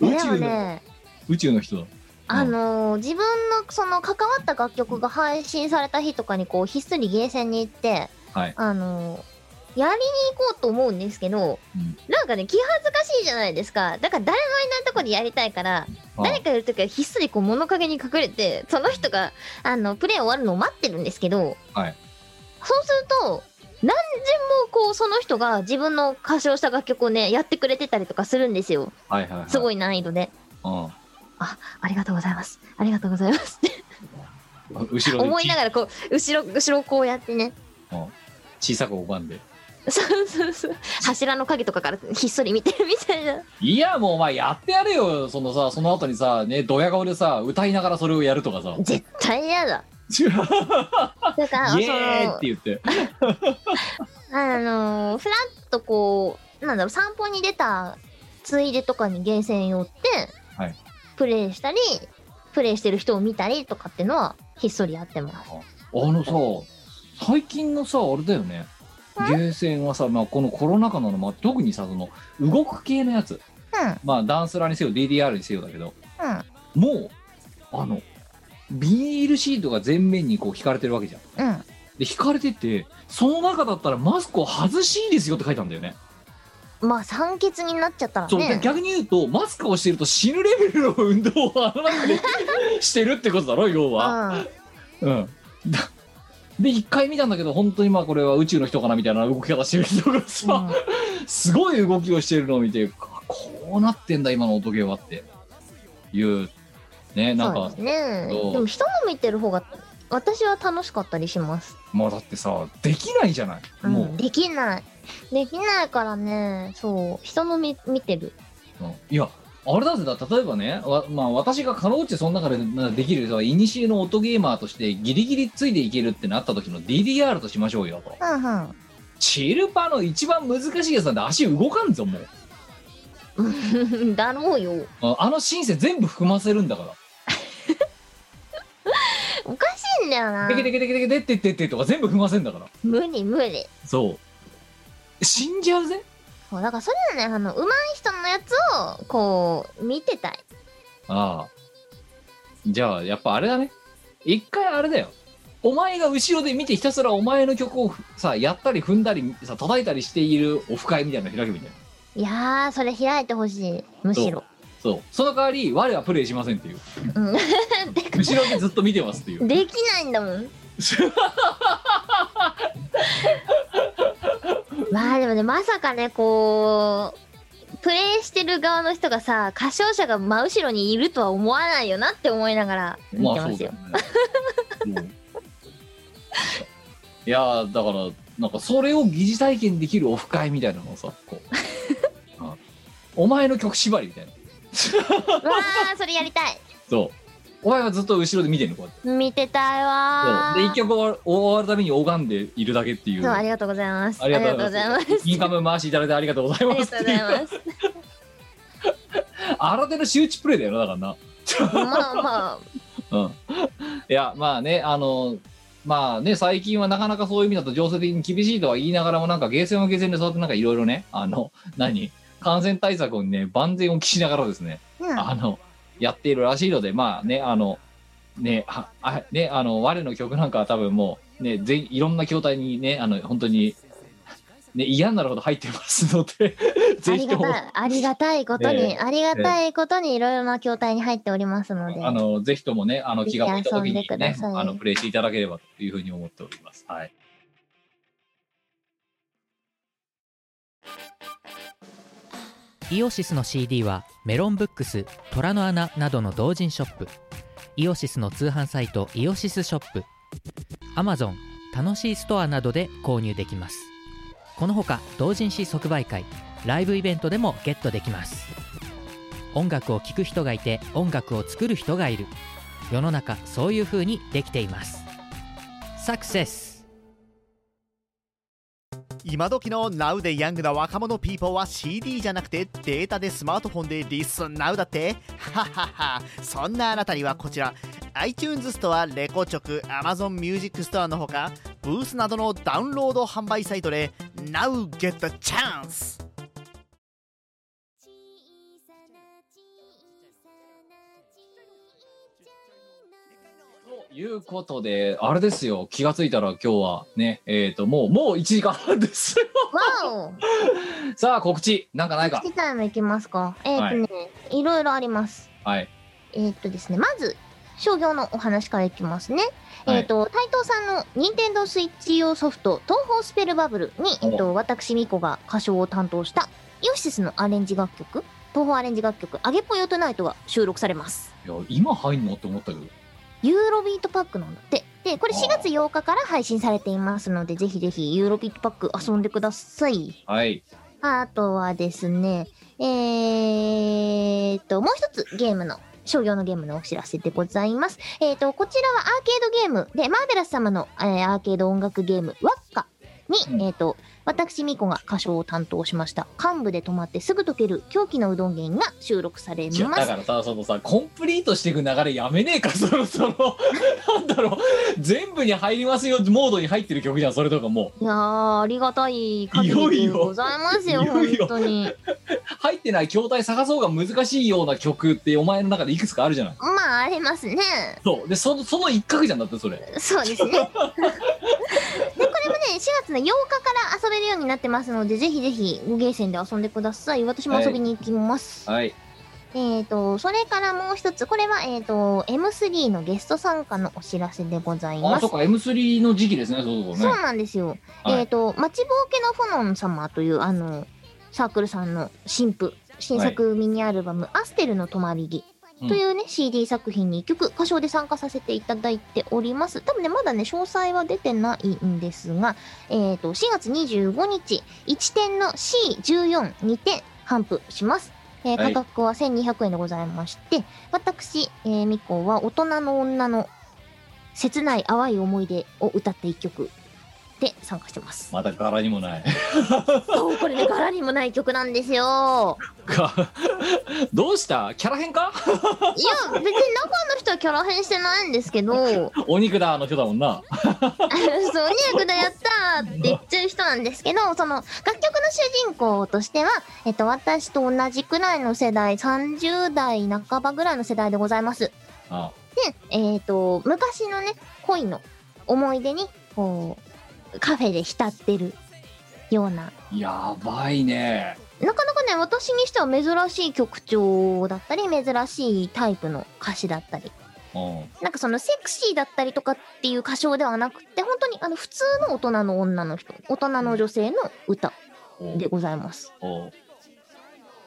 [SPEAKER 3] 宇
[SPEAKER 4] でも
[SPEAKER 3] 宙の、
[SPEAKER 4] ね
[SPEAKER 3] 宇宙の人だ
[SPEAKER 4] あのー自分のその関わった楽曲が配信された日とかにこうひっそりゲーセンに行って、
[SPEAKER 3] はい
[SPEAKER 4] あのーやりに行こうと思うんですけど、
[SPEAKER 3] うん
[SPEAKER 4] なんかね気恥ずかしいじゃないですかだから誰もいないとこでやりたいから
[SPEAKER 3] あ
[SPEAKER 4] 誰かいる時はひっそりこう物陰に隠れてその人があのプレイ終わるのを待ってるんですけど、
[SPEAKER 3] はい
[SPEAKER 4] そうすると何時もこうその人が自分の歌唱した楽曲をねやってくれてたりとかするんですよ
[SPEAKER 3] はいはいはい
[SPEAKER 4] すご
[SPEAKER 3] い、
[SPEAKER 4] い難易度で。
[SPEAKER 3] う
[SPEAKER 4] ありがとうございます。ありがとうございます。って
[SPEAKER 3] ん、後ろ
[SPEAKER 4] 思い
[SPEAKER 3] に
[SPEAKER 4] ながらこう後ろ後ろをこうやってね。
[SPEAKER 3] 小さく拝んで
[SPEAKER 4] そうそうそう。柱の影とかからひっそり見てるみたいな。
[SPEAKER 3] いやもうお前やってやれよそのさその後にさねドヤ顔でさ歌いながらそれをやると かさ
[SPEAKER 4] 絶対嫌だ。だからそ
[SPEAKER 3] イエーイっ
[SPEAKER 4] の
[SPEAKER 3] て言って
[SPEAKER 4] あのー、フラッとこうなんだろう散歩に出たついでとかにゲーセン寄って、
[SPEAKER 3] はい
[SPEAKER 4] プレイしたりプレイしてる人を見たりとかってのはひっそりやってます。
[SPEAKER 3] あのさ最近のさあれだよねゲーセンはさ、まあ、このコロナ禍なのもあって特にさその動く系のやつ
[SPEAKER 4] う
[SPEAKER 3] まあダンスラーにせよ DDR にせよだけど
[SPEAKER 4] んうん
[SPEAKER 3] もうあのビニールシートが全面にこう引かれてるわけじゃん
[SPEAKER 4] うん。
[SPEAKER 3] で引かれててその中だったらマスクを外しいですよって書いたんだよね
[SPEAKER 4] まあ酸欠になっちゃったら
[SPEAKER 3] そうで
[SPEAKER 4] ね
[SPEAKER 3] 逆に言うとマスクをしてると死ぬレベルの運動をあの中でしてるってことだろ要は。うん、だで一回見たんだけど本当にまあこれは宇宙の人かなみたいな動き方してる人が
[SPEAKER 4] うん
[SPEAKER 3] さ、すごい動きをしてるのを見てここうなってんだ今の音ゲーはっていうね なん
[SPEAKER 4] そう
[SPEAKER 3] か
[SPEAKER 4] ですね
[SPEAKER 3] そう
[SPEAKER 4] でも人の見てる方が私は楽しかったりします、
[SPEAKER 3] まあだってさできないじゃない、
[SPEAKER 4] うん
[SPEAKER 3] もう、
[SPEAKER 4] できないできないからねそう人の見見てる
[SPEAKER 3] うんいやあれだぜだ例えばねわまあ私がかろうじてその中でまあできるさいにしえの音ゲーマーとしてギリギリついていけるってなった時の DDR としましょうよと
[SPEAKER 4] うんうん
[SPEAKER 3] チルパの一番難しいやつなんで足動かんぞもう
[SPEAKER 4] うん だろうよ
[SPEAKER 3] ああのシンセ全部含ませるんだから
[SPEAKER 4] おかしいんだよな
[SPEAKER 3] テケテケテケテケテッテッテッテとか全部踏ませんだから
[SPEAKER 4] 無理無理
[SPEAKER 3] そう死んじゃうぜ
[SPEAKER 4] そうだからそれはねあの上手い人のやつをこう見てたい
[SPEAKER 3] ああじゃあやっぱあれだね一回あれだよお前が後ろで見てひたすらお前の曲をさやったり踏んだりさ叩いたりしているオフ会みたいなの開けみたいない
[SPEAKER 4] やーそれ開いてほしいむしろ
[SPEAKER 3] そうその代わり我はプレイしませんっていう
[SPEAKER 4] うん てか
[SPEAKER 3] 後ろでずっと見てますっていう
[SPEAKER 4] できないんだも んまあでもねまさかねこうプレイしてる側の人がさ歌唱者が真後ろにいるとは思わないよなって思いながら見てますよ、
[SPEAKER 3] まあそうだよねいやーだからなんかそれを疑似体験できるオフ会みたいなのをさ こうあお前の曲縛りみたいな
[SPEAKER 4] わあそれやりたい
[SPEAKER 3] そうお前はずっと後ろで見てるのこうやって
[SPEAKER 4] 見てたいわ
[SPEAKER 3] そう
[SPEAKER 4] ー
[SPEAKER 3] で一曲終わる終わるために拝んでいるだけっていう
[SPEAKER 4] そうありがとうございます
[SPEAKER 3] ありがとうございます
[SPEAKER 4] ありがとうございます
[SPEAKER 3] インカム回しいただいてありがとうござい
[SPEAKER 4] あり
[SPEAKER 3] ま
[SPEAKER 4] が
[SPEAKER 3] す
[SPEAKER 4] とうございます
[SPEAKER 3] 新手の周知プレイだよなだからな
[SPEAKER 4] まあまあ
[SPEAKER 3] うん いやまあねあのまあね最近はなかなかそういう意味だと情勢的に厳しいとは言いながらもなんかゲーセンはゲーセンでそうやってなんかいろいろねあの何感染対策をね万全を期しながらですね、
[SPEAKER 4] うん
[SPEAKER 3] あのやっているらしいのでまあねあのねはあねあの我の曲なんかは多分もうね全いろんな筐体にねあの本当にね嫌になるほど入ってます ので
[SPEAKER 4] あ
[SPEAKER 3] ぜ
[SPEAKER 4] り
[SPEAKER 3] ひ
[SPEAKER 4] が
[SPEAKER 3] とも
[SPEAKER 4] たい、ありがたいことに、
[SPEAKER 3] ええ
[SPEAKER 4] ありがたいことにいろいろな筐体に入っておりますので。
[SPEAKER 3] あのぜひともねあの
[SPEAKER 4] ぜひ
[SPEAKER 3] 気が向いた時
[SPEAKER 4] 遊ん
[SPEAKER 3] に
[SPEAKER 4] でくだ
[SPEAKER 3] ね
[SPEAKER 4] さい
[SPEAKER 3] あのプレイしていただければというふうに思っております。はい。
[SPEAKER 6] イオシスの CD はメロンブックス虎の穴などの同人ショップイオシスの通販サイトイオシスショップ Amazon 楽しいストアなどで購入できますこのほか同人誌即売会ライブイベントでもゲットできます音楽を聴く人がいて音楽を作る人がいる世の中そういう風にできていますサクセス
[SPEAKER 7] 今時の Now でヤングな若者ピーポーは CD じゃなくてデータでスマートフォンでリスン Now だってはははそんなあなたにはこちら iTunes ストア、レコチョク、Amazon Music ストアのほかブースなどのダウンロード販売サイトで Now get the chance!
[SPEAKER 3] ということであれですよ気がついたら今日はねえっ、ともうもう1時間半です よ
[SPEAKER 4] わお、
[SPEAKER 3] さあ告知なんかないか
[SPEAKER 4] 次回も行きますか。えっ、とね、い、ろいろあります。
[SPEAKER 3] はい
[SPEAKER 4] えっ、とですね、まず商業のお話からいきますね。
[SPEAKER 3] はい
[SPEAKER 4] えっ、と台東さんの任天堂スイッチ用ソフト東宝スペルバブルにえっ、と私ミコが歌唱を担当したイオシスのアレンジ楽曲東宝アレンジ楽曲あげぽよトゥナイトが収録されます。
[SPEAKER 3] いや今入んのって思ったけど
[SPEAKER 4] ユーロビートパックなんだって。で、これ4月8日から配信されていますので、ぜひぜひユーロビートパック遊んでください。
[SPEAKER 3] はい
[SPEAKER 4] あとはですね、えーっと、もう一つゲームの、商業のゲームのお知らせでございます。えーっと、こちらはアーケードゲームで、マーベラス様の、えーアーケード音楽ゲーム、ワッカに、
[SPEAKER 3] うん
[SPEAKER 4] えーっと、私、ミコが歌唱を担当しました、幹部で止まってすぐ溶ける狂気のうどん源が収録され
[SPEAKER 3] いや
[SPEAKER 4] ま
[SPEAKER 3] だ
[SPEAKER 4] す
[SPEAKER 3] か。らさそのさコンプリートしていく流れやめねえかそろそろ なんだろう全部に入りますよモードに入ってる曲じゃんそれとかも
[SPEAKER 4] いやー、ありがたい限りでございますよ、
[SPEAKER 3] いよいよ
[SPEAKER 4] 本当に。
[SPEAKER 3] う入ってない筐体探そうが難しいような曲ってお前の中でいくつかあるじゃない
[SPEAKER 4] まあ、ありますね。
[SPEAKER 3] そうでそのその一角じゃんだってそれ
[SPEAKER 4] そうですね。で、これもね、ね、4月の8日から遊べるようになってますので、ぜひぜひ、ごゲーセンで遊んでください。私も遊びに行きます。
[SPEAKER 3] はい。
[SPEAKER 4] えっ、と、それからもう一つ、これは、えっ、と、M3 のゲスト参加のお知らせでござい
[SPEAKER 3] あ、
[SPEAKER 4] ます
[SPEAKER 3] そっ。か、M3 の時期ですね、そうそう
[SPEAKER 4] そう
[SPEAKER 3] そうね。
[SPEAKER 4] なんですよ。
[SPEAKER 3] はい
[SPEAKER 4] えっ、と、待ちぼうけのフォノン様という、あの、サークルさんの新譜、新作ミニアルバム、アステルの止まり木というね、CD 作品に一曲歌唱で参加させていただいております。多分ね、まだね、詳細は出てないんですが、えっ、と、4月25日、1点の C14、2点、頒布します。えー
[SPEAKER 3] はい
[SPEAKER 4] 価格は1200円でございまして、私、えー、みこは大人の女の切ない淡い思い出を歌った一曲で参加してます。
[SPEAKER 3] また柄にもない。
[SPEAKER 4] そう、これね、柄にもない曲なんですよ。
[SPEAKER 3] か どうしたキャラ変か
[SPEAKER 4] いや、別に中の人はキャラ変してないんですけど、 あの
[SPEAKER 3] お肉だ、あの人だもんな。
[SPEAKER 4] そう、お肉だやったーって言っちゃう人なんですけど、その、楽曲の主人公としては、えっと、私と同じくらいの世代、30代半ばぐらいの世代でございます。
[SPEAKER 3] あ
[SPEAKER 4] で、えっ、と、昔のね、恋の思い出に、こう、カフェで浸ってるような、
[SPEAKER 3] やばいね。
[SPEAKER 4] なかなかね、私にしては珍しい曲調だったり、珍しいタイプの歌詞だったり、
[SPEAKER 3] うん。
[SPEAKER 4] なんかそのセクシーだったりとかっていう歌唱ではなくて、本当にあの普通の大人の女の人、大人の女性の歌
[SPEAKER 3] お
[SPEAKER 4] でございます。
[SPEAKER 3] お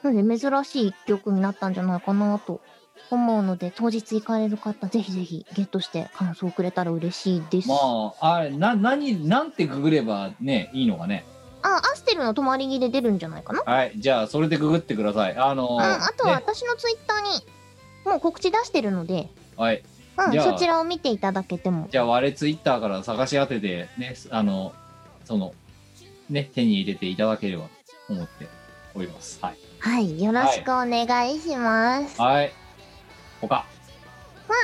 [SPEAKER 4] なので珍しい曲になったんじゃないかなと思うので、当日行かれる方、ぜひぜひゲットして感想をくれたら嬉しいです。
[SPEAKER 3] まあ、あれ、な、何、なんてググればね、いいのかね。
[SPEAKER 4] あ、アステルの泊まり木で出るんじゃないかな。
[SPEAKER 3] はい、じゃあ、それでググってください。あの
[SPEAKER 4] うん、
[SPEAKER 3] ー
[SPEAKER 4] あとは
[SPEAKER 3] ね
[SPEAKER 4] 私のツイッターにもう告知出してるので、
[SPEAKER 3] はい。
[SPEAKER 4] う
[SPEAKER 3] じ
[SPEAKER 4] ん、
[SPEAKER 3] ゃあ
[SPEAKER 4] そちらを見ていただけても。
[SPEAKER 3] じゃあ、我ツイッターから探し当てて、ね、あの、その、ね、手に入れていただければと思っております。はい。
[SPEAKER 4] はい、よろしくお願いします。ま
[SPEAKER 3] はい。他。
[SPEAKER 4] あ、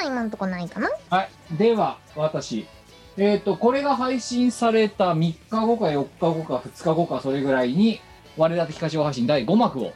[SPEAKER 4] 今んとこないかな。
[SPEAKER 3] はい。では、私。えっ、と、これが配信された3日後か4日後か2日後かそれぐらいに、我々的歌唱配信第5幕を、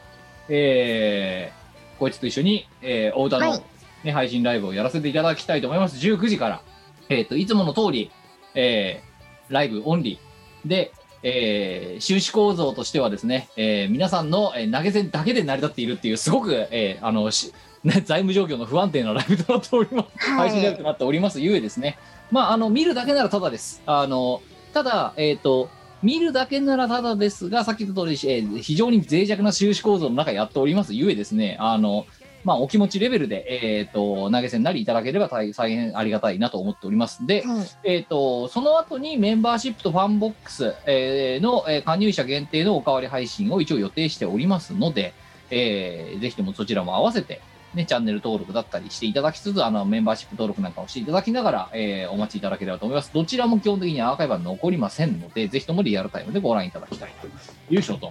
[SPEAKER 3] えー、こいつと一緒に、えー、お歌の、
[SPEAKER 4] は
[SPEAKER 3] ね
[SPEAKER 4] い
[SPEAKER 3] 配信ライブをやらせていただきたいと思います。19時から、えっ、と、いつもの通り、えー、ライブオンリーで、えー、収支構造としてはですね、えー、皆さんの、えー投げ銭だけで成り立っているっていう、すごく、えー、あの、し財務状況の不安定なライブとなっております。
[SPEAKER 4] は
[SPEAKER 3] 配信ラ
[SPEAKER 4] い
[SPEAKER 3] イブ。となっておりますゆえですね、まあ、あの見るだけならただです。あのただ、えっと、見るだけならただですが、さっき言った通り、えー非常に脆弱な収支構造の中やっておりますゆえですね、あのまあ、お気持ちレベルで、えっと投げ銭なりいただければ大大変ありがたいなと思っております。で、
[SPEAKER 4] はい
[SPEAKER 3] えー、とその後にメンバーシップとファンボックス、えーの、えー加入者限定のおかわり配信を一応予定しておりますので、えーぜひともそちらも合わせて、ね、チャンネル登録だったりしていただきつつあのメンバーシップ登録なんかをしていただきながら、えーお待ちいただければと思いますどちらも基本的にアーカイブは残りませんのでぜひともリアルタイムでご覧いただきたいという所存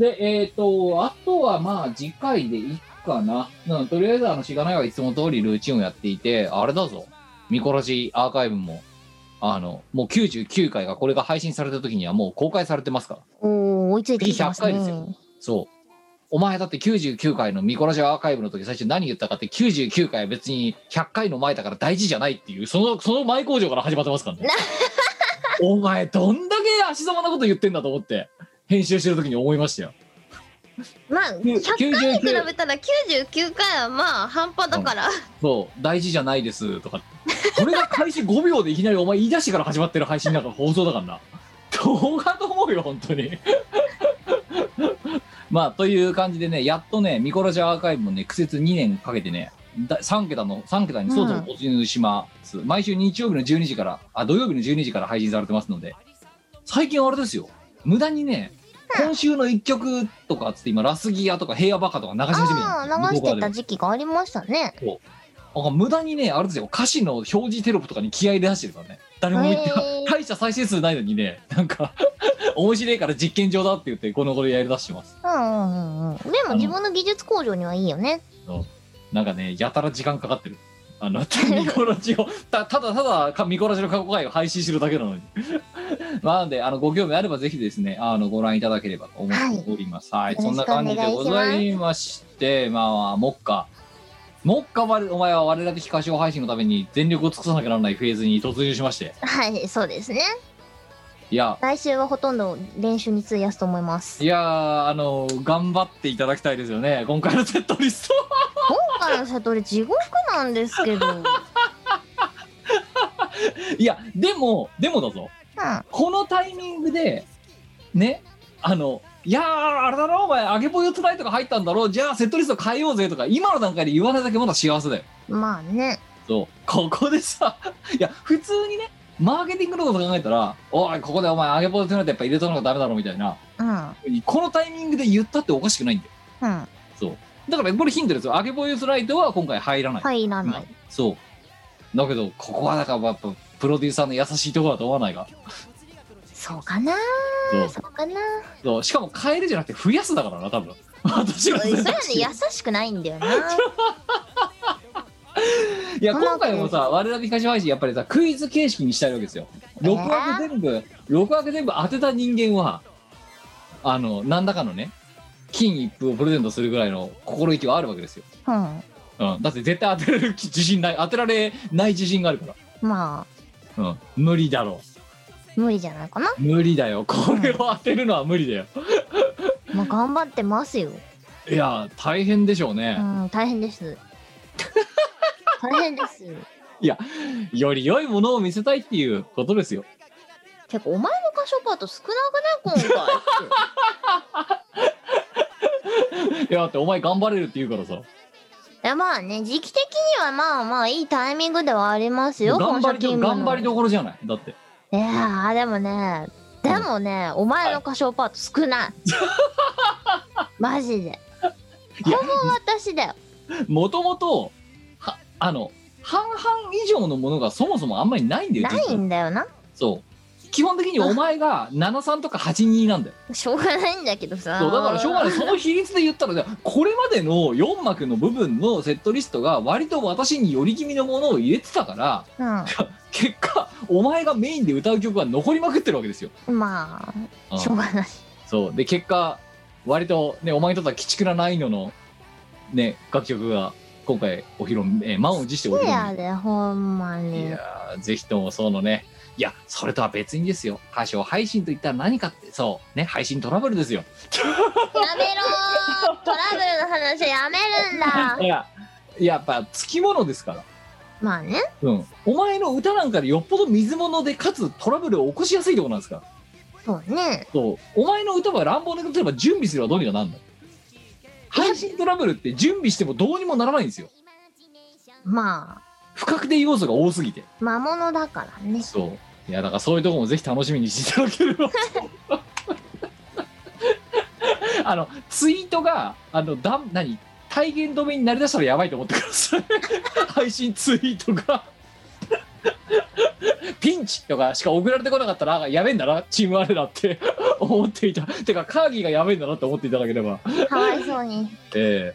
[SPEAKER 3] で、えっ、と、あとはまあ次回でいいかな。うんとりあえずあの、しがないはいつも通りルーチンをやっていて、あれだぞ。ミコラジアーカイブも、あの、もう99回がこれが配信された時にはもう公開されてますから。
[SPEAKER 4] おー、追いついてきてますね。
[SPEAKER 3] 次100回ですよそう。お前だって99回のミコラジアーカイブの時最初何言ったかって99回は別に100回の前だから大事じゃないっていう、その、その前工場から始まってま すからね。お前どんだけ足ざまなこと言ってんだと思って、編集してる時に思いましたよ。
[SPEAKER 4] まあ、100回に比べたら99回はまあ半端だから。
[SPEAKER 3] そう、大事じゃないですとかって。これが開始5秒でいきなりお前言い出してから始まってる配信だから放送だからな。動画と思うよ、本当に。 まあ、という感じでね、やっとね、ミコラジアーカイブもね、苦節2年かけてね、だ3桁の、3桁にそろそろ突入します、毎週日曜日の12時から、あ、土曜日の12時から配信されてますので、最近あれですよ、無駄にね、今週の1曲とかっつって今、ラスギアとか平和バカとか流し始め
[SPEAKER 4] あ
[SPEAKER 3] たんですよ
[SPEAKER 4] あ、流し
[SPEAKER 3] 向こう
[SPEAKER 4] て
[SPEAKER 3] 側で
[SPEAKER 4] た
[SPEAKER 3] も
[SPEAKER 4] 時期がありましたね。
[SPEAKER 3] あ無駄にね、あれですよ、歌詞の表示テロップとかに気合い出してるからね。誰も言って、
[SPEAKER 4] へー
[SPEAKER 3] 大した再生数ないのにね、なんか、 面白いから実験場だって言って、この頃やり出してます。
[SPEAKER 4] うんうんうんうん。でも自分の技術向上にはいいよね。
[SPEAKER 3] なんかね、やたら時間かかってる。あの、ミコラ ジを、たただただか、ミコラジの過去回を配信してるだけなのに。 まあなんで、あの、ご興味あればぜひですね、あの、ご覧いただければと思っております。はい、
[SPEAKER 4] よ
[SPEAKER 3] そ
[SPEAKER 4] ろ
[SPEAKER 3] ん
[SPEAKER 4] しく
[SPEAKER 3] な
[SPEAKER 4] お願い
[SPEAKER 3] 感じ
[SPEAKER 4] しま
[SPEAKER 3] ですございまして、まあ、目下。目下は、お前は我々的歌唱配信のために全力を尽くさなきゃならないフェーズに突入しまして、
[SPEAKER 4] はい、そうですね。
[SPEAKER 3] いいや
[SPEAKER 4] 来週はほとんど練習に費やすと思います
[SPEAKER 3] いやーあの頑張っていただきたいですよね今回のセットリスト は
[SPEAKER 4] 今回のシャトル地獄なんですけど うん
[SPEAKER 3] いやでもでもだぞこのタイミングでねあのいやーあれだろお前揚げポヨトライとか入ったんだろじゃあセットリスト変えようぜとか今の段階で言わないだけまだ幸せだよ
[SPEAKER 4] まあね
[SPEAKER 3] そうここでさいや普通にねマーケティングのこと考えたらおいここでお前揚げポヨトライトやっぱ入れとかなきゃダメだろみたいな
[SPEAKER 4] うんうん
[SPEAKER 3] このタイミングで言ったっておかしくないんだよ
[SPEAKER 4] は
[SPEAKER 3] だからこれヒントですよ揚げポヨトライトは今回入らない、
[SPEAKER 4] いらない、
[SPEAKER 3] そうだけどここはだからやっぱプロデューサーの優しいところだと思わないか
[SPEAKER 4] そうかな
[SPEAKER 3] そう
[SPEAKER 4] そうかな
[SPEAKER 3] そうしかも変えるじゃなくて増やすだからな多分私 は
[SPEAKER 4] それはね優しくないんだよな
[SPEAKER 3] いや
[SPEAKER 4] そんな
[SPEAKER 3] 今回もさ我々東配信やっぱりさクイズ形式にしたいわけですよ6枠全部6枠全部当てた人間はあの何らかのね金一封をプレゼントするぐらいの心意気はあるわけですよ、
[SPEAKER 4] うん
[SPEAKER 3] うん、だって絶対当てられる自信ない当てられない自信があるか
[SPEAKER 4] まあ
[SPEAKER 3] ら、うん、無理だろ
[SPEAKER 4] 無理じゃないかな
[SPEAKER 3] う無理だよこれを当てるのは無理だよ
[SPEAKER 4] まあ頑張ってますよ
[SPEAKER 3] いや大変でしょうね、
[SPEAKER 4] うん大変です大変です
[SPEAKER 3] より良いものを見せたいっていうことですよ
[SPEAKER 4] てかお前の歌唱パート少なくない今回
[SPEAKER 3] いやだってお前頑張れるって言うからさ
[SPEAKER 4] いやまあね時期的にはまあまあいいタイミングではありますよ
[SPEAKER 3] 頑張
[SPEAKER 4] 本
[SPEAKER 3] り
[SPEAKER 4] 社
[SPEAKER 3] ど
[SPEAKER 4] 勤務
[SPEAKER 3] 頑
[SPEAKER 4] の
[SPEAKER 3] 張りどころじゃないだって
[SPEAKER 4] いやーでもねでもね、お前の歌唱パート少 ないマジで
[SPEAKER 3] い
[SPEAKER 4] ほぼ
[SPEAKER 3] や
[SPEAKER 4] 私だよ
[SPEAKER 3] もともとはあの半々以上のものがそもそもあんまりないんだよ
[SPEAKER 4] な
[SPEAKER 3] 実
[SPEAKER 4] い
[SPEAKER 3] は
[SPEAKER 4] んだよな
[SPEAKER 3] そう基本的にお前が73とか82なんだよ
[SPEAKER 4] しょうがないんだけどさ
[SPEAKER 3] そうだからしょうがないその比率で言ったらねこれまでの4幕の部分のセットリストが割と私により気味のものを入れてたから結果お前がメインで歌う曲が残りまくってるわけですよ、
[SPEAKER 4] うんま
[SPEAKER 3] う
[SPEAKER 4] あ
[SPEAKER 3] ん
[SPEAKER 4] しょうがない
[SPEAKER 3] そうで結果割とねお前にとっては鬼畜な難易度のね楽曲が今回お披露目、えー満を持してお
[SPEAKER 4] せ
[SPEAKER 3] 披露目
[SPEAKER 4] やでほんま
[SPEAKER 3] い
[SPEAKER 4] に
[SPEAKER 3] やーぜひともそのねいやそれとは別にですよ歌唱配信といったら何かってそうね配信トラブルですよ
[SPEAKER 4] やめろートラブルの話はやめるんだ
[SPEAKER 3] いややっぱつきものですから
[SPEAKER 4] まあね
[SPEAKER 3] うんお前の歌なんかでよっぽど水物でかつトラブルを起こしやすいところなんですから
[SPEAKER 4] そうね
[SPEAKER 3] そうお前の歌は乱暴なことすれば準備すればどうにかなんだ配信トラブルって準備してもどうにもならないんですよ
[SPEAKER 4] ま
[SPEAKER 3] 不確定要素が多すぎて
[SPEAKER 4] あ魔物だからね
[SPEAKER 3] そういやだからそういうとこもぜひ楽しみにしていただければ あのツイートがあのだん何体言止めになりだしたらやばいと思ってください 配信ツイートが ピンチとかしか送られてこなかったらあやべえんだなチームあれだって思っていたてかカーギーがやべえんだなって思っていただければ
[SPEAKER 4] かわいそうに
[SPEAKER 3] ええ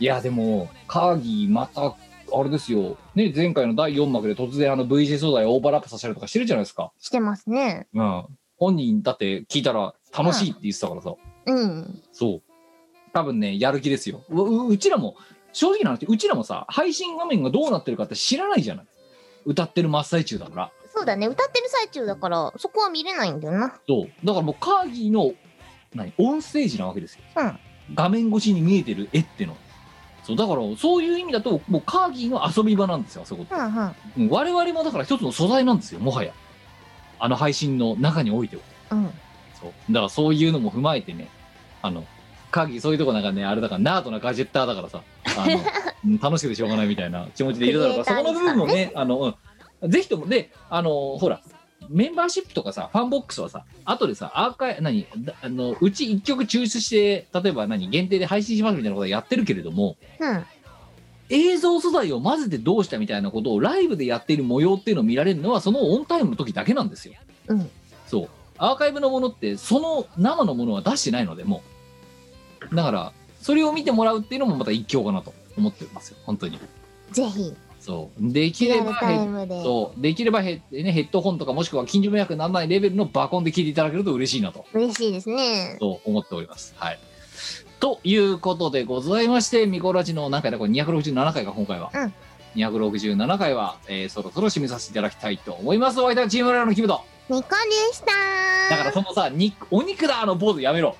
[SPEAKER 3] いやでもカーギーまたあれですよね前回の第4幕で突然あの VJ 素材をオーバーラップさせたりとかしてるじゃないですか
[SPEAKER 4] してますね
[SPEAKER 3] うん、本人だって聞いたら楽しいって言ってたからさ、
[SPEAKER 4] うん
[SPEAKER 3] そう多分ねやる気ですようううちらも正直な話うちらもさ配信画面がどうなってるかって知らないじゃない歌ってる真っ最中だから
[SPEAKER 4] そうだね歌ってる最中だからそこは見れないんだよな
[SPEAKER 3] そうだからもうカーギーの何オンステージなわけですよ、
[SPEAKER 4] うん
[SPEAKER 3] 画面越しに見えてる絵ってのそうだからそういう意味だともうカーギーの遊び場なんですよあそこって
[SPEAKER 4] うんうん
[SPEAKER 3] うん我々もだから一つの素材なんですよもはやあの配信の中においては
[SPEAKER 4] うん
[SPEAKER 3] そうだからそういうのも踏まえてねあの鍵そういうとこなんかねあれだからナートなガジェッターだからさあのうん楽しくてしょうがないみたいな気持ちでいるだろうから
[SPEAKER 4] ク
[SPEAKER 3] そ
[SPEAKER 4] リ
[SPEAKER 3] こ
[SPEAKER 4] エ
[SPEAKER 3] の
[SPEAKER 4] イターですからね
[SPEAKER 3] 部分もねあの、うん、ぜひともであのほらメンバーシップとかさファンボックスはさ後でさアーカイ何だあのうち1曲抽出して例えば何限定で配信しますみたいなことはやってるけれども
[SPEAKER 4] うん
[SPEAKER 3] 映像素材を混ぜてどうしたみたいなことをライブでやっている模様っていうのを見られるのはそのオンタイムの時だけなんですよ。
[SPEAKER 4] うん
[SPEAKER 3] そうアーカイブのものってその生のものは出してないのでもうだからそれを見てもらうっていうのもまた一興かなと思ってますよ本当に
[SPEAKER 4] ぜひ
[SPEAKER 3] そうでき
[SPEAKER 4] リ
[SPEAKER 3] れ
[SPEAKER 4] アル
[SPEAKER 3] ば
[SPEAKER 4] タイ
[SPEAKER 3] ヘッ
[SPEAKER 4] ムで
[SPEAKER 3] そうできればヘッ,、ね、ヘッドホンとかもしくは近所迷惑にならないレベルのバコンで聞いていただけると嬉しいなと
[SPEAKER 4] 嬉しいですね
[SPEAKER 3] と思っております。はい。ということでございまして、ミコラジの何回だこれ267回か、今回は。
[SPEAKER 4] うん
[SPEAKER 3] 267回は、えーそろそろ締めさせていただきたいと思います。お相手はチームライのキムと。
[SPEAKER 1] ニコでした
[SPEAKER 3] だからそのさ肉お肉だのポーズやめろ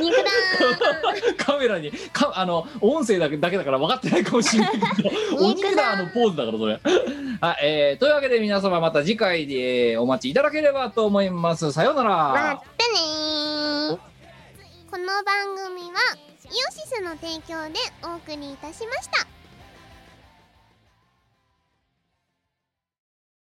[SPEAKER 4] 肉だ
[SPEAKER 3] カメラにかあの音声だけだけだから分かってないかもしれないけ どお肉だのポーズだからそれあ、えー、というわけで皆様また次回でえーお待ちいただければと思いますさようなら、
[SPEAKER 4] ーまったねー
[SPEAKER 1] この番組はイオシスの提供でお送りいたしました